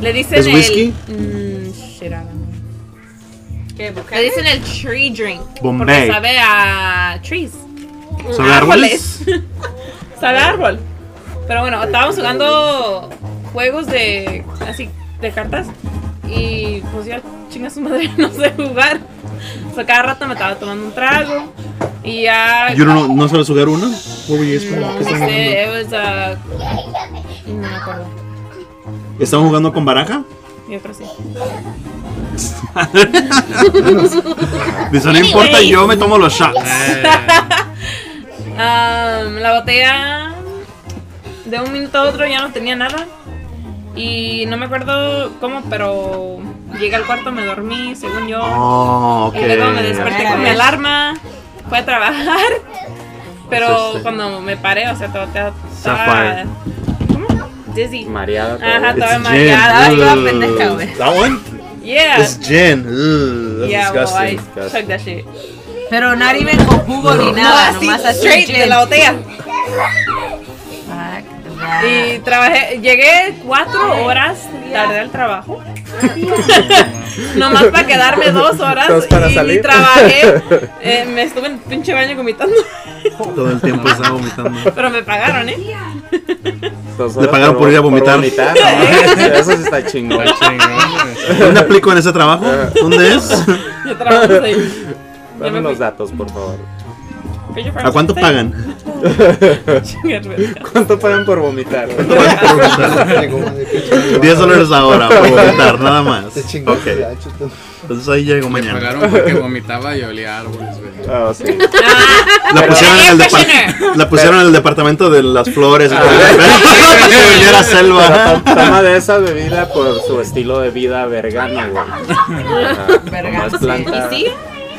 [SPEAKER 5] Le dicen
[SPEAKER 1] ¿Es
[SPEAKER 5] el.
[SPEAKER 1] whisky?
[SPEAKER 5] Mm, shit, I don't know.
[SPEAKER 4] ¿Qué,
[SPEAKER 5] Le
[SPEAKER 4] Bucanas?
[SPEAKER 5] dicen el tree drink.
[SPEAKER 1] Bombay.
[SPEAKER 5] Porque sabe a trees.
[SPEAKER 1] ¿Sobre árboles?
[SPEAKER 5] Sabe a árbol. Pero bueno, estábamos jugando juegos de. así, de cartas. Y pues yo, chinga su madre, no sé jugar. O sea, cada rato me estaba tomando un trago. Y ya.
[SPEAKER 1] ¿Yo no, no sabes jugar uno? What were you
[SPEAKER 5] No
[SPEAKER 1] explaining? ¿Qué estaban
[SPEAKER 5] sé,
[SPEAKER 1] jugando?
[SPEAKER 5] it was a. No me acuerdo.
[SPEAKER 1] ¿Estaban jugando con baraja?
[SPEAKER 5] Yo creo que sí.
[SPEAKER 1] Dice, no importa, yo me tomo los shots.
[SPEAKER 6] Eh,
[SPEAKER 5] Am, la botella de un minuto a otro ya no tenía nada. Y no me acuerdo cómo, pero llegué al cuarto, me dormí, según yo.
[SPEAKER 1] Oh, ok.
[SPEAKER 5] Y luego me desperté con mi
[SPEAKER 4] ok.
[SPEAKER 5] alarma. Fui a trabajar.
[SPEAKER 1] Pues,
[SPEAKER 5] Pero
[SPEAKER 1] este,
[SPEAKER 5] cuando me paré, o sea, todo estaba.
[SPEAKER 1] Sapphire.
[SPEAKER 5] ¿Cómo? Dizzy.
[SPEAKER 3] Mareada. todo.
[SPEAKER 5] Ajá,
[SPEAKER 1] It's
[SPEAKER 5] estaba
[SPEAKER 1] gin.
[SPEAKER 5] mareada.
[SPEAKER 4] Ay, toda
[SPEAKER 1] Ugh.
[SPEAKER 4] pendeja, güey.
[SPEAKER 1] That one?
[SPEAKER 5] Yeah.
[SPEAKER 1] It's gin. Ugh, that's
[SPEAKER 5] yeah, well, I
[SPEAKER 1] disgusting.
[SPEAKER 5] chugged that shit.
[SPEAKER 4] Pero no arriben con jugo ni nada,
[SPEAKER 5] así,
[SPEAKER 4] nomás así.
[SPEAKER 5] straight
[SPEAKER 4] gin.
[SPEAKER 5] de la botella.
[SPEAKER 4] Fuck the rat.
[SPEAKER 5] Y trabajé, llegué cuatro horas tarde al trabajo. Nomás para quedarme dos horas.
[SPEAKER 3] Dos para
[SPEAKER 5] y, y
[SPEAKER 3] salir.
[SPEAKER 5] trabajé. eh, me estuve en el pinche baño vomitando.
[SPEAKER 1] Todo el tiempo estaba vomitando.
[SPEAKER 5] Pero me pagaron, ¿eh?
[SPEAKER 3] Dos
[SPEAKER 1] Le
[SPEAKER 3] horas
[SPEAKER 1] pagaron por ir a vomitar.
[SPEAKER 3] no, Eso sí está chingón.
[SPEAKER 1] ¿Dónde aplico en ese trabajo? ¿Dónde es?
[SPEAKER 5] ¿eh? Yo trabajo ahí.
[SPEAKER 3] Dame
[SPEAKER 5] me
[SPEAKER 3] los
[SPEAKER 5] fui.
[SPEAKER 3] datos, por favor.
[SPEAKER 1] ¿A cuánto pagan?
[SPEAKER 3] ¿Cuánto pagan por vomitar?
[SPEAKER 1] 10 dólares ahora por vomitar, nada más.
[SPEAKER 9] Te chingas,
[SPEAKER 1] Ok,
[SPEAKER 9] ya, chuta.
[SPEAKER 1] entonces ahí llego
[SPEAKER 6] me
[SPEAKER 1] mañana.
[SPEAKER 6] pagaron porque vomitaba y olía a árboles, güey.
[SPEAKER 3] Ah, sí.
[SPEAKER 1] La pusieron, en el
[SPEAKER 5] Air
[SPEAKER 1] depar-
[SPEAKER 5] freshener.
[SPEAKER 1] la pusieron en el departamento de las flores.
[SPEAKER 6] Ah.
[SPEAKER 1] y todo el pedo. Que oliera a
[SPEAKER 3] Pero
[SPEAKER 1] selva.
[SPEAKER 3] to- toma de esa bebida por su estilo de vida vergano, güey. Ajá,
[SPEAKER 4] Vergano,
[SPEAKER 3] más planta.
[SPEAKER 5] ¿Y sí?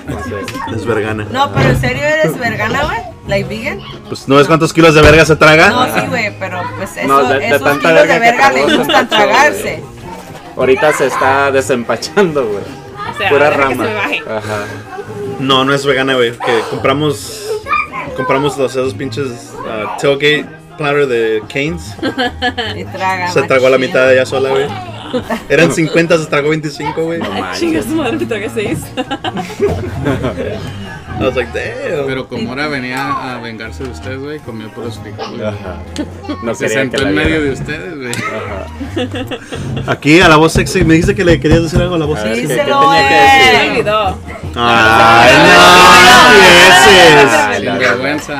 [SPEAKER 3] Entonces,
[SPEAKER 1] Es vergana.
[SPEAKER 4] No, pero en serio eres vergana, güey. like vegan.
[SPEAKER 1] Pues no ves cuántos kilos de verga se traga.
[SPEAKER 4] No, sí, güey, pero pues eso,
[SPEAKER 3] No, de- de
[SPEAKER 4] esos
[SPEAKER 3] tanta
[SPEAKER 4] kilos de
[SPEAKER 3] verga que
[SPEAKER 4] verga
[SPEAKER 3] acabó,
[SPEAKER 4] le
[SPEAKER 3] se
[SPEAKER 4] gustan
[SPEAKER 3] empachó,
[SPEAKER 4] tragarse.
[SPEAKER 3] Ahorita se está desempachando, güey.
[SPEAKER 8] O sea,
[SPEAKER 3] Pura
[SPEAKER 8] deja que se
[SPEAKER 3] rama.
[SPEAKER 8] me baje.
[SPEAKER 3] Ajá.
[SPEAKER 1] No, no es vegana, güey. Que compramos. Compramos los, esos pinches ah, tailgate platter de Canes.
[SPEAKER 4] Y traga.
[SPEAKER 1] Se tragó la mitad de ella sola, güey. Eran 50, se tragó 25, güey.
[SPEAKER 3] No
[SPEAKER 1] I
[SPEAKER 8] Ay, chinga
[SPEAKER 3] manches.
[SPEAKER 8] su madre, me tragué seis.
[SPEAKER 1] was like, damn.
[SPEAKER 6] Pero como ahora venía a vengarse de ustedes, güey, comió puros frijoles.
[SPEAKER 3] Ajá. No
[SPEAKER 6] Se
[SPEAKER 3] quería que
[SPEAKER 6] sentó
[SPEAKER 3] la
[SPEAKER 6] en medio
[SPEAKER 3] viera.
[SPEAKER 6] de ustedes, güey.
[SPEAKER 3] Ajá.
[SPEAKER 1] Aquí a la voz sexy. Me dijiste que le querías decir algo a la voz
[SPEAKER 3] A ver,
[SPEAKER 1] sexy.
[SPEAKER 3] ¿qué- qué
[SPEAKER 4] Díselo,
[SPEAKER 3] tenía que
[SPEAKER 8] Se
[SPEAKER 4] eh.
[SPEAKER 8] me
[SPEAKER 3] decir?
[SPEAKER 8] olvidó.
[SPEAKER 1] Ay, no, no
[SPEAKER 3] Ay,
[SPEAKER 1] empieces.
[SPEAKER 6] Sin
[SPEAKER 3] la-
[SPEAKER 6] vergüenza.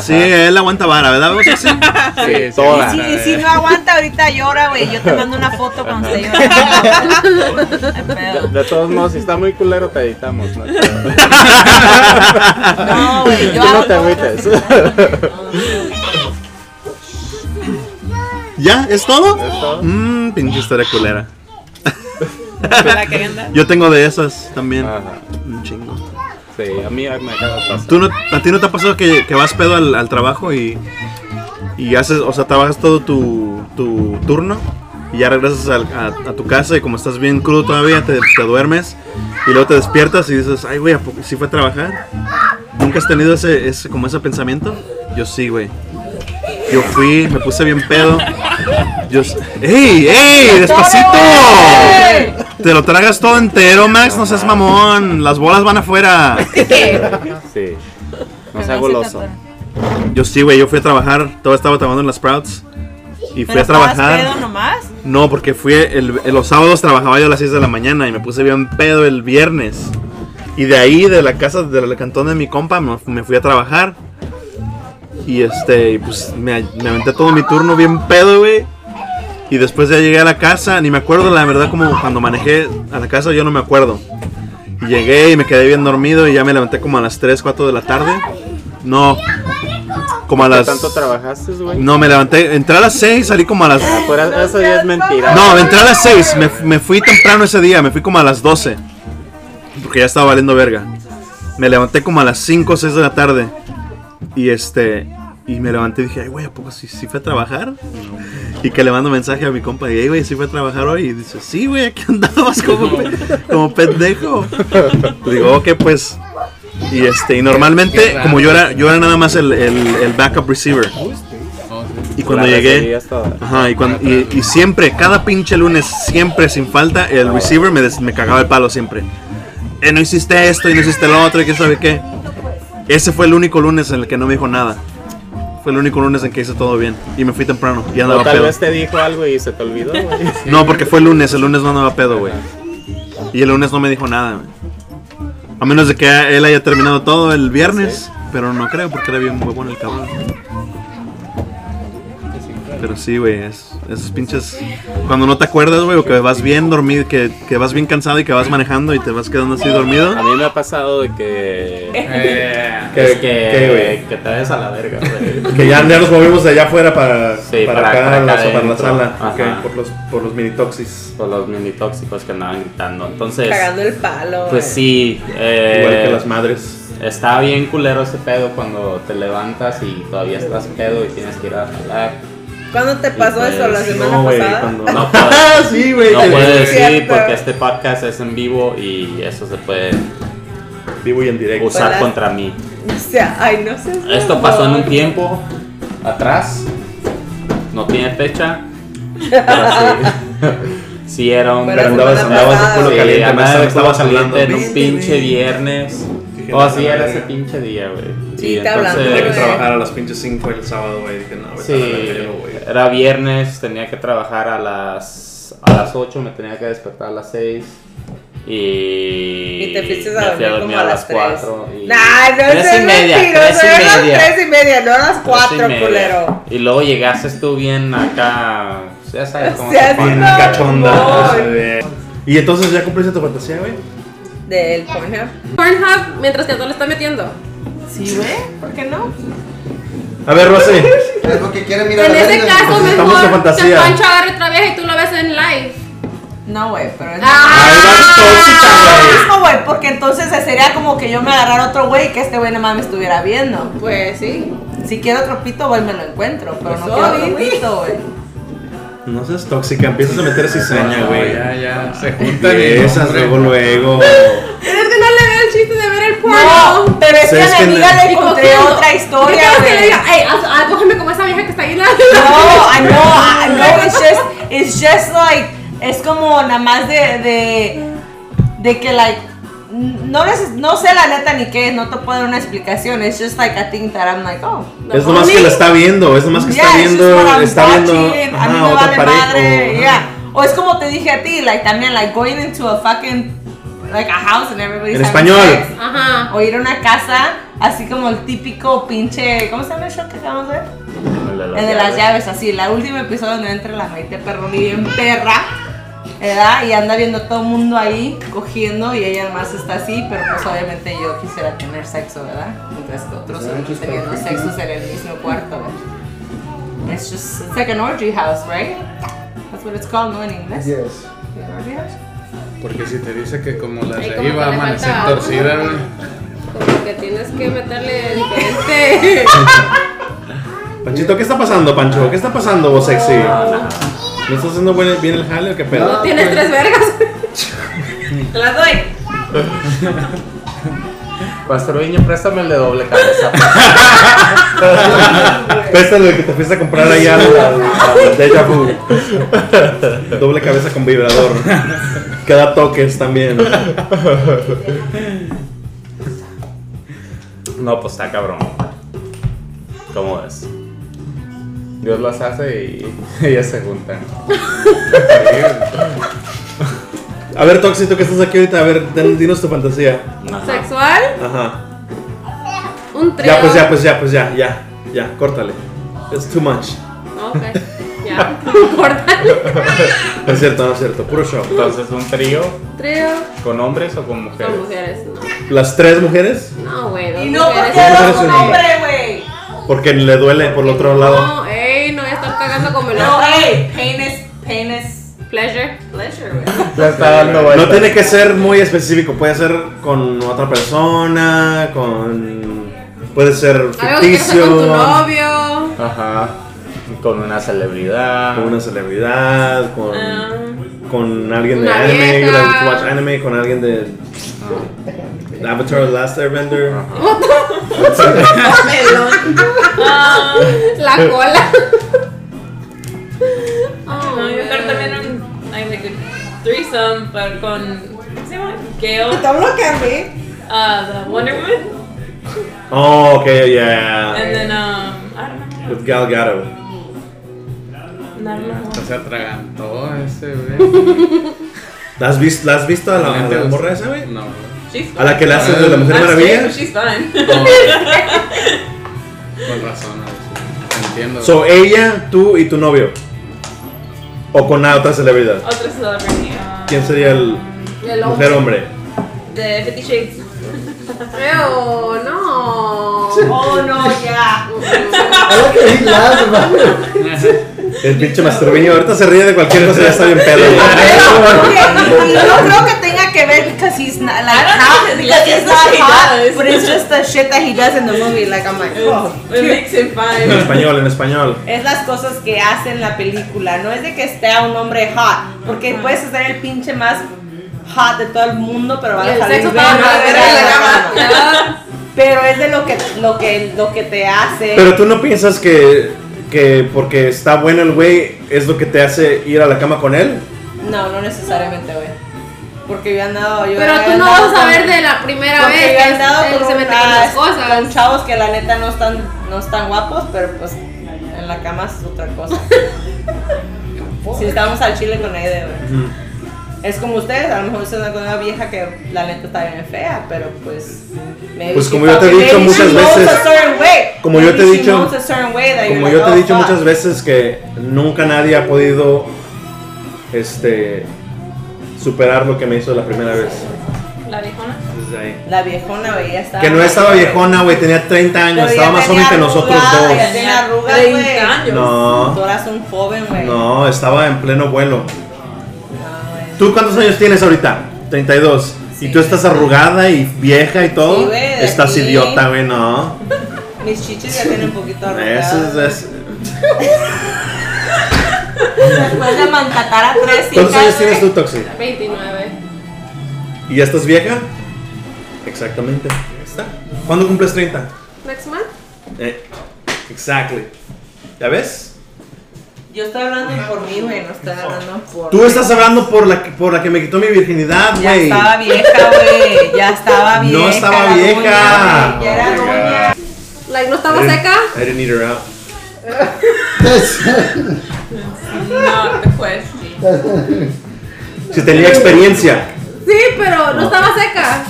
[SPEAKER 1] Sí, él aguanta vara, ¿verdad, voz sexy?
[SPEAKER 6] Sí, sí.
[SPEAKER 3] toda.
[SPEAKER 4] Y si, si no aguanta, ahorita llora, güey. Yo te mando una foto cuando se llora. Ay,
[SPEAKER 3] De,
[SPEAKER 4] pedo.
[SPEAKER 3] de todos modos, si está muy culero, te editamos. No,
[SPEAKER 4] No, güey, yo
[SPEAKER 3] Tú no
[SPEAKER 4] hago
[SPEAKER 3] te
[SPEAKER 4] todo.
[SPEAKER 3] agüites.
[SPEAKER 1] ¿Ya? ¿Es todo?
[SPEAKER 3] ¿Es todo?
[SPEAKER 1] Mmm, pinche historia culera.
[SPEAKER 8] Me la quería andar.
[SPEAKER 1] Yo tengo de esas también.
[SPEAKER 3] Ajá.
[SPEAKER 1] Un chingo.
[SPEAKER 3] Sí, a mí me acaba de pasar.
[SPEAKER 1] ¿Tú no, ¿A ti no te ha pasado que, que vas pedo al, al trabajo y, y haces, o sea, trabajas todo tu, tu turno y ya regresas al- a, a tu casa y como estás bien crudo todavía te, te duermes y luego te despiertas y dices, ay, güey, ¿a poco sí fue a trabajar? ¿Nunca has tenido ese, ese, como ese pensamiento? Yo sí, güey. Yo fui, me puse bien pedo. Yo, s- ¡Ey, ey! ¡Despacito! Te lo tragas todo entero, Max, no seas mamón. Las bolas van afuera.
[SPEAKER 3] Sí. No
[SPEAKER 4] Pero
[SPEAKER 3] sea
[SPEAKER 4] no
[SPEAKER 3] goloso.
[SPEAKER 4] se tatuó.
[SPEAKER 1] Yo sí, güey, yo fui a trabajar, todo estaba trabajando en las Sprouts. Y fui
[SPEAKER 4] ¿Pero
[SPEAKER 1] a trabajar.
[SPEAKER 4] estabas pedo nomás?
[SPEAKER 1] No, porque fui el- el- los sábados trabajaba yo a las 6 de la mañana y me puse bien pedo el viernes. Y de ahí, de la casa, del cantón de mi compa, me, me fui a trabajar. Y este, y pues me, me aventé todo mi turno bien pedo, güey. Y después ya llegué a la casa, ni me acuerdo, la verdad, como cuando manejé a la casa, yo no me acuerdo. Y llegué y me quedé bien dormido y ya me levanté como a las 3, 4 de la tarde. No, como a
[SPEAKER 3] ¿Qué
[SPEAKER 1] las.
[SPEAKER 3] tanto trabajaste, güey?
[SPEAKER 1] No, me levanté, entré a las 6, salí como a las
[SPEAKER 3] Fuera- eso ya es mentira.
[SPEAKER 1] no, entré a las 6. Me, me fui temprano ese día. Me fui como a las 12. Porque ya estaba valiendo verga. Me levanté como a las 5 o 6 de la tarde. Y este. Y me levanté y dije, ay, güey, ¿a poco sí, sí fue a trabajar? Y que le mando mensaje a mi compa. Y, ay, güey, sí fue a trabajar hoy. Y dice, sí, güey, aquí andabas como, pe- como pendejo. Le digo, ok, pues. Y este, y
[SPEAKER 6] Qué
[SPEAKER 1] normalmente,
[SPEAKER 6] raro.
[SPEAKER 1] como yo era, yo era nada más el, el- el backup receiver.
[SPEAKER 6] Oh,
[SPEAKER 1] Y cuando
[SPEAKER 3] La
[SPEAKER 1] llegué.
[SPEAKER 3] recibías toda.
[SPEAKER 1] Ajá, y, cuan- y, y siempre, cada pinche lunes, siempre sin falta, el receiver me, des- me cagaba el palo siempre. Eh, no hiciste esto y no hiciste lo otro y quién sabe qué. Ese fue el único lunes en el que no me dijo nada. Fue el único lunes en que hice todo bien. Y me fui temprano y
[SPEAKER 3] O
[SPEAKER 1] andaba
[SPEAKER 3] tal
[SPEAKER 1] pedo.
[SPEAKER 3] vez te dijo algo y se te olvidó, güey.
[SPEAKER 1] No, porque fue el lunes, el lunes no andaba pedo, güey. Y el lunes no me dijo nada, güey. A menos de que él haya terminado todo el viernes. Pero no creo, porque era bien huevón el cabrón. Pero sí, güey, es- esos pinches... Cuando no te acuerdas, güey, o que vas bien dormido, que, que vas bien cansado y que vas manejando y te vas quedando así dormido.
[SPEAKER 3] A mí me ha pasado de que.
[SPEAKER 6] eh,
[SPEAKER 3] Que, que,
[SPEAKER 1] qué, güey?
[SPEAKER 3] que te des a la verga, güey.
[SPEAKER 1] Que ya, nos movimos de allá afuera para,
[SPEAKER 3] Sí, para para acá, acá la- para la adentro. sala, Ajá. ok, por
[SPEAKER 1] los, por los minitoxis.
[SPEAKER 3] Por los mini tóxicos que andaban gritando. Entonces,
[SPEAKER 4] Cagando el palo.
[SPEAKER 3] pues
[SPEAKER 4] güey.
[SPEAKER 3] sí. Eh,
[SPEAKER 1] madres.
[SPEAKER 3] Está bien culero ese pedo cuando te levantas y todavía estás pedo y tienes que ir a jalar.
[SPEAKER 4] ¿Cuándo te pasó
[SPEAKER 3] Y,
[SPEAKER 4] eso? ¿La
[SPEAKER 3] pues,
[SPEAKER 4] semana
[SPEAKER 3] no, güey,
[SPEAKER 4] pasada?
[SPEAKER 3] cuando- No puedo,
[SPEAKER 1] sí, güey.
[SPEAKER 3] no puedo decir
[SPEAKER 4] Cierto.
[SPEAKER 3] porque este podcast es en vivo y eso se puede
[SPEAKER 1] Vivo y en directo.
[SPEAKER 3] usar
[SPEAKER 4] Hola.
[SPEAKER 3] contra mí.
[SPEAKER 4] O sea, ay, no sé.
[SPEAKER 3] Esto pasó en un tiempo atrás. No tiene fecha. Pero sí. sí, era un.
[SPEAKER 4] Pero andabas- andabas de culo
[SPEAKER 3] Sí,
[SPEAKER 1] caliente,
[SPEAKER 3] andaba
[SPEAKER 1] me
[SPEAKER 3] de culo
[SPEAKER 1] estabas
[SPEAKER 3] caliente
[SPEAKER 1] hablando.
[SPEAKER 3] en un
[SPEAKER 4] Vente,
[SPEAKER 3] pinche
[SPEAKER 4] ven.
[SPEAKER 3] viernes.
[SPEAKER 1] Dije,
[SPEAKER 3] Oh,
[SPEAKER 1] no,
[SPEAKER 3] sí,
[SPEAKER 1] no,
[SPEAKER 3] era
[SPEAKER 1] no,
[SPEAKER 3] ese
[SPEAKER 1] no.
[SPEAKER 3] pinche día, güey.
[SPEAKER 4] Sí,
[SPEAKER 3] Y
[SPEAKER 4] está hablando,
[SPEAKER 3] entonces-
[SPEAKER 1] Tenía que
[SPEAKER 4] güey.
[SPEAKER 1] trabajar a las pinches 5 el sábado, güey. Dije, no, vete a Pues, la
[SPEAKER 3] Sí,
[SPEAKER 1] verga, güey.
[SPEAKER 3] era viernes, tenía que trabajar a las a las 8, me tenía que despertar a las 6 y
[SPEAKER 4] Y te fuiste
[SPEAKER 3] me
[SPEAKER 4] a
[SPEAKER 3] fui
[SPEAKER 4] dormir como a las 3.
[SPEAKER 3] y-
[SPEAKER 4] Nah, no
[SPEAKER 3] Tres
[SPEAKER 4] es
[SPEAKER 3] y media,
[SPEAKER 4] mentiroso.
[SPEAKER 3] tres y
[SPEAKER 4] Eran las
[SPEAKER 3] media,
[SPEAKER 4] 3 y media, no a las
[SPEAKER 3] tres y
[SPEAKER 4] 4,
[SPEAKER 3] media.
[SPEAKER 4] culero.
[SPEAKER 3] Y luego llegaste tú bien acá, ya sabes cómo
[SPEAKER 4] sea,
[SPEAKER 3] se
[SPEAKER 4] sí,
[SPEAKER 3] pone.
[SPEAKER 1] Bien
[SPEAKER 4] no.
[SPEAKER 1] cachonda.
[SPEAKER 4] Ay.
[SPEAKER 1] se ve. Y entonces ya cumpliste tu fantasía, güey.
[SPEAKER 4] Del Pornhub.
[SPEAKER 5] Pornhub, mientras que todo le está metiendo.
[SPEAKER 4] Sí, güey.
[SPEAKER 5] ¿Por qué no?
[SPEAKER 1] A ver, Rosé.
[SPEAKER 2] Es lo que quiere mirar.
[SPEAKER 5] En
[SPEAKER 2] la
[SPEAKER 5] ese
[SPEAKER 2] verga.
[SPEAKER 5] caso,
[SPEAKER 1] Estamos de
[SPEAKER 5] mejor que
[SPEAKER 1] fantasía.
[SPEAKER 5] Pancho agarre otra vieja y tú lo ves en live.
[SPEAKER 4] No, güey, pero es.
[SPEAKER 5] Ah.
[SPEAKER 4] No, es lo mismo, güey, porque entonces es sería como que yo me agarrara otro güey y que este güey nada más me estuviera viendo.
[SPEAKER 5] Pues sí.
[SPEAKER 4] Si quiero otro pito, voy me lo encuentro, pero no
[SPEAKER 5] Pues,
[SPEAKER 4] quiero
[SPEAKER 5] obvio.
[SPEAKER 4] otro pito, güey.
[SPEAKER 1] No seas tóxica, empiezas a meter cizaña, güey.
[SPEAKER 6] Ya, ya, se juntan y
[SPEAKER 1] Empiezas
[SPEAKER 6] hombre,
[SPEAKER 1] luego, luego.
[SPEAKER 5] Es que no le veo el chiste de ver el porno.
[SPEAKER 4] No, pero es que
[SPEAKER 1] ¿Sabes
[SPEAKER 4] a mi
[SPEAKER 1] qué?
[SPEAKER 4] amiga le
[SPEAKER 5] Y
[SPEAKER 4] encontré
[SPEAKER 5] cogiendo.
[SPEAKER 4] otra historia,
[SPEAKER 5] Yo quiero que le
[SPEAKER 4] güey.
[SPEAKER 5] diga, "Ey, haz- haz- cógeme como esa vieja que está ahí en la...
[SPEAKER 4] No, I know, I know, it's just, it's just like, es como nada más de, de, de que like, no, neces- no sé la neta ni qué, no te puedo dar una explicación, it's just like a thing that I'm like, oh.
[SPEAKER 1] Es lo más que la está viendo, es lo más que está
[SPEAKER 4] Yeah, it's just what
[SPEAKER 1] viendo,
[SPEAKER 4] I'm
[SPEAKER 1] está viendo
[SPEAKER 4] watching, a mí
[SPEAKER 1] ajá,
[SPEAKER 4] me
[SPEAKER 1] otra
[SPEAKER 4] vale madre,
[SPEAKER 1] pareja.
[SPEAKER 4] yeah. O es como te dije a ti, like, también, like, going into a fucking, like, a house and everybody's
[SPEAKER 1] En
[SPEAKER 4] having
[SPEAKER 1] español.
[SPEAKER 4] sex.
[SPEAKER 5] Ajá.
[SPEAKER 4] O ir a una casa, así como el típico pinche, ¿cómo se llama el show que acabamos de ver? El de las llaves, así, la última episodio donde entra la maite perrón y bien perra, ¿verdad? Y anda viendo todo el mundo ahí cogiendo y ella más está así, pero pues obviamente yo quisiera tener sexo, ¿verdad? Mientras que otros están teniendo sexos en el mismo cuarto, ¿verdad? It's just, it's like an orgy house, right? That's what it's called, ¿no? En inglés.
[SPEAKER 2] Yes.
[SPEAKER 4] Orgy house.
[SPEAKER 6] Porque si te dice que como la
[SPEAKER 5] Ay,
[SPEAKER 6] de
[SPEAKER 5] como
[SPEAKER 6] ahí va a
[SPEAKER 5] que le
[SPEAKER 6] amanecer
[SPEAKER 5] falta algo.
[SPEAKER 6] torcida, güey.
[SPEAKER 5] Como que tienes que meterle diferente.
[SPEAKER 1] Panchito, ¿qué está pasando, Pancho? ¿Qué está pasando, vos sexy? ¿No estás haciendo buen- bien el jale o qué pedo?
[SPEAKER 5] Tienes tres vergas.
[SPEAKER 8] Te las doy.
[SPEAKER 3] Pastor Viño, préstame el de doble cabeza.
[SPEAKER 1] Péstale que te fuiste a comprar allá al, al- al Deja Vu. Doble cabeza con vibrador. Que da toques también.
[SPEAKER 3] No, pues está cabrón. ¿Cómo es? Dios las hace y ellas se juntan.
[SPEAKER 1] A ver, Toxito, que estás aquí ahorita, a ver, den- dinos tu fantasía.
[SPEAKER 5] Sexual.
[SPEAKER 1] Ajá.
[SPEAKER 5] Un trío.
[SPEAKER 1] Ya, pues ya, pues ya, pues ya, ya, ya, córtale. It's too much.
[SPEAKER 5] Ok. Ya. Córtale.
[SPEAKER 1] No es cierto, no es cierto, puro show.
[SPEAKER 3] Entonces, un trío
[SPEAKER 5] Trío.
[SPEAKER 3] con hombres o con
[SPEAKER 5] Con
[SPEAKER 3] mujeres.
[SPEAKER 5] mujeres, no.
[SPEAKER 1] ¿Las tres mujeres?
[SPEAKER 5] No, güey. dos
[SPEAKER 4] Y no
[SPEAKER 5] mujeres.
[SPEAKER 4] porque eres
[SPEAKER 1] mujeres
[SPEAKER 4] un
[SPEAKER 1] unidas.
[SPEAKER 4] hombre, güey.
[SPEAKER 1] Porque le duele por el otro lado.
[SPEAKER 5] No, ey, no voy a estar cagando como el
[SPEAKER 4] No,
[SPEAKER 5] otro.
[SPEAKER 4] hey, pain is, pain is
[SPEAKER 5] Pleasure.
[SPEAKER 4] pleasure, güey.
[SPEAKER 3] La está dando
[SPEAKER 1] No tiene que ser muy específico, puede ser con otra persona, con... Puede ser
[SPEAKER 5] Algo que quieras hacer con tu
[SPEAKER 1] ficticio,
[SPEAKER 5] novio.
[SPEAKER 3] Ajá. Con una celebridad.
[SPEAKER 1] con una celebridad, con, con alguien de
[SPEAKER 5] Ah. Una
[SPEAKER 1] anime,
[SPEAKER 5] vieja.
[SPEAKER 1] like, watch anime, con alguien de...
[SPEAKER 5] Ah.
[SPEAKER 1] Avatar The Last Airbender.
[SPEAKER 5] La cola.
[SPEAKER 8] No, yo creo también un. Ay, me threesome, pero con. ¿Cómo se llama? Gale.
[SPEAKER 7] Está bloqueando.
[SPEAKER 8] Uh, the Wonder Woman.
[SPEAKER 1] Oh, okay, yeah.
[SPEAKER 5] Eh.
[SPEAKER 8] And then, um, I don't know.
[SPEAKER 1] With Gal Gadot.
[SPEAKER 8] No, no.
[SPEAKER 6] O sea, atragantó ese, güey.
[SPEAKER 1] ¿La has visto, ¿la has visto a la, a la
[SPEAKER 6] Realmente
[SPEAKER 1] morra esa, güey?
[SPEAKER 6] No, güey.
[SPEAKER 8] She's
[SPEAKER 1] ¿A la que le haces de la Mujer
[SPEAKER 5] Ah,
[SPEAKER 8] I'm scared,
[SPEAKER 1] Maravilla?
[SPEAKER 8] but she's fine.
[SPEAKER 6] No, Con razón, güey. Entiendo.
[SPEAKER 1] So, eh, ella, tú y tu novio. O con otra celebridad.
[SPEAKER 8] Otra celebrity. uh,
[SPEAKER 1] ¿Quién sería el
[SPEAKER 5] El
[SPEAKER 1] mujer
[SPEAKER 5] hombre.
[SPEAKER 1] hombre?
[SPEAKER 8] De Fifty Shades.
[SPEAKER 5] Creo, no.
[SPEAKER 4] Oh, no, ya.
[SPEAKER 2] Algo que vi last, man.
[SPEAKER 1] El pinche masturbiño ahorita se ríe de cualquier cosa, ya está bien pedo. güey.
[SPEAKER 4] Okay, y no creo que tenga que ver because he's not like hot, because he's not
[SPEAKER 8] he
[SPEAKER 4] hot,
[SPEAKER 8] does.
[SPEAKER 4] but it's just the shit that he does in the movie. Like I'm like, oh.
[SPEAKER 8] It makes him
[SPEAKER 1] En
[SPEAKER 8] fine.
[SPEAKER 1] español, en español.
[SPEAKER 4] Es las cosas que hace en la película, no es de que esté a un hombre hot, porque puedes ser el pinche más hot de todo el mundo, pero van a
[SPEAKER 5] El
[SPEAKER 4] salir
[SPEAKER 5] sexo
[SPEAKER 4] vergas
[SPEAKER 5] para la
[SPEAKER 4] de
[SPEAKER 5] verga de la
[SPEAKER 4] la
[SPEAKER 5] cama.
[SPEAKER 4] mano. Pero es de lo que lo que lo que te hace.
[SPEAKER 1] Pero tú no piensas que, que porque está bueno el güey es lo que te hace ir a la cama con él.
[SPEAKER 4] No, no necesariamente, güey. Porque yo he andado yo
[SPEAKER 5] Pero
[SPEAKER 4] he
[SPEAKER 5] tú no
[SPEAKER 4] andado
[SPEAKER 5] vas a
[SPEAKER 4] con-
[SPEAKER 5] saber de la primera
[SPEAKER 4] Porque
[SPEAKER 5] vez
[SPEAKER 4] yo
[SPEAKER 5] que
[SPEAKER 4] he andado
[SPEAKER 5] él
[SPEAKER 4] con
[SPEAKER 5] se mete con
[SPEAKER 4] unas-
[SPEAKER 5] las cosas.
[SPEAKER 4] con chavos que la neta no están, no están guapos, pero pues en la cama es otra cosa. si estábamos al chile con ella, güey. Es como ustedes, a lo mejor ustedes andan con una vieja que la neta está bien fea, pero pues. maybe
[SPEAKER 1] Pues
[SPEAKER 4] she
[SPEAKER 1] como yo te he
[SPEAKER 4] fucking-
[SPEAKER 1] dicho
[SPEAKER 4] maybe she
[SPEAKER 1] muchas
[SPEAKER 4] knows
[SPEAKER 1] veces-
[SPEAKER 4] a certain way.
[SPEAKER 1] como yo
[SPEAKER 4] Maybe
[SPEAKER 1] te he
[SPEAKER 4] she
[SPEAKER 1] dicho-
[SPEAKER 4] knows a certain way that you're
[SPEAKER 1] Como
[SPEAKER 4] like,
[SPEAKER 1] yo te he
[SPEAKER 4] "Oh,
[SPEAKER 1] dicho
[SPEAKER 4] fuck".
[SPEAKER 1] muchas veces que nunca nadie ha podido este superar lo que me hizo la primera vez.
[SPEAKER 8] La viejona.
[SPEAKER 4] La viejona, güey, ya estaba.
[SPEAKER 1] Que no estaba viejona, güey, tenía 30 años,
[SPEAKER 4] Pero
[SPEAKER 1] estaba
[SPEAKER 4] ya
[SPEAKER 1] más
[SPEAKER 4] tenía
[SPEAKER 1] joven que nosotros
[SPEAKER 4] arrugada, ya
[SPEAKER 1] dos.
[SPEAKER 4] Tiene arrugas, güey.
[SPEAKER 8] 30 años.
[SPEAKER 4] Tú
[SPEAKER 1] No,
[SPEAKER 4] eras un joven, güey.
[SPEAKER 1] no, estaba en pleno vuelo.
[SPEAKER 4] No, güey.
[SPEAKER 1] ¿Tú cuántos años tienes ahorita? 32. Y tú estás arrugada y vieja y todo.
[SPEAKER 4] Sí, güey, de
[SPEAKER 1] estás
[SPEAKER 4] aquí.
[SPEAKER 1] idiota, güey, no.
[SPEAKER 4] Mis chiches ya tienen un poquito
[SPEAKER 1] Eso es.
[SPEAKER 4] arrugadas.
[SPEAKER 1] es-
[SPEAKER 4] Después de mancatar a tres
[SPEAKER 1] ¿Cuántos
[SPEAKER 4] hijas,
[SPEAKER 1] años tienes tú, Toxi?
[SPEAKER 5] 29.
[SPEAKER 1] ¿Y ya estás vieja? Exactamente. Ahí está. ¿Cuándo cumples 30?
[SPEAKER 5] Next month.
[SPEAKER 1] Eh, exactly. ¿Ya ves?
[SPEAKER 4] Yo estoy hablando por mí, güey, no estoy hablando por.
[SPEAKER 1] Tú estás hablando por la, que- por la que me quitó mi virginidad,
[SPEAKER 4] Ya
[SPEAKER 1] güey.
[SPEAKER 4] estaba vieja, güey. Ya estaba vieja.
[SPEAKER 1] No estaba
[SPEAKER 4] la
[SPEAKER 1] vieja.
[SPEAKER 4] doña, güey, ya era
[SPEAKER 1] Oh my
[SPEAKER 4] doña.
[SPEAKER 5] Like, no
[SPEAKER 1] I
[SPEAKER 5] estaba
[SPEAKER 1] didn't-
[SPEAKER 5] seca.
[SPEAKER 1] I didn't need her out.
[SPEAKER 10] Not the question.
[SPEAKER 1] Si tenía experiencia.
[SPEAKER 5] Sí, pero no estaba seca.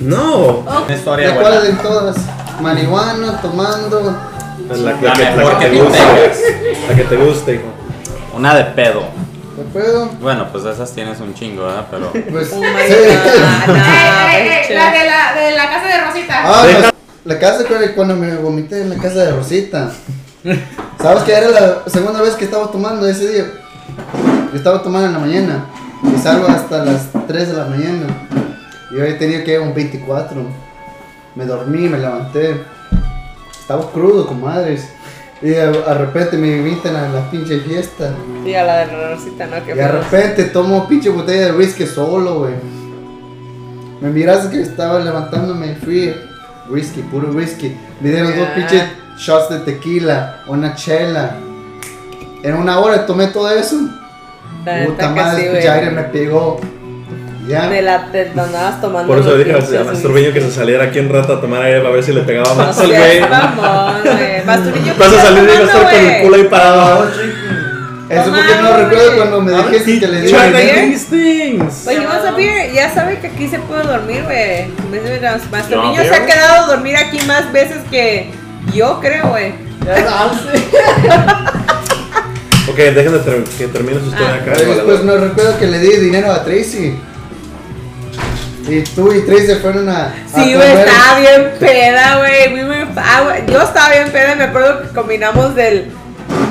[SPEAKER 1] No.
[SPEAKER 3] Una
[SPEAKER 11] ¿Te
[SPEAKER 3] historia
[SPEAKER 11] acuerdas
[SPEAKER 3] buena.
[SPEAKER 11] de todas? Marihuana, tomando.
[SPEAKER 1] La, la
[SPEAKER 3] La
[SPEAKER 1] que, la
[SPEAKER 3] mejor
[SPEAKER 1] que
[SPEAKER 3] que
[SPEAKER 1] te
[SPEAKER 3] tú
[SPEAKER 1] gusta.
[SPEAKER 3] tengas.
[SPEAKER 1] La que te gusta, hijo.
[SPEAKER 3] Una de pedo.
[SPEAKER 11] ¿Te puedo?
[SPEAKER 3] Bueno, pues de esas tienes un chingo, ¿verdad? Pero.
[SPEAKER 11] Pues.
[SPEAKER 4] Oh my
[SPEAKER 11] sí.
[SPEAKER 4] god.
[SPEAKER 1] Ah,
[SPEAKER 4] nah, bitch.
[SPEAKER 5] la de la, de la casa de Rosita.
[SPEAKER 11] Ah, la- la casa cuando- cuando me vomité en la casa de Rosita. ¿Sabes que era la segunda vez que estaba tomando ese día? Yo estaba tomando en la mañana y salgo hasta las 3 de la mañana. Y hoy tenía que ir a un 24. Me dormí, me levanté. Estaba crudo, comadres. Y de de repente me invitan a la pinche fiesta.
[SPEAKER 4] Sí, a la de Rosita, ¿no? Que
[SPEAKER 11] Y de repente tomo pinche botella de whisky solo, güey. Me miras que estaba levantándome y fui whisky, puro whisky. Me dieron dos
[SPEAKER 4] Ya.
[SPEAKER 11] pinches shots de tequila, una chela. En una hora tomé todo eso.
[SPEAKER 4] La
[SPEAKER 11] Puta
[SPEAKER 4] neta que
[SPEAKER 11] madre,
[SPEAKER 4] sí,
[SPEAKER 11] pinche aire
[SPEAKER 4] güey.
[SPEAKER 11] me pegó. Ya.
[SPEAKER 4] Te la te la andabas tomando.
[SPEAKER 1] Por eso
[SPEAKER 4] los
[SPEAKER 1] dije a
[SPEAKER 4] pinches
[SPEAKER 1] a Masturbeño que se saliera aquí un rato a tomar aire para ver si le pegaba
[SPEAKER 4] No
[SPEAKER 1] más al güey.
[SPEAKER 4] seas mamón, güey. Masturillo, ¿qué
[SPEAKER 1] Vas a
[SPEAKER 4] estás
[SPEAKER 1] salir y vas a
[SPEAKER 4] tomando,
[SPEAKER 1] estar con el
[SPEAKER 4] güey?
[SPEAKER 1] culo ahí parado.
[SPEAKER 11] Eso
[SPEAKER 4] No
[SPEAKER 11] porque no
[SPEAKER 4] mames.
[SPEAKER 11] recuerdo cuando me dijiste que le di
[SPEAKER 1] Try
[SPEAKER 4] ¿Beer?
[SPEAKER 1] these things.
[SPEAKER 4] Oye, vamos Pues a ver, ya sabe que aquí se puede dormir, güey. Nuestro
[SPEAKER 3] No,
[SPEAKER 4] niño se
[SPEAKER 3] beer.
[SPEAKER 4] ha quedado a dormir aquí más veces que yo creo, güey.
[SPEAKER 1] Ok, dejen de ter- que termine su historia acá.
[SPEAKER 11] Pero después no recuerdo que le di dinero a Tracy. Y tú y Tracy fueron a. a
[SPEAKER 4] Sí, güey,
[SPEAKER 11] comer.
[SPEAKER 4] estaba bien peda, güey. We were- ah, güey, yo estaba bien peda y me acuerdo que combinamos del,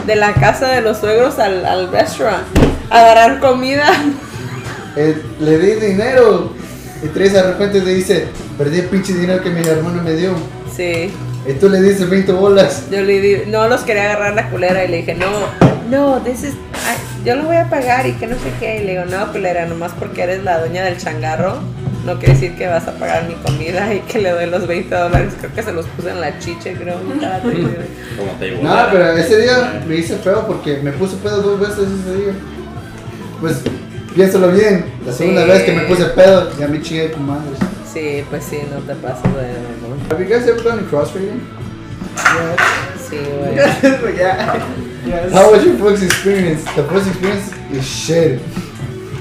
[SPEAKER 4] de la casa de los suegros al, al restaurant. A agarrar comida.
[SPEAKER 11] Eh, le di dinero. Y Tres de repente te dice, perdí el pinche dinero que mi hermano me dio.
[SPEAKER 4] Sí.
[SPEAKER 11] Y tú le dices 20 bolas.
[SPEAKER 4] Yo le di, no los quería agarrar la culera y le dije, no, no, this is, I- yo lo voy a pagar y que no sé qué. Y le digo, no, culera, nomás porque eres la dueña del changarro, no quiere decir que vas a pagar mi comida y que le doy los 20 dólares. Creo que se los puse en la chiche, creo. estaba triste.
[SPEAKER 3] Como te digo.
[SPEAKER 11] No, pero ese día me hice feo porque me puse pedo dos veces ese día. Pues piénsalo bien. La segunda
[SPEAKER 4] Sí.
[SPEAKER 11] vez que me puse pedo, ya me chingué con madres.
[SPEAKER 4] Sí, pues sí, no te pases de mamón.
[SPEAKER 11] Have you guys ever done crossfading?
[SPEAKER 4] Sí, güey.
[SPEAKER 11] How was your first experience? The first experience is shit.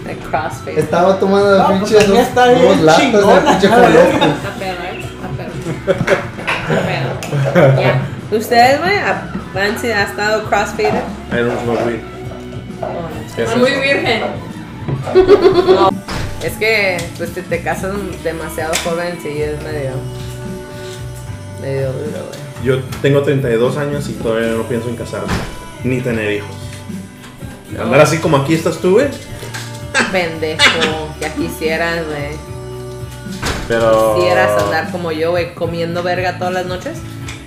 [SPEAKER 4] El crossfit.
[SPEAKER 11] Estaba tomando pinches dos, dos latas de pinche Jalisco.
[SPEAKER 5] Está pedo, eh. Está pedo.
[SPEAKER 4] ¿Ustedes, güey, ha- han sido- han estado crossfit?
[SPEAKER 1] I don't smoke weed.
[SPEAKER 5] Ah,
[SPEAKER 10] Muy virgen.
[SPEAKER 4] Es que, pues, te, te casas demasiado joven, sí, es medio, medio duro, güey.
[SPEAKER 1] Yo tengo 32 años y todavía no pienso en casarme. Ni tener hijos. Andar así como aquí estás tú, güey.
[SPEAKER 4] Pendejo, ya quisieras, güey.
[SPEAKER 3] Pero.
[SPEAKER 4] Quisieras andar como yo, güey, comiendo verga todas las noches.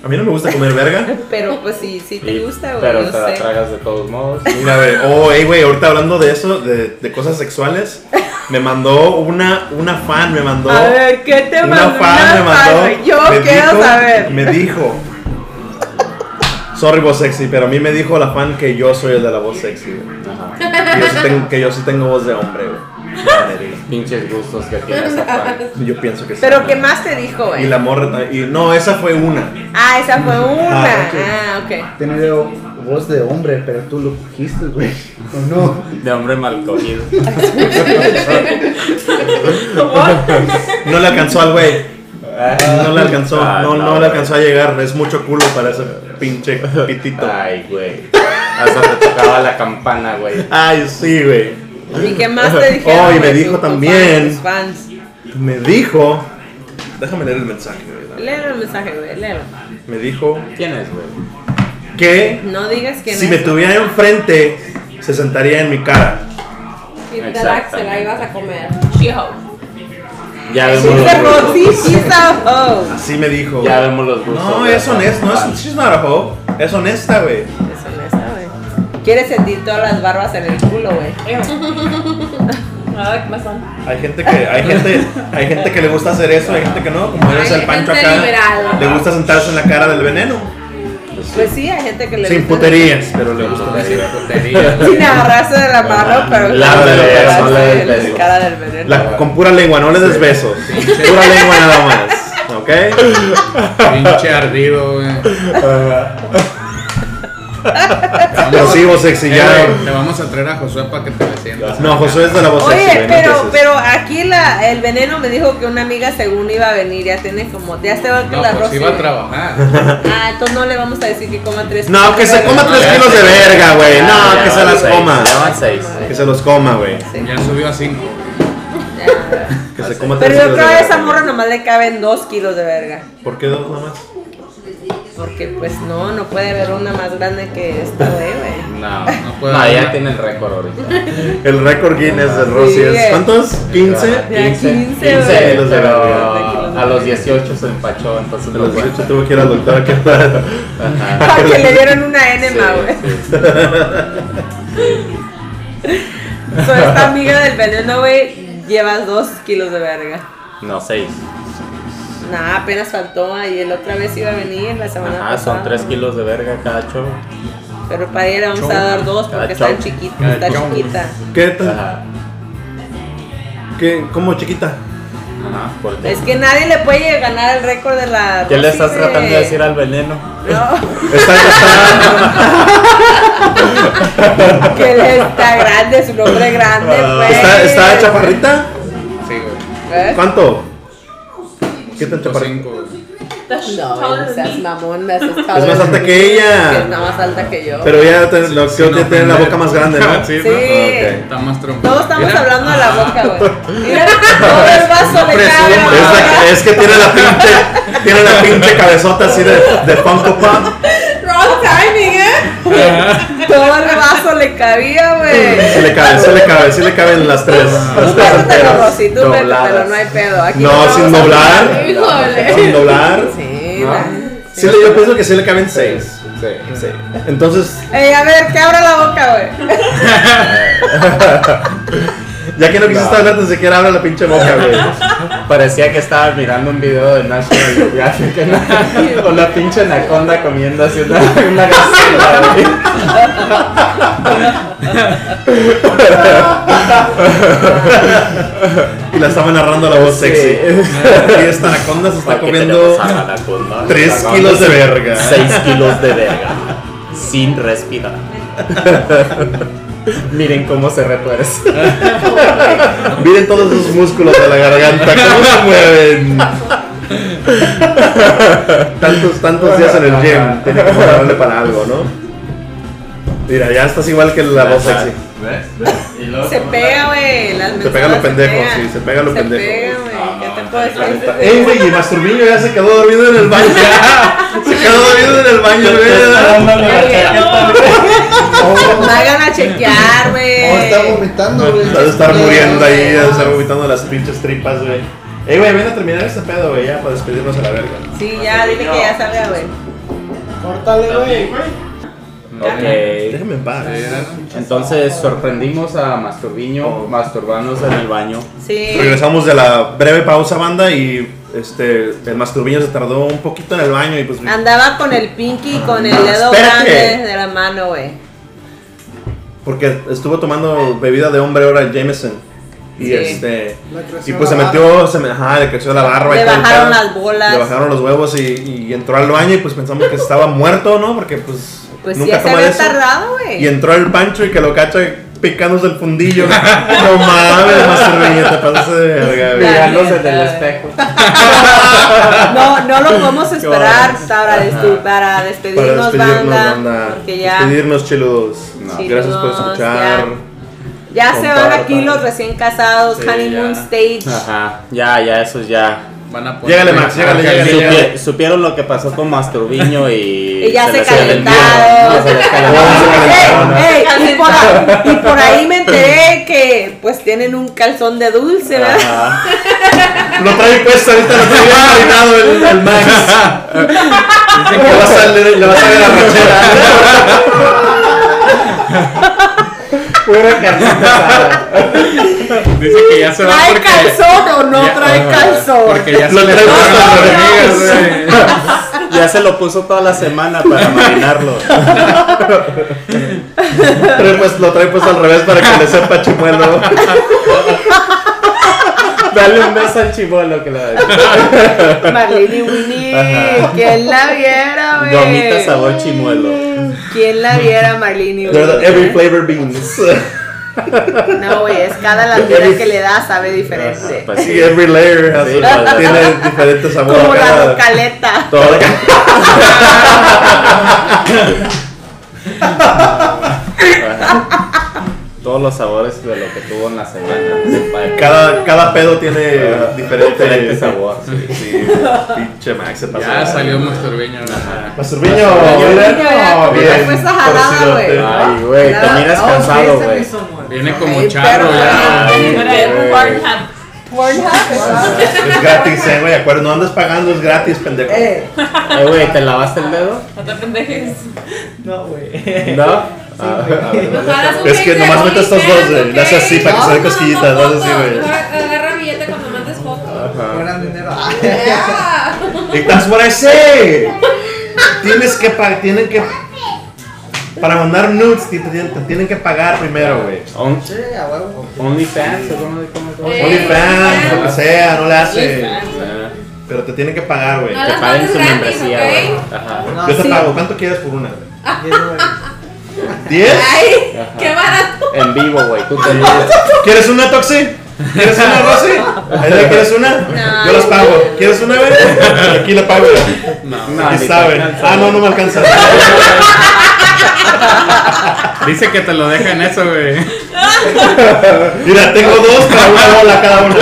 [SPEAKER 1] A mí no me gusta comer verga.
[SPEAKER 4] Pero pues sí, sí te
[SPEAKER 3] Y-
[SPEAKER 4] gusta, güey.
[SPEAKER 3] Pero
[SPEAKER 4] yo
[SPEAKER 3] te la
[SPEAKER 4] sé.
[SPEAKER 3] tragas de todos modos.
[SPEAKER 1] Mira, a ver, oh, hey, güey, ahorita hablando de eso, de, de cosas sexuales, me mandó una, una fan, me mandó.
[SPEAKER 4] A ver, ¿qué te
[SPEAKER 1] Una
[SPEAKER 4] mandó?
[SPEAKER 1] fan me
[SPEAKER 4] Una
[SPEAKER 1] mandó.
[SPEAKER 4] fan, güey. Yo
[SPEAKER 1] me
[SPEAKER 4] quiero
[SPEAKER 1] dijo-
[SPEAKER 4] saber.
[SPEAKER 1] Me dijo. Sorry, voz sexy, pero a mí me dijo la fan que yo soy el de la voz sexy, güey. Que yo sí tengo, que yo sí tengo voz de hombre, güey.
[SPEAKER 3] Pinches gustos que tienes acá.
[SPEAKER 1] Yo pienso que sí.
[SPEAKER 4] Pero ¿qué más te dijo,
[SPEAKER 1] Y
[SPEAKER 4] güey?
[SPEAKER 1] la morra ta- y no, esa fue una.
[SPEAKER 4] Ah, esa fue una.
[SPEAKER 1] Ah, ok.
[SPEAKER 4] Ah, ok.
[SPEAKER 11] Tener voz de hombre, pero tú lo cogiste, güey. ¿O no?
[SPEAKER 3] De hombre mal cogido.
[SPEAKER 1] No le alcanzó al güey. No le alcanzó,
[SPEAKER 3] Ah,
[SPEAKER 1] no,
[SPEAKER 3] no,
[SPEAKER 1] no le
[SPEAKER 3] güey.
[SPEAKER 1] alcanzó a llegar. Es mucho culo para ese pinche pitito.
[SPEAKER 3] Ay, güey. Hasta te tocaba la campana, güey.
[SPEAKER 1] Ay, sí, güey.
[SPEAKER 4] ¿Y qué más te dijeron?
[SPEAKER 1] Oh, y me
[SPEAKER 4] güey,
[SPEAKER 1] dijo
[SPEAKER 4] tu- tu
[SPEAKER 1] también.
[SPEAKER 4] Fan, tus fans.
[SPEAKER 1] Me dijo. Déjame leer el mensaje, güey.
[SPEAKER 4] Léelo el mensaje, güey, léelo.
[SPEAKER 1] Me dijo
[SPEAKER 3] ¿Quién es, güey?
[SPEAKER 1] que
[SPEAKER 4] No digas quién
[SPEAKER 1] si
[SPEAKER 4] es.
[SPEAKER 1] me tuviera enfrente, se sentaría en mi cara.
[SPEAKER 5] Y te
[SPEAKER 3] Exacto.
[SPEAKER 5] la- se la ibas a comer.
[SPEAKER 12] She Hulk.
[SPEAKER 3] Ya
[SPEAKER 4] She's
[SPEAKER 3] vemos
[SPEAKER 4] a hoe.
[SPEAKER 3] los
[SPEAKER 4] Sí,
[SPEAKER 3] gustos.
[SPEAKER 4] she's a hoe.
[SPEAKER 1] Así me dijo.
[SPEAKER 3] Ya vemos los gustos.
[SPEAKER 1] No,
[SPEAKER 3] de
[SPEAKER 1] es
[SPEAKER 3] esa
[SPEAKER 1] honesta, no
[SPEAKER 3] fan.
[SPEAKER 1] es, she's not a hoe. Es honesta, güey.
[SPEAKER 4] Es honesta, güey. Quiere sentir todas las barbas en el culo, güey.
[SPEAKER 12] I like my son.
[SPEAKER 1] Hay gente que, hay gente, hay gente que le gusta hacer eso, hay gente que no, como eres
[SPEAKER 5] Hay
[SPEAKER 1] el pancho
[SPEAKER 5] gente
[SPEAKER 1] acá.
[SPEAKER 5] liberal.
[SPEAKER 1] Le gusta sentarse en la cara del veneno.
[SPEAKER 4] Pues sí, hay gente que le
[SPEAKER 1] Sin
[SPEAKER 4] gusta-
[SPEAKER 1] puterías, pero le gusta.
[SPEAKER 3] Putería, putería.
[SPEAKER 4] Sin agarrarse de la mano, pero
[SPEAKER 3] La
[SPEAKER 4] pero
[SPEAKER 3] verdad,
[SPEAKER 4] agarrarse
[SPEAKER 3] no le
[SPEAKER 4] de
[SPEAKER 3] des
[SPEAKER 4] la
[SPEAKER 3] besos.
[SPEAKER 4] cara del veneno.
[SPEAKER 1] La- con pura lengua, no le des besos. Pura lengua nada más. ¿Ok?
[SPEAKER 6] Pinche ardido, güey.
[SPEAKER 1] Nocivo, sexy,
[SPEAKER 6] Eh,
[SPEAKER 1] ya.
[SPEAKER 6] güey, Te vamos a traer a Josué para que te le sientas.
[SPEAKER 1] No, Josué es de la voz sexy,
[SPEAKER 4] Oye,
[SPEAKER 1] güey, no te
[SPEAKER 4] pero,
[SPEAKER 1] haces.
[SPEAKER 4] pero aquí la, el veneno me dijo que una amiga según iba a venir, ya tiene como, ya se va con
[SPEAKER 6] No,
[SPEAKER 4] la
[SPEAKER 6] pues
[SPEAKER 4] Rosy.
[SPEAKER 6] iba a trabajar.
[SPEAKER 4] Ah, entonces no le vamos a decir que coma tres.
[SPEAKER 1] No, que se coma tres kilos de verga, güey. No, que se las coma.
[SPEAKER 3] Ya van seis.
[SPEAKER 1] Que se los coma, güey.
[SPEAKER 6] Ya subió a 5.
[SPEAKER 1] Que se coma
[SPEAKER 4] Pero
[SPEAKER 1] tres
[SPEAKER 4] yo
[SPEAKER 1] kilos de
[SPEAKER 4] creo que a
[SPEAKER 1] verga.
[SPEAKER 4] esa morra nomás le caben dos kilos de verga.
[SPEAKER 1] ¿Por qué dos nada más?
[SPEAKER 4] Porque pues no, no puede haber una más grande que esta, güey, güey.
[SPEAKER 3] No,
[SPEAKER 6] No
[SPEAKER 3] no
[SPEAKER 6] puedo.
[SPEAKER 3] ya tiene el récord ahorita.
[SPEAKER 1] El récord Guinness del Rossi es.
[SPEAKER 4] eh.
[SPEAKER 1] ¿Cuántos? ¿15?
[SPEAKER 4] Ya, 15,
[SPEAKER 3] 15
[SPEAKER 1] güey.
[SPEAKER 3] pero
[SPEAKER 4] Tranquilo.
[SPEAKER 3] a los 18 se empachó, entonces
[SPEAKER 1] De
[SPEAKER 3] no
[SPEAKER 1] los 18
[SPEAKER 3] cuenta.
[SPEAKER 1] tuvo que ir al doctor aquí para.
[SPEAKER 3] Ajá.
[SPEAKER 4] Para que le dieron una enema, güey.
[SPEAKER 3] Sí, sí.
[SPEAKER 4] So, esta amiga del veneno, güey, llevas dos kilos de verga.
[SPEAKER 3] No, 6.
[SPEAKER 4] Nah, apenas faltó ah, y el otra vez iba a venir la semana
[SPEAKER 3] Ajá, son
[SPEAKER 4] pasada.
[SPEAKER 3] 3 kilos de verga cada show.
[SPEAKER 4] Pero para ella le vamos a dar dos porque
[SPEAKER 3] Chau.
[SPEAKER 4] está chiquita, está
[SPEAKER 6] Chau.
[SPEAKER 4] chiquita.
[SPEAKER 1] ¿Qué tal?
[SPEAKER 3] Ajá.
[SPEAKER 1] ¿Qué? ¿Cómo chiquita?
[SPEAKER 3] Ajá, porque.
[SPEAKER 4] Es que nadie le puede ganar el récord de la
[SPEAKER 3] ¿Qué le
[SPEAKER 4] Rosy,
[SPEAKER 3] estás
[SPEAKER 4] güey.
[SPEAKER 3] tratando de decir al veneno?
[SPEAKER 4] No,
[SPEAKER 1] Está, está,
[SPEAKER 4] que él está grande, su nombre grande, güey.
[SPEAKER 1] Ah, está, está chaparrita.
[SPEAKER 6] Sí, güey.
[SPEAKER 4] ¿Eh?
[SPEAKER 1] ¿Cuánto? ¿Qué tan
[SPEAKER 6] Por
[SPEAKER 1] chaparrita?
[SPEAKER 6] 5, güey.
[SPEAKER 4] No, no seas mamón, me has estado.
[SPEAKER 1] Es más alta que
[SPEAKER 4] Que es
[SPEAKER 1] ella.
[SPEAKER 4] nada más alta que yo.
[SPEAKER 1] Pero ya te- lo, creo
[SPEAKER 6] no,
[SPEAKER 1] que tiene la
[SPEAKER 6] pendejo.
[SPEAKER 1] boca más grande, ¿no?
[SPEAKER 6] Sí,
[SPEAKER 4] sí.
[SPEAKER 6] ¿no?
[SPEAKER 1] Ok.
[SPEAKER 6] Está más trompa.
[SPEAKER 4] Todos estamos
[SPEAKER 6] Mira,
[SPEAKER 4] hablando de la boca, güey. Mira, todo el vaso le cabe. a la
[SPEAKER 1] Es, la-
[SPEAKER 4] boca.
[SPEAKER 1] es que tiene la pinche, tiene la pinche cabezota así de, de Funko Pop.
[SPEAKER 4] Wrong timing, ¿eh? Todo el vaso le cabía, güey.
[SPEAKER 1] Se le cabe, se le cabe, se le caben las tres. Las tres
[SPEAKER 4] Tú pégatelo,
[SPEAKER 1] enteras.
[SPEAKER 4] Rosy, tú pégatelo,
[SPEAKER 3] dobladas.
[SPEAKER 4] no hay pedo. Aquí
[SPEAKER 1] No,
[SPEAKER 4] vamos
[SPEAKER 1] sin
[SPEAKER 4] a-
[SPEAKER 1] doblar.
[SPEAKER 5] Híjole.
[SPEAKER 1] Sin doblar. Ah.
[SPEAKER 4] Sí, la-
[SPEAKER 1] Sí, le- yo pienso que sí le caben seis. Sí. Entonces,
[SPEAKER 4] Ey, a ver, que abra la boca, güey.
[SPEAKER 1] ya que no quisiste hablar, ni siquiera abre la pinche boca, güey.
[SPEAKER 3] Parecía que estaba mirando un video de National Geographic ¿no? con la pinche anaconda comiendo así una, una gacela, güey.
[SPEAKER 1] Y la estaba narrando la voz
[SPEAKER 3] Sí.
[SPEAKER 1] sexy. Y esta anaconda se está
[SPEAKER 3] Porque tenemos
[SPEAKER 1] comiendo
[SPEAKER 3] a la anaconda,
[SPEAKER 1] 3
[SPEAKER 3] dragón,
[SPEAKER 1] kilos de verga.
[SPEAKER 3] 6 kilos de verga. Sin respirar. Miren cómo se retuerce.
[SPEAKER 1] Miren todos esos músculos de la garganta, cómo se mueven. tantos, tantos días en el gym, tiene que prepararle para algo, ¿no? Mira, ya estás igual que la voz sexy.
[SPEAKER 3] ¿Ves? ¿Ves? Y luego-
[SPEAKER 4] Se pega, güey. las
[SPEAKER 1] Se pega lo
[SPEAKER 4] mensadas
[SPEAKER 1] pendejo,
[SPEAKER 4] pegan.
[SPEAKER 1] sí, se pega lo
[SPEAKER 4] Se
[SPEAKER 1] pendejo.
[SPEAKER 4] pega, güey. ¿Qué te puedo decir?
[SPEAKER 1] Ey, güey, y Masturbiño ya se quedó dormido en el baño. se quedó dormido en el baño, güey.
[SPEAKER 4] Vayan a chequear,
[SPEAKER 11] O
[SPEAKER 1] Oh,
[SPEAKER 11] está
[SPEAKER 4] güey.
[SPEAKER 11] vomitando, güey.
[SPEAKER 1] Ha de estar muriendo ahí, ha de estar vomitando las pinches tripas, güey. Ey, güey, ven a terminar este pedo, güey, ya para despedirnos a la verga.
[SPEAKER 4] Sí, ya, dile que ya salga, güey.
[SPEAKER 11] Córtale, güey.
[SPEAKER 3] Ok.
[SPEAKER 1] Déjame en paz.
[SPEAKER 3] Entonces sorprendimos a Masturbiño masturbanos en el baño.
[SPEAKER 4] Sí.
[SPEAKER 1] Regresamos de la breve pausa, banda, y este, el masturbiño se tardó un poquito en el baño y pues...
[SPEAKER 4] Andaba con el pinky y con el
[SPEAKER 1] No,
[SPEAKER 4] dedo
[SPEAKER 1] espérate.
[SPEAKER 4] grande de la mano, güey.
[SPEAKER 1] Porque estuvo tomando bebida de hombre ahora Jameson. Y
[SPEAKER 4] Sí.
[SPEAKER 1] este...
[SPEAKER 11] Le creció
[SPEAKER 1] Y pues se
[SPEAKER 11] la
[SPEAKER 1] metió, se me, ajá, le creció la barba. y
[SPEAKER 4] Le
[SPEAKER 1] todo el
[SPEAKER 4] bajaron
[SPEAKER 1] pedo.
[SPEAKER 4] las bolas.
[SPEAKER 1] Le bajaron los huevos y, y entró al baño y pues pensamos que estaba muerto, ¿no? Porque pues...
[SPEAKER 4] Pues sí,
[SPEAKER 1] nunca
[SPEAKER 4] ya se
[SPEAKER 1] toma
[SPEAKER 4] había
[SPEAKER 1] eso.
[SPEAKER 4] tardado,
[SPEAKER 1] Y
[SPEAKER 4] güey.
[SPEAKER 1] entró el pancho y que lo cacha picándose el fundillo. no mames, masturbiño, te pasaste de verga, güey.
[SPEAKER 3] Mirándose
[SPEAKER 4] neta,
[SPEAKER 3] en el
[SPEAKER 4] güey.
[SPEAKER 3] espejo.
[SPEAKER 4] No, no lo podemos esperar
[SPEAKER 1] horror.
[SPEAKER 4] para, despe- para
[SPEAKER 1] Para
[SPEAKER 4] despedirnos,
[SPEAKER 1] despedirnos,
[SPEAKER 4] banda,
[SPEAKER 1] banda.
[SPEAKER 4] Porque ya,
[SPEAKER 1] Despedirnos, chiludos.
[SPEAKER 3] No.
[SPEAKER 1] Gracias por
[SPEAKER 4] Chiludos,
[SPEAKER 1] escuchar.
[SPEAKER 4] ya se van
[SPEAKER 1] compartan.
[SPEAKER 4] aquí los recién casados,
[SPEAKER 3] Sí,
[SPEAKER 4] honeymoon
[SPEAKER 3] ya. Ah,
[SPEAKER 4] stage.
[SPEAKER 3] Ajá. Ya, ya, esos ya.
[SPEAKER 6] Van a
[SPEAKER 3] Llégale, Max, llégale,
[SPEAKER 6] llégale, llégale.
[SPEAKER 3] Supieron lo que pasó con Masturbiño y.
[SPEAKER 4] Y ya se
[SPEAKER 3] les entendió,
[SPEAKER 4] calentaron.
[SPEAKER 3] ¿no? Se les calentaron.
[SPEAKER 4] Ey, ey, y, por ahí, y por ahí me enteré que pues tienen un calzón de dulce, ¿verdad?
[SPEAKER 3] Ajá.
[SPEAKER 1] Lo trae puesto ahorita, lo trae bien arruinado el, el Max. Dicen que va a salir, le va a salir la ranchera.
[SPEAKER 3] Pura carnita asada.
[SPEAKER 6] Dice que ya se va
[SPEAKER 4] ¿Trae
[SPEAKER 6] porque.
[SPEAKER 4] calzón o no
[SPEAKER 6] Ya,
[SPEAKER 4] trae calzón?
[SPEAKER 6] Porque ya se
[SPEAKER 1] Lo
[SPEAKER 6] le
[SPEAKER 1] traigo
[SPEAKER 6] fueron
[SPEAKER 1] hasta
[SPEAKER 6] las hormigas, güey.
[SPEAKER 3] Ya se lo puso toda la semana para marinarlo.
[SPEAKER 1] Trae pues- Lo trae puesto al revés para que le sepa chimuelo.
[SPEAKER 3] Dale un beso al chibolo que la
[SPEAKER 13] Marlene y Winnie,
[SPEAKER 3] Ajá.
[SPEAKER 13] ¿quién la viera, güey?
[SPEAKER 3] Gomita sabor chimuelo.
[SPEAKER 13] ¿Quién la viera, Marlene y
[SPEAKER 1] They're the
[SPEAKER 13] Winnie?
[SPEAKER 1] every flavor beans.
[SPEAKER 13] No, güey, es cada lambida que le da sabe diferente.
[SPEAKER 3] Pues
[SPEAKER 1] Sí,
[SPEAKER 3] sí.
[SPEAKER 1] every layer has-
[SPEAKER 3] Sí, vale.
[SPEAKER 1] tiene diferentes sabores.
[SPEAKER 13] Como la
[SPEAKER 1] pues, cada-
[SPEAKER 13] rocaleta.
[SPEAKER 3] Todo lo que- Ajá. Todos los sabores de lo que tuvo en la semana. se pa-
[SPEAKER 1] Cada, cada pedo tiene
[SPEAKER 3] Ah,
[SPEAKER 1] diferente,
[SPEAKER 3] diferente sabor, sí.
[SPEAKER 1] Sí, pinche Max se pasó.
[SPEAKER 6] Ya salió Masturbiño, ¿no?
[SPEAKER 1] Masturbiño,
[SPEAKER 3] Masturbiño,
[SPEAKER 1] mira.
[SPEAKER 4] ya, fue esa jalada,
[SPEAKER 1] torcido,
[SPEAKER 4] güey.
[SPEAKER 1] te-
[SPEAKER 3] Ay, güey, te miras cansado, güey.
[SPEAKER 6] Viene como
[SPEAKER 4] Ay,
[SPEAKER 6] charro ya.
[SPEAKER 4] perro.
[SPEAKER 3] Ay,
[SPEAKER 14] Bueno, es
[SPEAKER 3] güey.
[SPEAKER 14] Pornhub.
[SPEAKER 1] Es gratis, eh, güey. Acuérdate, no andas pagando, es gratis, pendejo.
[SPEAKER 3] Eh, güey, ¿te lavaste el dedo?
[SPEAKER 14] No te pendejes.
[SPEAKER 3] ¿No? Ah, a ver, dale.
[SPEAKER 1] Es que nomás metes estos dos, güey. Le haces así para que se den cosquillitas, le haces así, güey.
[SPEAKER 5] Agarra billete cuando mandes Ah. fotos.
[SPEAKER 1] Y that's what I say. Tienes que pagar, tienen que. Para mandar nudes, te, te- te tienen que pagar primero, güey.
[SPEAKER 3] On-
[SPEAKER 11] a huevo.
[SPEAKER 3] OnlyFans, ¿o cómo, cómo, cómo?
[SPEAKER 5] Eh.
[SPEAKER 1] OnlyFans, lo que sea, no le hace. Pero te tienen que pagar, güey.
[SPEAKER 5] No
[SPEAKER 3] Que
[SPEAKER 5] las
[SPEAKER 3] paguen
[SPEAKER 5] mandes
[SPEAKER 3] su
[SPEAKER 5] gratis,
[SPEAKER 3] membresía,
[SPEAKER 5] ¿ok?
[SPEAKER 3] güey. Ajá.
[SPEAKER 11] No,
[SPEAKER 1] Yo te
[SPEAKER 11] sí.
[SPEAKER 1] pago, ¿cuánto quieres por una?
[SPEAKER 11] Ah.
[SPEAKER 1] ¿Diez?
[SPEAKER 5] Ay,
[SPEAKER 3] Ajá.
[SPEAKER 5] qué barato.
[SPEAKER 3] En vivo, güey. Tú te miras.
[SPEAKER 1] ¿Quieres una, Toxi? ¿Quieres una, Rosy? ¿Ahí ¿Quieres una? Yo las pago. ¿Quieres una, güey? Aquí la pago.
[SPEAKER 3] No,
[SPEAKER 1] Aquí
[SPEAKER 3] ni te
[SPEAKER 1] saben.
[SPEAKER 3] alcanza,
[SPEAKER 1] Ah, no, no me alcanza.
[SPEAKER 6] Dice que te lo deja en eso, güey.
[SPEAKER 1] Mira, tengo dos para una bola cada uno.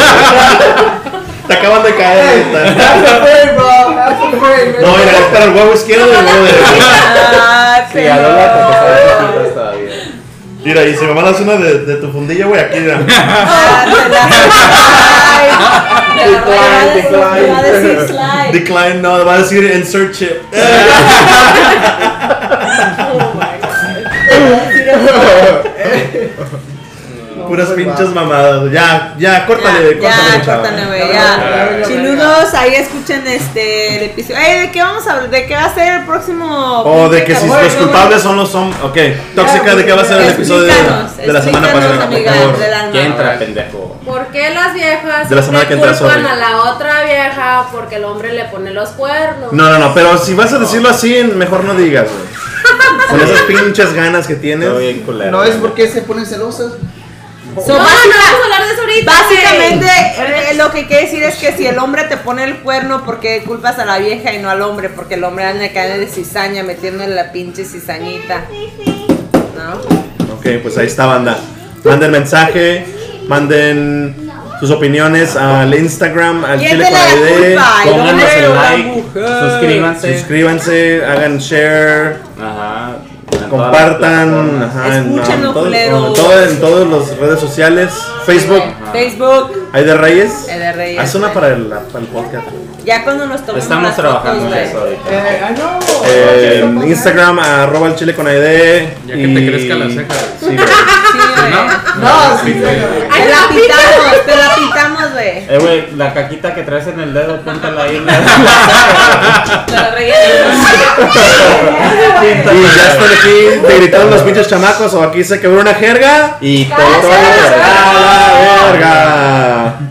[SPEAKER 1] Te acaban de caer. neta. No, mira, es para el huevo izquierdo y el huevo derecho.
[SPEAKER 4] Ah,
[SPEAKER 3] Sí, a lo largo
[SPEAKER 1] pues,
[SPEAKER 3] que están chiquitos todavía.
[SPEAKER 1] Mira, y si me mandas una de, de tu fundilla, güey, aquí, mira.
[SPEAKER 3] Decline, decline.
[SPEAKER 4] Va a decir slide.
[SPEAKER 1] Decline, no, va a decir insert chip. Puras pinches mamadas. Ya, ya, córtale,
[SPEAKER 4] Ya,
[SPEAKER 1] córtale, chava.
[SPEAKER 4] córtale, güey, ya. Chiludos, ahí escuchen este el episodio. Ey, ¿de qué vamos a hablar? ¿De qué va a ser el próximo?
[SPEAKER 1] O Oh, de que si
[SPEAKER 4] Bueno,
[SPEAKER 1] los culpables son los hombres. Ok, tóxica, ¿de qué va a ser el episodio de,
[SPEAKER 4] Explícanos,
[SPEAKER 1] de la semana pasada?
[SPEAKER 4] explícanos,
[SPEAKER 1] Por
[SPEAKER 4] amiga,
[SPEAKER 1] favor.
[SPEAKER 4] del alma.
[SPEAKER 3] ¿Qué entra, pendejo?
[SPEAKER 5] ¿Por qué las viejas
[SPEAKER 1] De la semana
[SPEAKER 5] le
[SPEAKER 1] que entra,
[SPEAKER 5] culpan
[SPEAKER 1] sorry.
[SPEAKER 5] a la otra vieja porque el hombre le pone los cuernos?
[SPEAKER 1] No, no, no, pero si vas a decirlo así, mejor no digas, güey. Con esas pinches ganas que tienes.
[SPEAKER 3] Todo bien culero.
[SPEAKER 11] No es porque se ponen celosas.
[SPEAKER 4] So,
[SPEAKER 5] No, no
[SPEAKER 4] básica-
[SPEAKER 5] vamos a hablar de eso ahorita.
[SPEAKER 4] Básicamente, eh, lo que quiere decir es que si el hombre te pone el cuerno, porque culpas a la vieja y no al hombre? Porque el hombre anda caer de cizaña, metiéndole la pinche cizañita. ¿No?
[SPEAKER 1] Ok, pues ahí está, banda. Manden mensaje, manden sus opiniones al Instagram, al
[SPEAKER 4] ¿Quién
[SPEAKER 1] Chile
[SPEAKER 4] te
[SPEAKER 1] con
[SPEAKER 4] la
[SPEAKER 1] ID.
[SPEAKER 4] culpa? ¿eh? ¿El
[SPEAKER 3] Pónganos
[SPEAKER 4] hombre
[SPEAKER 3] el
[SPEAKER 4] o la
[SPEAKER 3] like,
[SPEAKER 4] mujer?
[SPEAKER 3] suscríbanse.
[SPEAKER 1] Suscríbanse, hagan share,
[SPEAKER 3] Ajá. en todas las
[SPEAKER 1] compartan,
[SPEAKER 3] plataformas.
[SPEAKER 1] ajá, en,
[SPEAKER 4] Escúchenlo,
[SPEAKER 1] en todo-
[SPEAKER 4] culeros.
[SPEAKER 1] en todo- en todas las redes sociales, Facebook,
[SPEAKER 4] Eh, Facebook,
[SPEAKER 1] hay de Reyes.
[SPEAKER 4] Hay de Reyes,
[SPEAKER 1] Haz una
[SPEAKER 4] eh.
[SPEAKER 1] para el, para el podcast.
[SPEAKER 4] ya cuando nos tomamos
[SPEAKER 3] Estamos
[SPEAKER 4] las
[SPEAKER 3] trabajando
[SPEAKER 4] fotos,
[SPEAKER 3] en
[SPEAKER 4] güey.
[SPEAKER 3] eso ahorita.
[SPEAKER 1] Eh, en Instagram, arroba el chile con ID.
[SPEAKER 6] Ya que te crezca la ceja.
[SPEAKER 1] Sí, güey.
[SPEAKER 4] Sí, güey.
[SPEAKER 11] No, sí,
[SPEAKER 4] Te la pintamos, te la pintamos, güey.
[SPEAKER 3] Eh, güey, la caquita que traes en el dedo, póntala ahí.
[SPEAKER 14] La rellena.
[SPEAKER 1] Y ya están aquí, te gritaron los pinches chamacos o aquí se quebró una jerga.
[SPEAKER 3] y todo.
[SPEAKER 1] ¡A la Ah, verga!